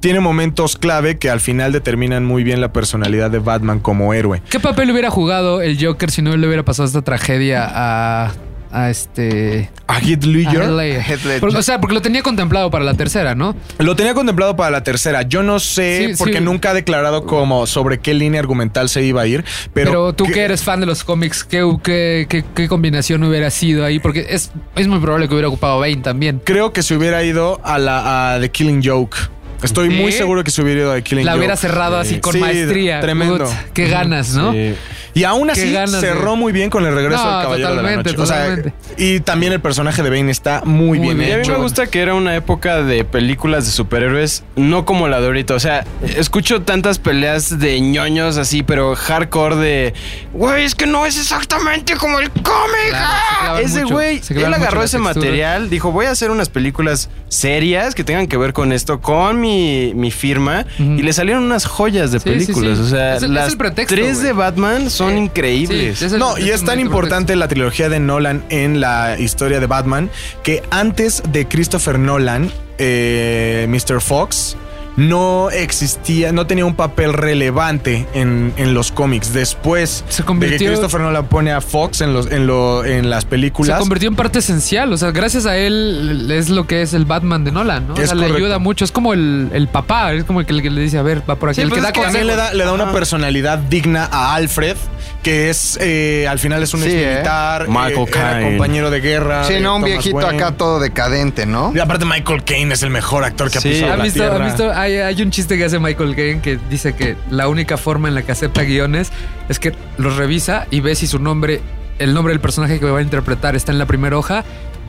Speaker 1: Tiene momentos clave que al final determinan muy bien la personalidad de Batman como héroe.
Speaker 2: ¿Qué papel hubiera jugado el Joker si no le hubiera pasado esta tragedia a, a este.
Speaker 1: A Heath
Speaker 2: a
Speaker 1: Ledger-
Speaker 2: Heath Ledger?
Speaker 3: Heath Ledger.
Speaker 2: Porque, o sea, porque lo tenía contemplado para la tercera, ¿no?
Speaker 1: Lo tenía contemplado para la tercera. Yo no sé,
Speaker 2: Sí,
Speaker 1: porque
Speaker 2: sí.
Speaker 1: nunca ha declarado como sobre qué línea argumental se iba a ir. Pero,
Speaker 2: Pero, tú
Speaker 1: que-
Speaker 2: que eres fan de los cómics, ¿qué, qué, qué- qué combinación hubiera sido ahí? Porque es, es muy probable que hubiera ocupado Bane también.
Speaker 1: Creo que se hubiera ido a la a The Killing Joke. Estoy
Speaker 2: ¿Sí?
Speaker 1: muy seguro que se hubiera ido a The Killing
Speaker 2: La
Speaker 1: Joke.
Speaker 2: hubiera cerrado así con
Speaker 1: Sí,
Speaker 2: maestría.
Speaker 1: Tremendo.
Speaker 2: Ut, qué ganas, ¿no?
Speaker 8: Sí.
Speaker 1: Y aún
Speaker 2: Qué
Speaker 1: así
Speaker 2: ganas de-
Speaker 1: cerró muy bien con el regreso
Speaker 2: No,
Speaker 1: del Caballero de la
Speaker 2: totalmente,
Speaker 1: Noche. O sea,
Speaker 2: totalmente.
Speaker 1: y también el personaje de Bane está muy, bien,
Speaker 8: Y a mí
Speaker 1: hecho.
Speaker 8: me gusta que era una época de películas de superhéroes, no como la de ahorita. O sea, escucho tantas peleas de ñoños así, pero hardcore de. Güey, es que no es exactamente como el cómic. ah".
Speaker 2: clavan
Speaker 8: Ese
Speaker 2: mucho,
Speaker 8: güey,
Speaker 2: se
Speaker 8: él
Speaker 2: clavan mucho
Speaker 8: agarró
Speaker 2: la
Speaker 8: ese
Speaker 2: textura.
Speaker 8: material, dijo, voy a hacer unas películas serias que tengan que ver con esto, con mi, mi firma, y le salieron unas joyas de
Speaker 2: Sí, sí,
Speaker 8: películas.
Speaker 2: sí.
Speaker 8: O sea,
Speaker 2: Es el- es
Speaker 8: las
Speaker 2: el pretexto,
Speaker 8: tres
Speaker 2: güey.
Speaker 8: de Batman son increíbles.
Speaker 1: no, y es tan importante la trilogía de Nolan en la historia de Batman que antes de Christopher Nolan, eh, Mr. Fox no existía, no tenía un papel relevante en, en los cómics. Después de que
Speaker 2: convirtió-
Speaker 1: Christopher Nolan pone a Fox en, los, en, lo- en las
Speaker 2: Se
Speaker 1: películas.
Speaker 2: convirtió en parte esencial. O sea, gracias a él es lo que es el Batman de Nolan, ¿no? O
Speaker 1: Es
Speaker 2: sea, le
Speaker 1: correcto.
Speaker 2: ayuda mucho. Es como el, el papá, es como el que, le- que le dice, a ver, va por aquí. el que da
Speaker 1: consejos. pues También le da, le da una personalidad digna a Alfred, que es, eh, al final es un
Speaker 3: Sí, ¿eh?
Speaker 1: militar,
Speaker 3: Michael Caine.
Speaker 1: compañero de guerra.
Speaker 3: Sí,
Speaker 1: de
Speaker 3: no, un
Speaker 1: Thomas
Speaker 3: viejito
Speaker 1: Wayne.
Speaker 3: acá todo decadente, ¿no?
Speaker 1: Y aparte Michael Caine es el mejor actor que ha pisado
Speaker 2: ¿Ha
Speaker 1: la
Speaker 2: visto,
Speaker 1: tierra.
Speaker 2: ha visto? Hay, hay un chiste que hace Michael Caine que dice que la única forma en la que acepta guiones es que los revisa y ve si su nombre, el nombre del personaje que va a interpretar está en la primera hoja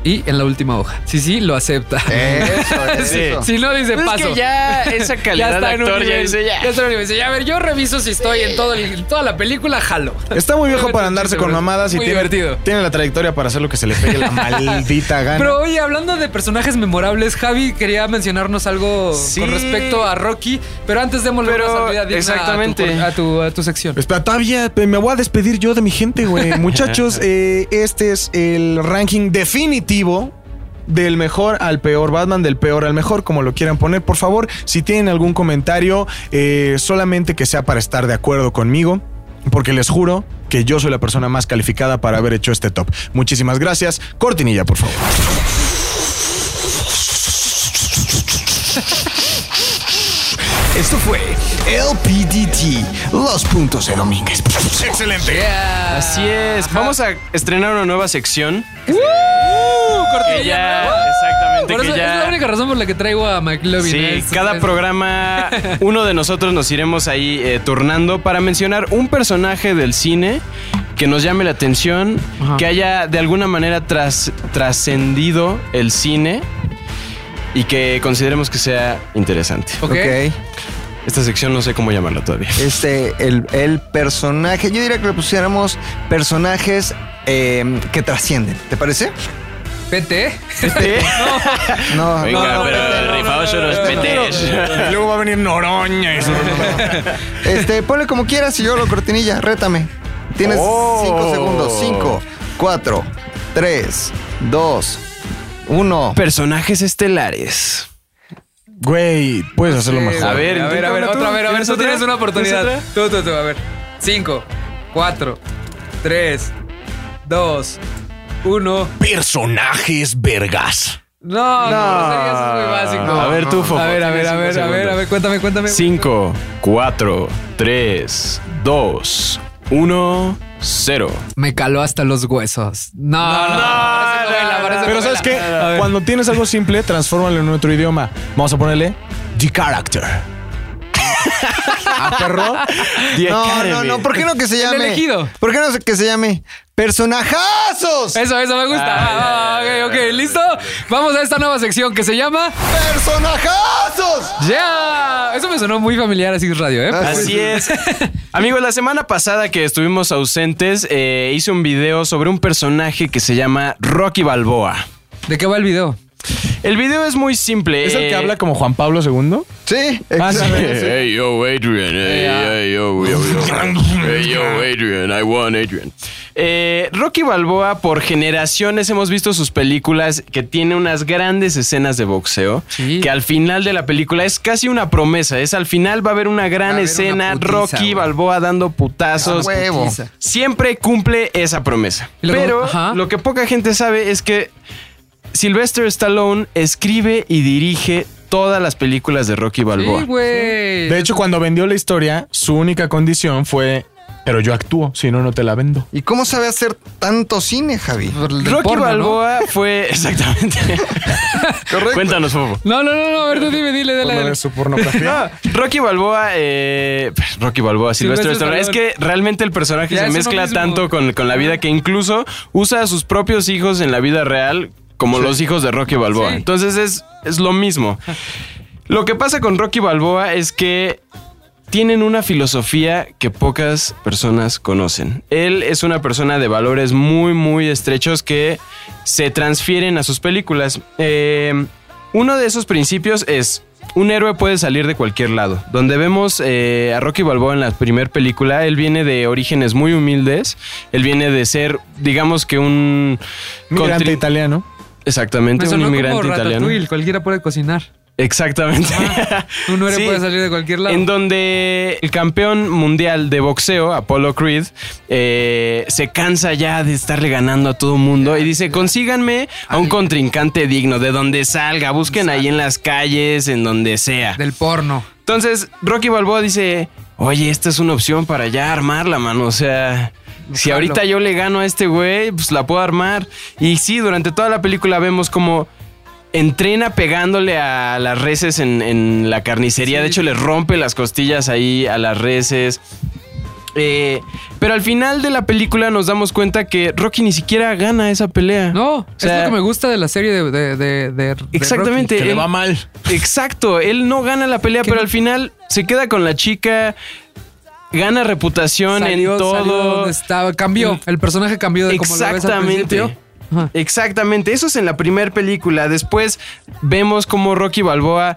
Speaker 2: y en la última hoja. Sí, sí, lo acepta.
Speaker 3: Eso, eso.
Speaker 2: Si no, dice
Speaker 8: Eh. Es que
Speaker 2: paso.
Speaker 8: ya esa calidad de actor ya dice, ya.
Speaker 2: está en un nivel. Dice, "Ya, a ver, yo reviso si estoy en, todo el- en toda la película, jalo.
Speaker 1: Está muy viejo para andarse
Speaker 2: chiste,
Speaker 1: con
Speaker 2: bro.
Speaker 1: mamadas y
Speaker 2: Muy
Speaker 1: tiene,
Speaker 2: divertido.
Speaker 1: tiene la trayectoria para hacer lo que se le pegue la maldita gana.
Speaker 2: Pero oye, hablando de personajes memorables, Javi quería mencionarnos algo con respecto a Rocky, pero antes démosle una salida digna
Speaker 8: exactamente.
Speaker 2: a tu, cor- a tu- a tu sección.
Speaker 1: Espera, todavía pe- me voy a despedir yo de mi gente, güey. Muchachos, eh, este es el ranking definitivo del mejor al peor Batman, del peor al mejor, como lo quieran poner. Por favor, si tienen algún comentario, eh, solamente que sea para estar de acuerdo conmigo, porque les juro que yo soy la persona más calificada para haber hecho este top. Muchísimas gracias. Cortinilla, por favor.
Speaker 3: Esto fue LPDT, los puntos de Domínguez.
Speaker 13: Excelente.
Speaker 8: Así es. Vamos a estrenar una nueva sección. Que ya, exactamente.
Speaker 2: Por
Speaker 8: que
Speaker 2: eso,
Speaker 8: ya-
Speaker 2: Es la única razón por la que traigo a McLovin. ¿eh?
Speaker 8: Sí,
Speaker 2: Es-
Speaker 8: cada
Speaker 2: es-
Speaker 8: programa uno de nosotros nos iremos ahí eh, turnando para mencionar un personaje del cine que nos llame la atención, que haya de alguna manera tras- trascendido el cine y que consideremos que sea interesante.
Speaker 3: Ok. Ok.
Speaker 8: Esta sección no sé cómo llamarla todavía.
Speaker 3: Este, el, el personaje, yo diría que le pusiéramos personajes eh, que trascienden, ¿te parece?
Speaker 2: ¿PT?
Speaker 3: No,
Speaker 8: Venga,
Speaker 3: no,
Speaker 8: pero rifaos unos petes.
Speaker 1: Y luego va a venir Noroña y su-
Speaker 3: Este, ponle como quieras y yo lo cortinilla, rétame. Tienes
Speaker 8: Oh.
Speaker 3: cinco segundos. Cinco, cuatro, tres, dos, uno.
Speaker 8: Personajes estelares.
Speaker 1: Güey, puedes hacerlo
Speaker 2: Sí,
Speaker 1: mejor.
Speaker 2: A ver, a ver, a ver,
Speaker 8: inténtalo tú.
Speaker 2: otra vez, a ver,
Speaker 8: ¿Tienes
Speaker 2: tú tienes
Speaker 8: otra?
Speaker 2: una oportunidad.
Speaker 8: ¿Tienes
Speaker 2: Tú, tú, tú, a ver. Cinco, cuatro, tres, dos, uno.
Speaker 13: Personajes vergas.
Speaker 2: No, no, eso es muy básico.
Speaker 8: A ver, tú, Fofo,
Speaker 2: A ver, a ver,
Speaker 8: tienes
Speaker 2: a ver,
Speaker 8: cinco
Speaker 2: a ver, a
Speaker 8: segundos.
Speaker 2: ver, cuéntame, cuéntame.
Speaker 8: 5, 4, 3, 2, 1, 0.
Speaker 2: Me caló hasta los huesos. No, no, parece novela, parece
Speaker 1: Pero ¿sabes
Speaker 2: novela.
Speaker 1: qué?
Speaker 2: A ver.
Speaker 1: Cuando tienes algo simple, transfórmalo en otro idioma. Vamos a ponerle The Character. ¿A perro?
Speaker 3: No, no, no, ¿por qué no que se
Speaker 2: El
Speaker 3: llame?
Speaker 2: elegido.
Speaker 3: ¿Por qué no que se llame? ¡Personajazos!
Speaker 2: Eso, eso me gusta. Va, va, va, ok, ok, listo. Vamos a esta nueva sección que se llama
Speaker 3: ¡Personajazos!
Speaker 2: Ya. Eso me sonó muy familiar así radio, ¿eh?
Speaker 8: Así es. Amigos, la semana pasada que estuvimos ausentes, eh, hice un video sobre un personaje que se llama Rocky Balboa.
Speaker 2: ¿De qué va el video?
Speaker 8: El video es muy simple.
Speaker 1: ¿Es el que
Speaker 8: eh,
Speaker 1: habla como Juan Pablo II?
Speaker 3: Sí,
Speaker 1: Ah, sí.
Speaker 3: exactamente.
Speaker 13: Hey yo, Adrian. Hey, hey yo, yo, yo. Hey yo, Adrian. I want Adrian.
Speaker 8: Eh, Rocky Balboa, por generaciones hemos visto sus películas que tiene unas grandes escenas de boxeo, que al final de la película es casi una promesa, es al final va a haber una gran
Speaker 2: haber una
Speaker 8: escena,
Speaker 2: putiza,
Speaker 8: Rocky
Speaker 2: güey.
Speaker 8: Balboa dando putazos.
Speaker 3: A huevo.
Speaker 2: Putiza.
Speaker 8: Siempre cumple esa promesa.
Speaker 2: Y luego-
Speaker 8: Pero
Speaker 2: ajá.
Speaker 8: lo que poca gente sabe es que Sylvester Stallone escribe y dirige todas las películas de Rocky Balboa.
Speaker 2: Sí, güey.
Speaker 1: De hecho, cuando vendió la historia, su única condición fue
Speaker 13: Pero yo actúo, si no, no te la vendo.
Speaker 3: ¿Y cómo sabe hacer tanto cine, Javi?
Speaker 8: Rocky Balboa fue exactamente. Correcto. Cuéntanos, Fofo.
Speaker 2: No, no, no, no, a ver, tú dime, dile, dile.
Speaker 1: Uno
Speaker 2: dile.
Speaker 1: de su pornografía.
Speaker 8: No, Rocky Balboa, eh, Rocky Balboa, Silvestre
Speaker 2: Sylvester
Speaker 8: Stallone. Es que realmente el personaje
Speaker 2: Ya
Speaker 8: se
Speaker 2: es uno
Speaker 8: mezcla
Speaker 2: mismo.
Speaker 8: tanto con, con la vida que incluso usa a sus propios hijos en la vida real como los hijos de Rocky Balboa.
Speaker 2: Sí.
Speaker 8: Entonces es, es lo mismo. Lo que pasa con Rocky Balboa es que tienen una filosofía que pocas personas conocen. Él es una persona de valores muy, muy estrechos que se transfieren a sus películas. Eh, uno de esos principios es... Un héroe puede salir de cualquier lado. Donde vemos eh, a Rocky Balboa en la primera película, él viene de orígenes muy humildes. Él viene de ser, digamos que un...
Speaker 1: Migrante
Speaker 8: contri-
Speaker 1: italiano.
Speaker 8: Exactamente,
Speaker 2: Me
Speaker 8: un
Speaker 2: sonó
Speaker 8: inmigrante
Speaker 2: como
Speaker 8: italiano.
Speaker 2: Ratatouille, cualquiera puede cocinar.
Speaker 8: Exactamente.
Speaker 2: Un héroe
Speaker 8: Sí.
Speaker 2: puede salir de cualquier lado.
Speaker 8: En donde el campeón mundial de boxeo, Apollo Creed, eh, se cansa ya de estarle ganando a todo mundo y dice: Consíganme a un contrincante digno, de donde salga, busquen ahí en las calles, en donde sea.
Speaker 2: Del porno.
Speaker 8: Entonces, Rocky Balboa dice: Oye, esta es una opción para ya armarla, mano. O sea. Si
Speaker 2: Jalo.
Speaker 8: ahorita yo le gano a este güey, pues la puedo armar. Y sí, durante toda la película vemos como entrena pegándole a las reses en, en la carnicería. De hecho, le rompe las costillas ahí a las reses. Eh, pero al final de la película nos damos cuenta que Rocky ni siquiera gana esa pelea.
Speaker 2: No,
Speaker 8: sea,
Speaker 2: es lo que me gusta de la serie de. de, de- de- de
Speaker 8: Exactamente.
Speaker 2: Rocky.
Speaker 8: él- Exacto. Él no gana la pelea, pero al final se queda con la chica. Gana reputación
Speaker 2: Salió-
Speaker 8: en todo.
Speaker 2: salió donde estaba. Cambió. El personaje cambió de como lo ves al principio.
Speaker 8: Exactamente. Exactamente. Eso es en la primera película. Después vemos cómo Rocky Balboa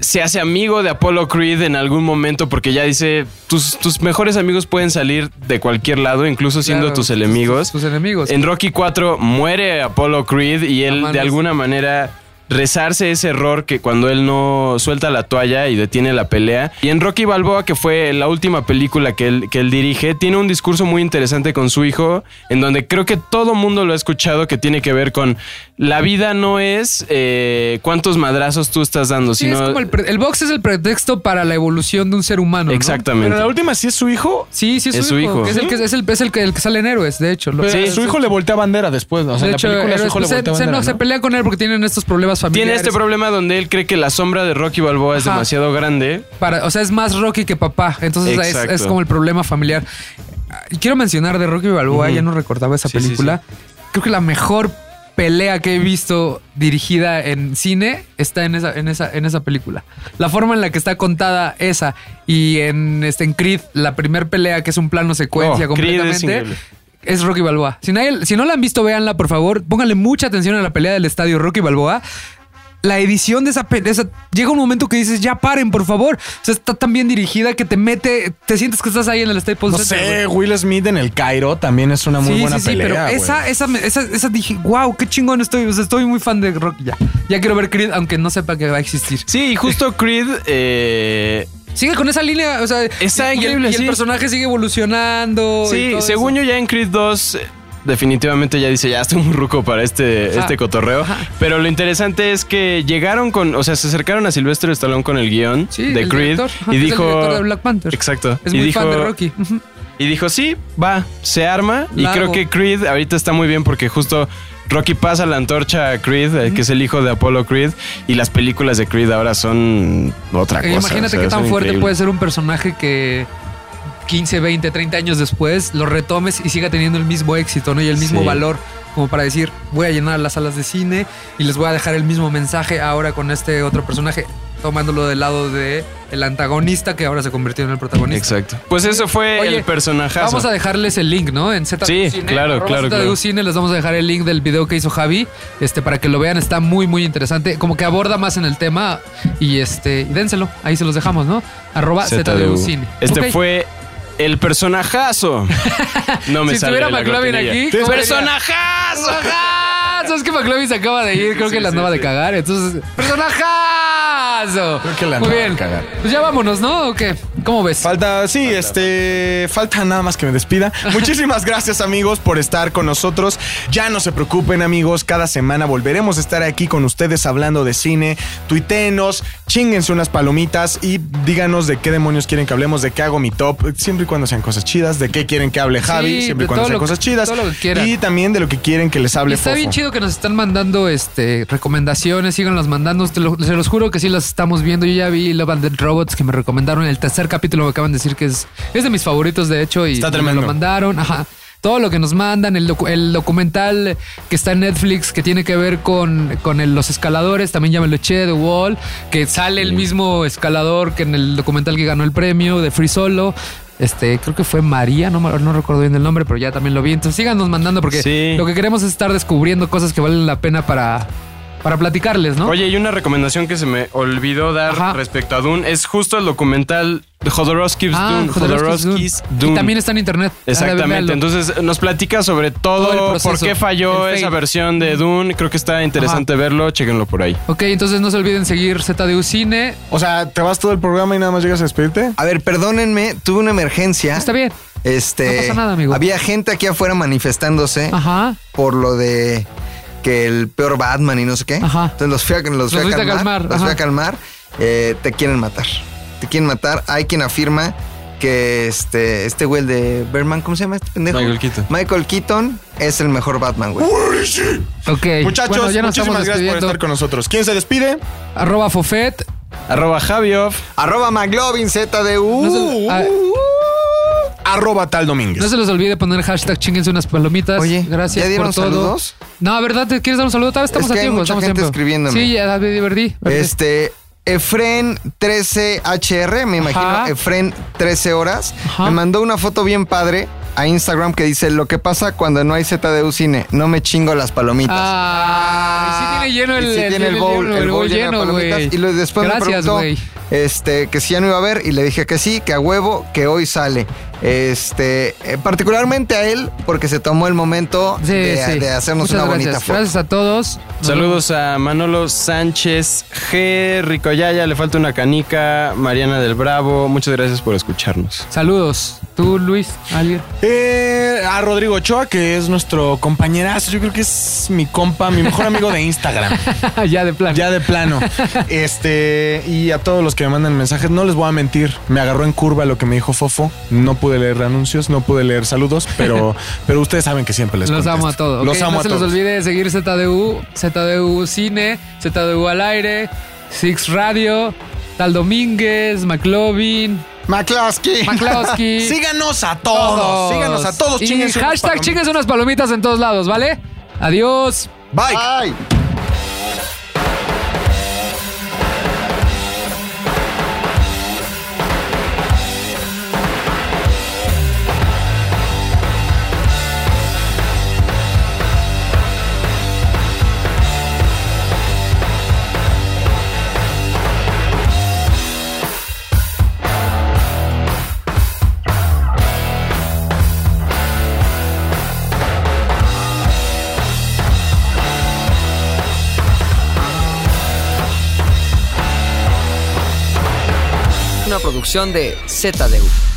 Speaker 8: se hace amigo de Apollo Creed en algún momento porque ya dice, tus, tus mejores amigos pueden salir de cualquier lado, incluso siendo
Speaker 2: Claro,
Speaker 8: tus enemigos.
Speaker 2: Sus enemigos.
Speaker 8: En Rocky 4 muere Apollo Creed y él
Speaker 2: mames.
Speaker 8: de alguna manera rezarse ese error que cuando él no suelta la toalla y detiene la pelea. Y en Rocky Balboa, que fue la última película que él, que él dirige, tiene un discurso muy interesante con su hijo, en donde creo que todo mundo lo ha escuchado, que tiene que ver con la vida no es eh, cuántos madrazos tú estás dando,
Speaker 2: Sí,
Speaker 8: sino...
Speaker 2: es como el, pre- el box es el pretexto para la evolución de un ser humano. ¿no?
Speaker 8: Exactamente.
Speaker 1: Pero la última sí es su hijo.
Speaker 2: Sí, sí, es, su hijo. que es, el que, es, el, es el que- el que sale en héroes, de hecho. Lo-
Speaker 1: Pero
Speaker 2: Sí.
Speaker 1: su hijo le voltea bandera después. O sea, en
Speaker 2: de
Speaker 1: la
Speaker 2: hecho,
Speaker 1: película su
Speaker 2: héroes,
Speaker 1: hijo le
Speaker 2: pues, se,
Speaker 1: voltea
Speaker 2: se- no,
Speaker 1: bandera.
Speaker 2: se
Speaker 1: ¿no?
Speaker 2: pelea con él porque tienen estos problemas
Speaker 8: Tiene
Speaker 2: familiares.
Speaker 8: este problema donde él cree que la sombra de Rocky Balboa es
Speaker 2: Ajá.
Speaker 8: demasiado grande.
Speaker 2: Para, o sea, es más Rocky que papá. Entonces es,
Speaker 8: Exacto.
Speaker 2: es como el problema familiar. Ah, Quiero mencionar de Rocky Balboa,
Speaker 8: Ujú.
Speaker 2: ya no recordaba esa
Speaker 8: Sí, sí,
Speaker 2: película. Creo que la mejor pelea que he visto dirigida en cine está en esa, en esa, en esa película. La forma en la que está contada esa y en, este, en Creed, la primer pelea que es un plano secuencia
Speaker 8: Oh, Creed es
Speaker 2: completamente.
Speaker 8: increíble.
Speaker 2: Es Rocky Balboa. Si, nadie- si no la han visto, véanla, por favor. Pónganle mucha atención a la pelea del estadio Rocky Balboa. La edición de esa, pe- de esa- Llega un momento que dices, ya paren, por favor. O sea, está tan bien dirigida que te mete... Te sientes que estás ahí en el Staples
Speaker 1: No
Speaker 2: Center,
Speaker 1: sé,
Speaker 2: güey.
Speaker 1: Will Smith en el Cairo también es una muy
Speaker 2: sí,
Speaker 1: buena
Speaker 2: sí, sí,
Speaker 1: pelea.
Speaker 2: pero
Speaker 1: güey.
Speaker 2: esa, esa, me- esa, esa dije, wow, qué chingón estoy. O sea, estoy muy fan de Rocky ya. Ya quiero ver Creed, aunque no sepa que va a existir.
Speaker 8: Sí, y justo Creed... eh,
Speaker 2: Sigue con esa línea, o sea,
Speaker 8: Está
Speaker 2: y el-
Speaker 8: increíble,
Speaker 2: y el,
Speaker 8: sí.
Speaker 2: personaje sigue evolucionando.
Speaker 8: Sí, según yo ya en Creed 2 eh, definitivamente ya dice, ya estoy muy ruco para este,
Speaker 2: Ajá.
Speaker 8: este cotorreo. Pero lo interesante es que llegaron con, o sea, se acercaron a Silvestre Stallone con el guión
Speaker 2: Sí,
Speaker 8: de
Speaker 2: el
Speaker 8: Creed
Speaker 2: director, ajá,
Speaker 8: y
Speaker 2: que es el
Speaker 8: dijo...
Speaker 2: director de Black Panther.
Speaker 8: Exacto.
Speaker 2: Es
Speaker 8: y
Speaker 2: muy
Speaker 8: dijo,
Speaker 2: fan de Rocky. Ujú.
Speaker 8: Y dijo, sí, va, se arma.
Speaker 2: La
Speaker 8: y creo
Speaker 2: hago.
Speaker 8: que Creed ahorita está muy bien porque justo Rocky pasa la antorcha a Creed, eh, que es el hijo de Apollo Creed, y las películas de Creed ahora son otra
Speaker 2: Eh,
Speaker 8: cosa.
Speaker 2: Imagínate
Speaker 8: o sea,
Speaker 2: qué tan
Speaker 8: son
Speaker 2: fuerte
Speaker 8: increíbles.
Speaker 2: puede ser un personaje que 15, 20, 30 años después lo retomes y siga teniendo el mismo éxito, ¿no? Y el mismo
Speaker 8: Sí.
Speaker 2: valor, como para decir, voy a llenar las salas de cine y les voy a dejar el mismo mensaje ahora con este otro personaje, tomándolo del lado de el antagonista que ahora se convirtió en el protagonista.
Speaker 8: Exacto. Pues eso fue
Speaker 2: Oye,
Speaker 8: el personaje.
Speaker 2: Vamos a dejarles el link, ¿no? En Z
Speaker 8: Sí, claro,
Speaker 2: arroba
Speaker 8: claro,
Speaker 2: ZDU
Speaker 8: claro.
Speaker 2: Cine, les vamos a dejar el link del video que hizo Javi, este, para que lo vean, está muy, muy interesante. Como que aborda más en el tema y este, y dénselo, ahí se los dejamos, ¿no? Arroba ZDU Cine.
Speaker 8: Este
Speaker 2: Ok.
Speaker 8: fue el personajazo. No me
Speaker 2: Si
Speaker 8: sale
Speaker 2: estuviera
Speaker 8: la
Speaker 2: McLovin
Speaker 8: cortinilla.
Speaker 2: aquí, ¿cómo
Speaker 8: ¡Personajazo!
Speaker 2: ¡Personajazo! Es que McLovin se acaba de ir, creo que la andaba de cagar, entonces. ¡Personajazo! Eso.
Speaker 1: Creo que la
Speaker 2: Muy
Speaker 1: van a
Speaker 2: bien.
Speaker 1: cagar.
Speaker 2: Pues ya vámonos, ¿no? ¿O qué? ¿Cómo ves?
Speaker 1: Falta, sí, este, falta nada más que me despida. Muchísimas gracias amigos por estar con nosotros. Ya no se preocupen amigos, cada semana volveremos a estar aquí con ustedes hablando de cine. Tuiteenos, chinguense unas palomitas y díganos de qué demonios quieren que hablemos, de qué hago mi top, siempre y cuando sean cosas chidas, de qué quieren que hable Javi,
Speaker 2: Sí,
Speaker 1: siempre
Speaker 2: de
Speaker 1: y cuando
Speaker 2: todo
Speaker 1: sean
Speaker 2: lo que-
Speaker 1: cosas chidas.
Speaker 2: todo lo que quieran.
Speaker 1: Y también de lo que quieren que les
Speaker 2: Y
Speaker 1: hable
Speaker 2: está bien
Speaker 1: Fofo.
Speaker 2: chido que nos están mandando este recomendaciones, sigan las mandando, te lo- se los juro que sí las estamos viendo. Yo ya vi Love and Dead Robots que me recomendaron el tercer capítulo, me acaban de decir que es, es de mis favoritos, de hecho, y
Speaker 1: Está
Speaker 2: me
Speaker 1: tremendo.
Speaker 2: lo mandaron, ajá. Todo lo que nos mandan, el, docu- el documental que está en Netflix que tiene que ver con, con el- los escaladores, también ya me lo eché, The Wall, que sale el mismo escalador que en el documental que ganó el premio de Free Solo. Este, creo que fue María, no, me- no recuerdo bien el nombre, pero ya también lo vi. Entonces síganos mandando porque
Speaker 8: Sí.
Speaker 2: lo que queremos es estar descubriendo cosas que valen la pena para, para platicarles, ¿no?
Speaker 8: Oye, y una recomendación que se me olvidó dar respecto a Dune es justo el documental de Jodorowsky's
Speaker 2: Ah,
Speaker 8: pues, Dune.
Speaker 2: Jodorowsky's
Speaker 8: Jodorowsky's
Speaker 2: Dune.
Speaker 8: Dune.
Speaker 2: Y también está en internet.
Speaker 8: Exactamente. Entonces nos platica sobre todo,
Speaker 2: Todo el proceso,
Speaker 8: por qué falló
Speaker 2: el
Speaker 8: esa
Speaker 2: fate.
Speaker 8: versión de Dune. Creo que está interesante verlo. Chéquenlo por ahí.
Speaker 2: Ok, entonces no se olviden seguir ZDU Cine.
Speaker 1: O sea, ¿te vas todo el programa y nada más llegas a despedirte?
Speaker 3: A ver, perdónenme, tuve una emergencia. Está
Speaker 2: bien.
Speaker 3: Este,
Speaker 2: No pasa nada, amigo.
Speaker 3: Había gente aquí afuera manifestándose
Speaker 2: Ajá.
Speaker 3: por lo de que el peor Batman y no sé qué. Entonces los fui a, los fui a
Speaker 2: fuiste a
Speaker 3: calmar.
Speaker 2: calmar,
Speaker 3: Los fui
Speaker 2: ajá.
Speaker 3: a calmar. Eh, te quieren matar. Te quieren matar. Hay quien afirma que este, este güey el de Berman, ¿cómo se llama este pendejo?
Speaker 8: Michael Keaton.
Speaker 3: Michael Keaton es el mejor Batman, güey.
Speaker 2: Uh. Ok.
Speaker 1: Muchachos,
Speaker 2: bueno, ya nos estamos
Speaker 1: muchísimas gracias por
Speaker 2: despidiendo.
Speaker 1: estar con nosotros. ¿Quién se despide?
Speaker 2: Arroba Fofet.
Speaker 8: Arroba Javioff.
Speaker 3: Arroba McLovin ZDU.
Speaker 1: Uh.
Speaker 2: No se- ah,
Speaker 1: Arroba tal Domínguez.
Speaker 2: No se les olvide poner hashtag chinguense unas palomitas. Oye, gracias
Speaker 3: ¿ya dieron
Speaker 2: por todo.
Speaker 3: saludos?
Speaker 2: No, ¿verdad? ¿Te quieres dar un saludo? Tal vez estamos
Speaker 3: Es que
Speaker 2: a
Speaker 3: hay
Speaker 2: tiempo.
Speaker 3: mucha
Speaker 2: estamos a
Speaker 3: gente
Speaker 2: tiempo.
Speaker 3: escribiéndome.
Speaker 2: Sí, ya me divertí.
Speaker 3: Este, Efren 13HR, me imagino,
Speaker 2: Ajá.
Speaker 3: Efren 13 horas, me mandó una foto bien padre a Instagram que dice, lo que pasa cuando no hay ZDU cine, no me chingo las palomitas.
Speaker 2: Ah, y sí tiene lleno
Speaker 3: Y
Speaker 2: el,
Speaker 3: sí tiene el bowl, el bowl lleno de palomitas.
Speaker 2: güey.
Speaker 3: Y lo- después me
Speaker 2: Gracias,
Speaker 3: preguntó,
Speaker 2: güey.
Speaker 3: este, que si ya no iba a ver y le dije que sí, que a huevo, que hoy sale. Este, eh, particularmente a él, porque se tomó el momento
Speaker 2: Sí,
Speaker 3: de,
Speaker 2: sí.
Speaker 3: de hacernos
Speaker 2: Muchas
Speaker 3: una
Speaker 2: gracias.
Speaker 3: bonita foto.
Speaker 2: Gracias a todos. Nos
Speaker 8: Saludos a Manolo Sánchez G, Ricoyaya, le falta una canica, Mariana del Bravo, muchas gracias por escucharnos.
Speaker 2: Saludos. Tú, Luis, alguien.
Speaker 1: Eh, a Rodrigo Ochoa, que es nuestro compañerazo. Yo creo que es mi compa, mi mejor amigo de Instagram.
Speaker 2: ya de plano.
Speaker 1: Ya de plano. Este, y a todos los que me mandan mensajes, no les voy a mentir. Me agarró en curva lo que me dijo Fofo. No pude leer anuncios, no pude leer saludos, pero, pero ustedes saben que siempre les
Speaker 2: Los amo a
Speaker 1: contesto.
Speaker 2: todos.
Speaker 1: Los
Speaker 2: ok.
Speaker 1: amo
Speaker 2: no
Speaker 1: a
Speaker 2: se
Speaker 1: todos.
Speaker 2: les olvide seguir ZDU, ZDU Cine, ZDU al aire, Six Radio, Tal Domínguez, McLovin.
Speaker 3: McCloskey.
Speaker 2: McCloskey.
Speaker 1: Síganos a todos, síganos a todos,
Speaker 2: Y
Speaker 1: chinguense unas
Speaker 2: hashtag
Speaker 1: palomitas.
Speaker 2: chinguense unas palomitas en todos lados, ¿vale? Adiós.
Speaker 3: Bye.
Speaker 14: Una producción de ZDU.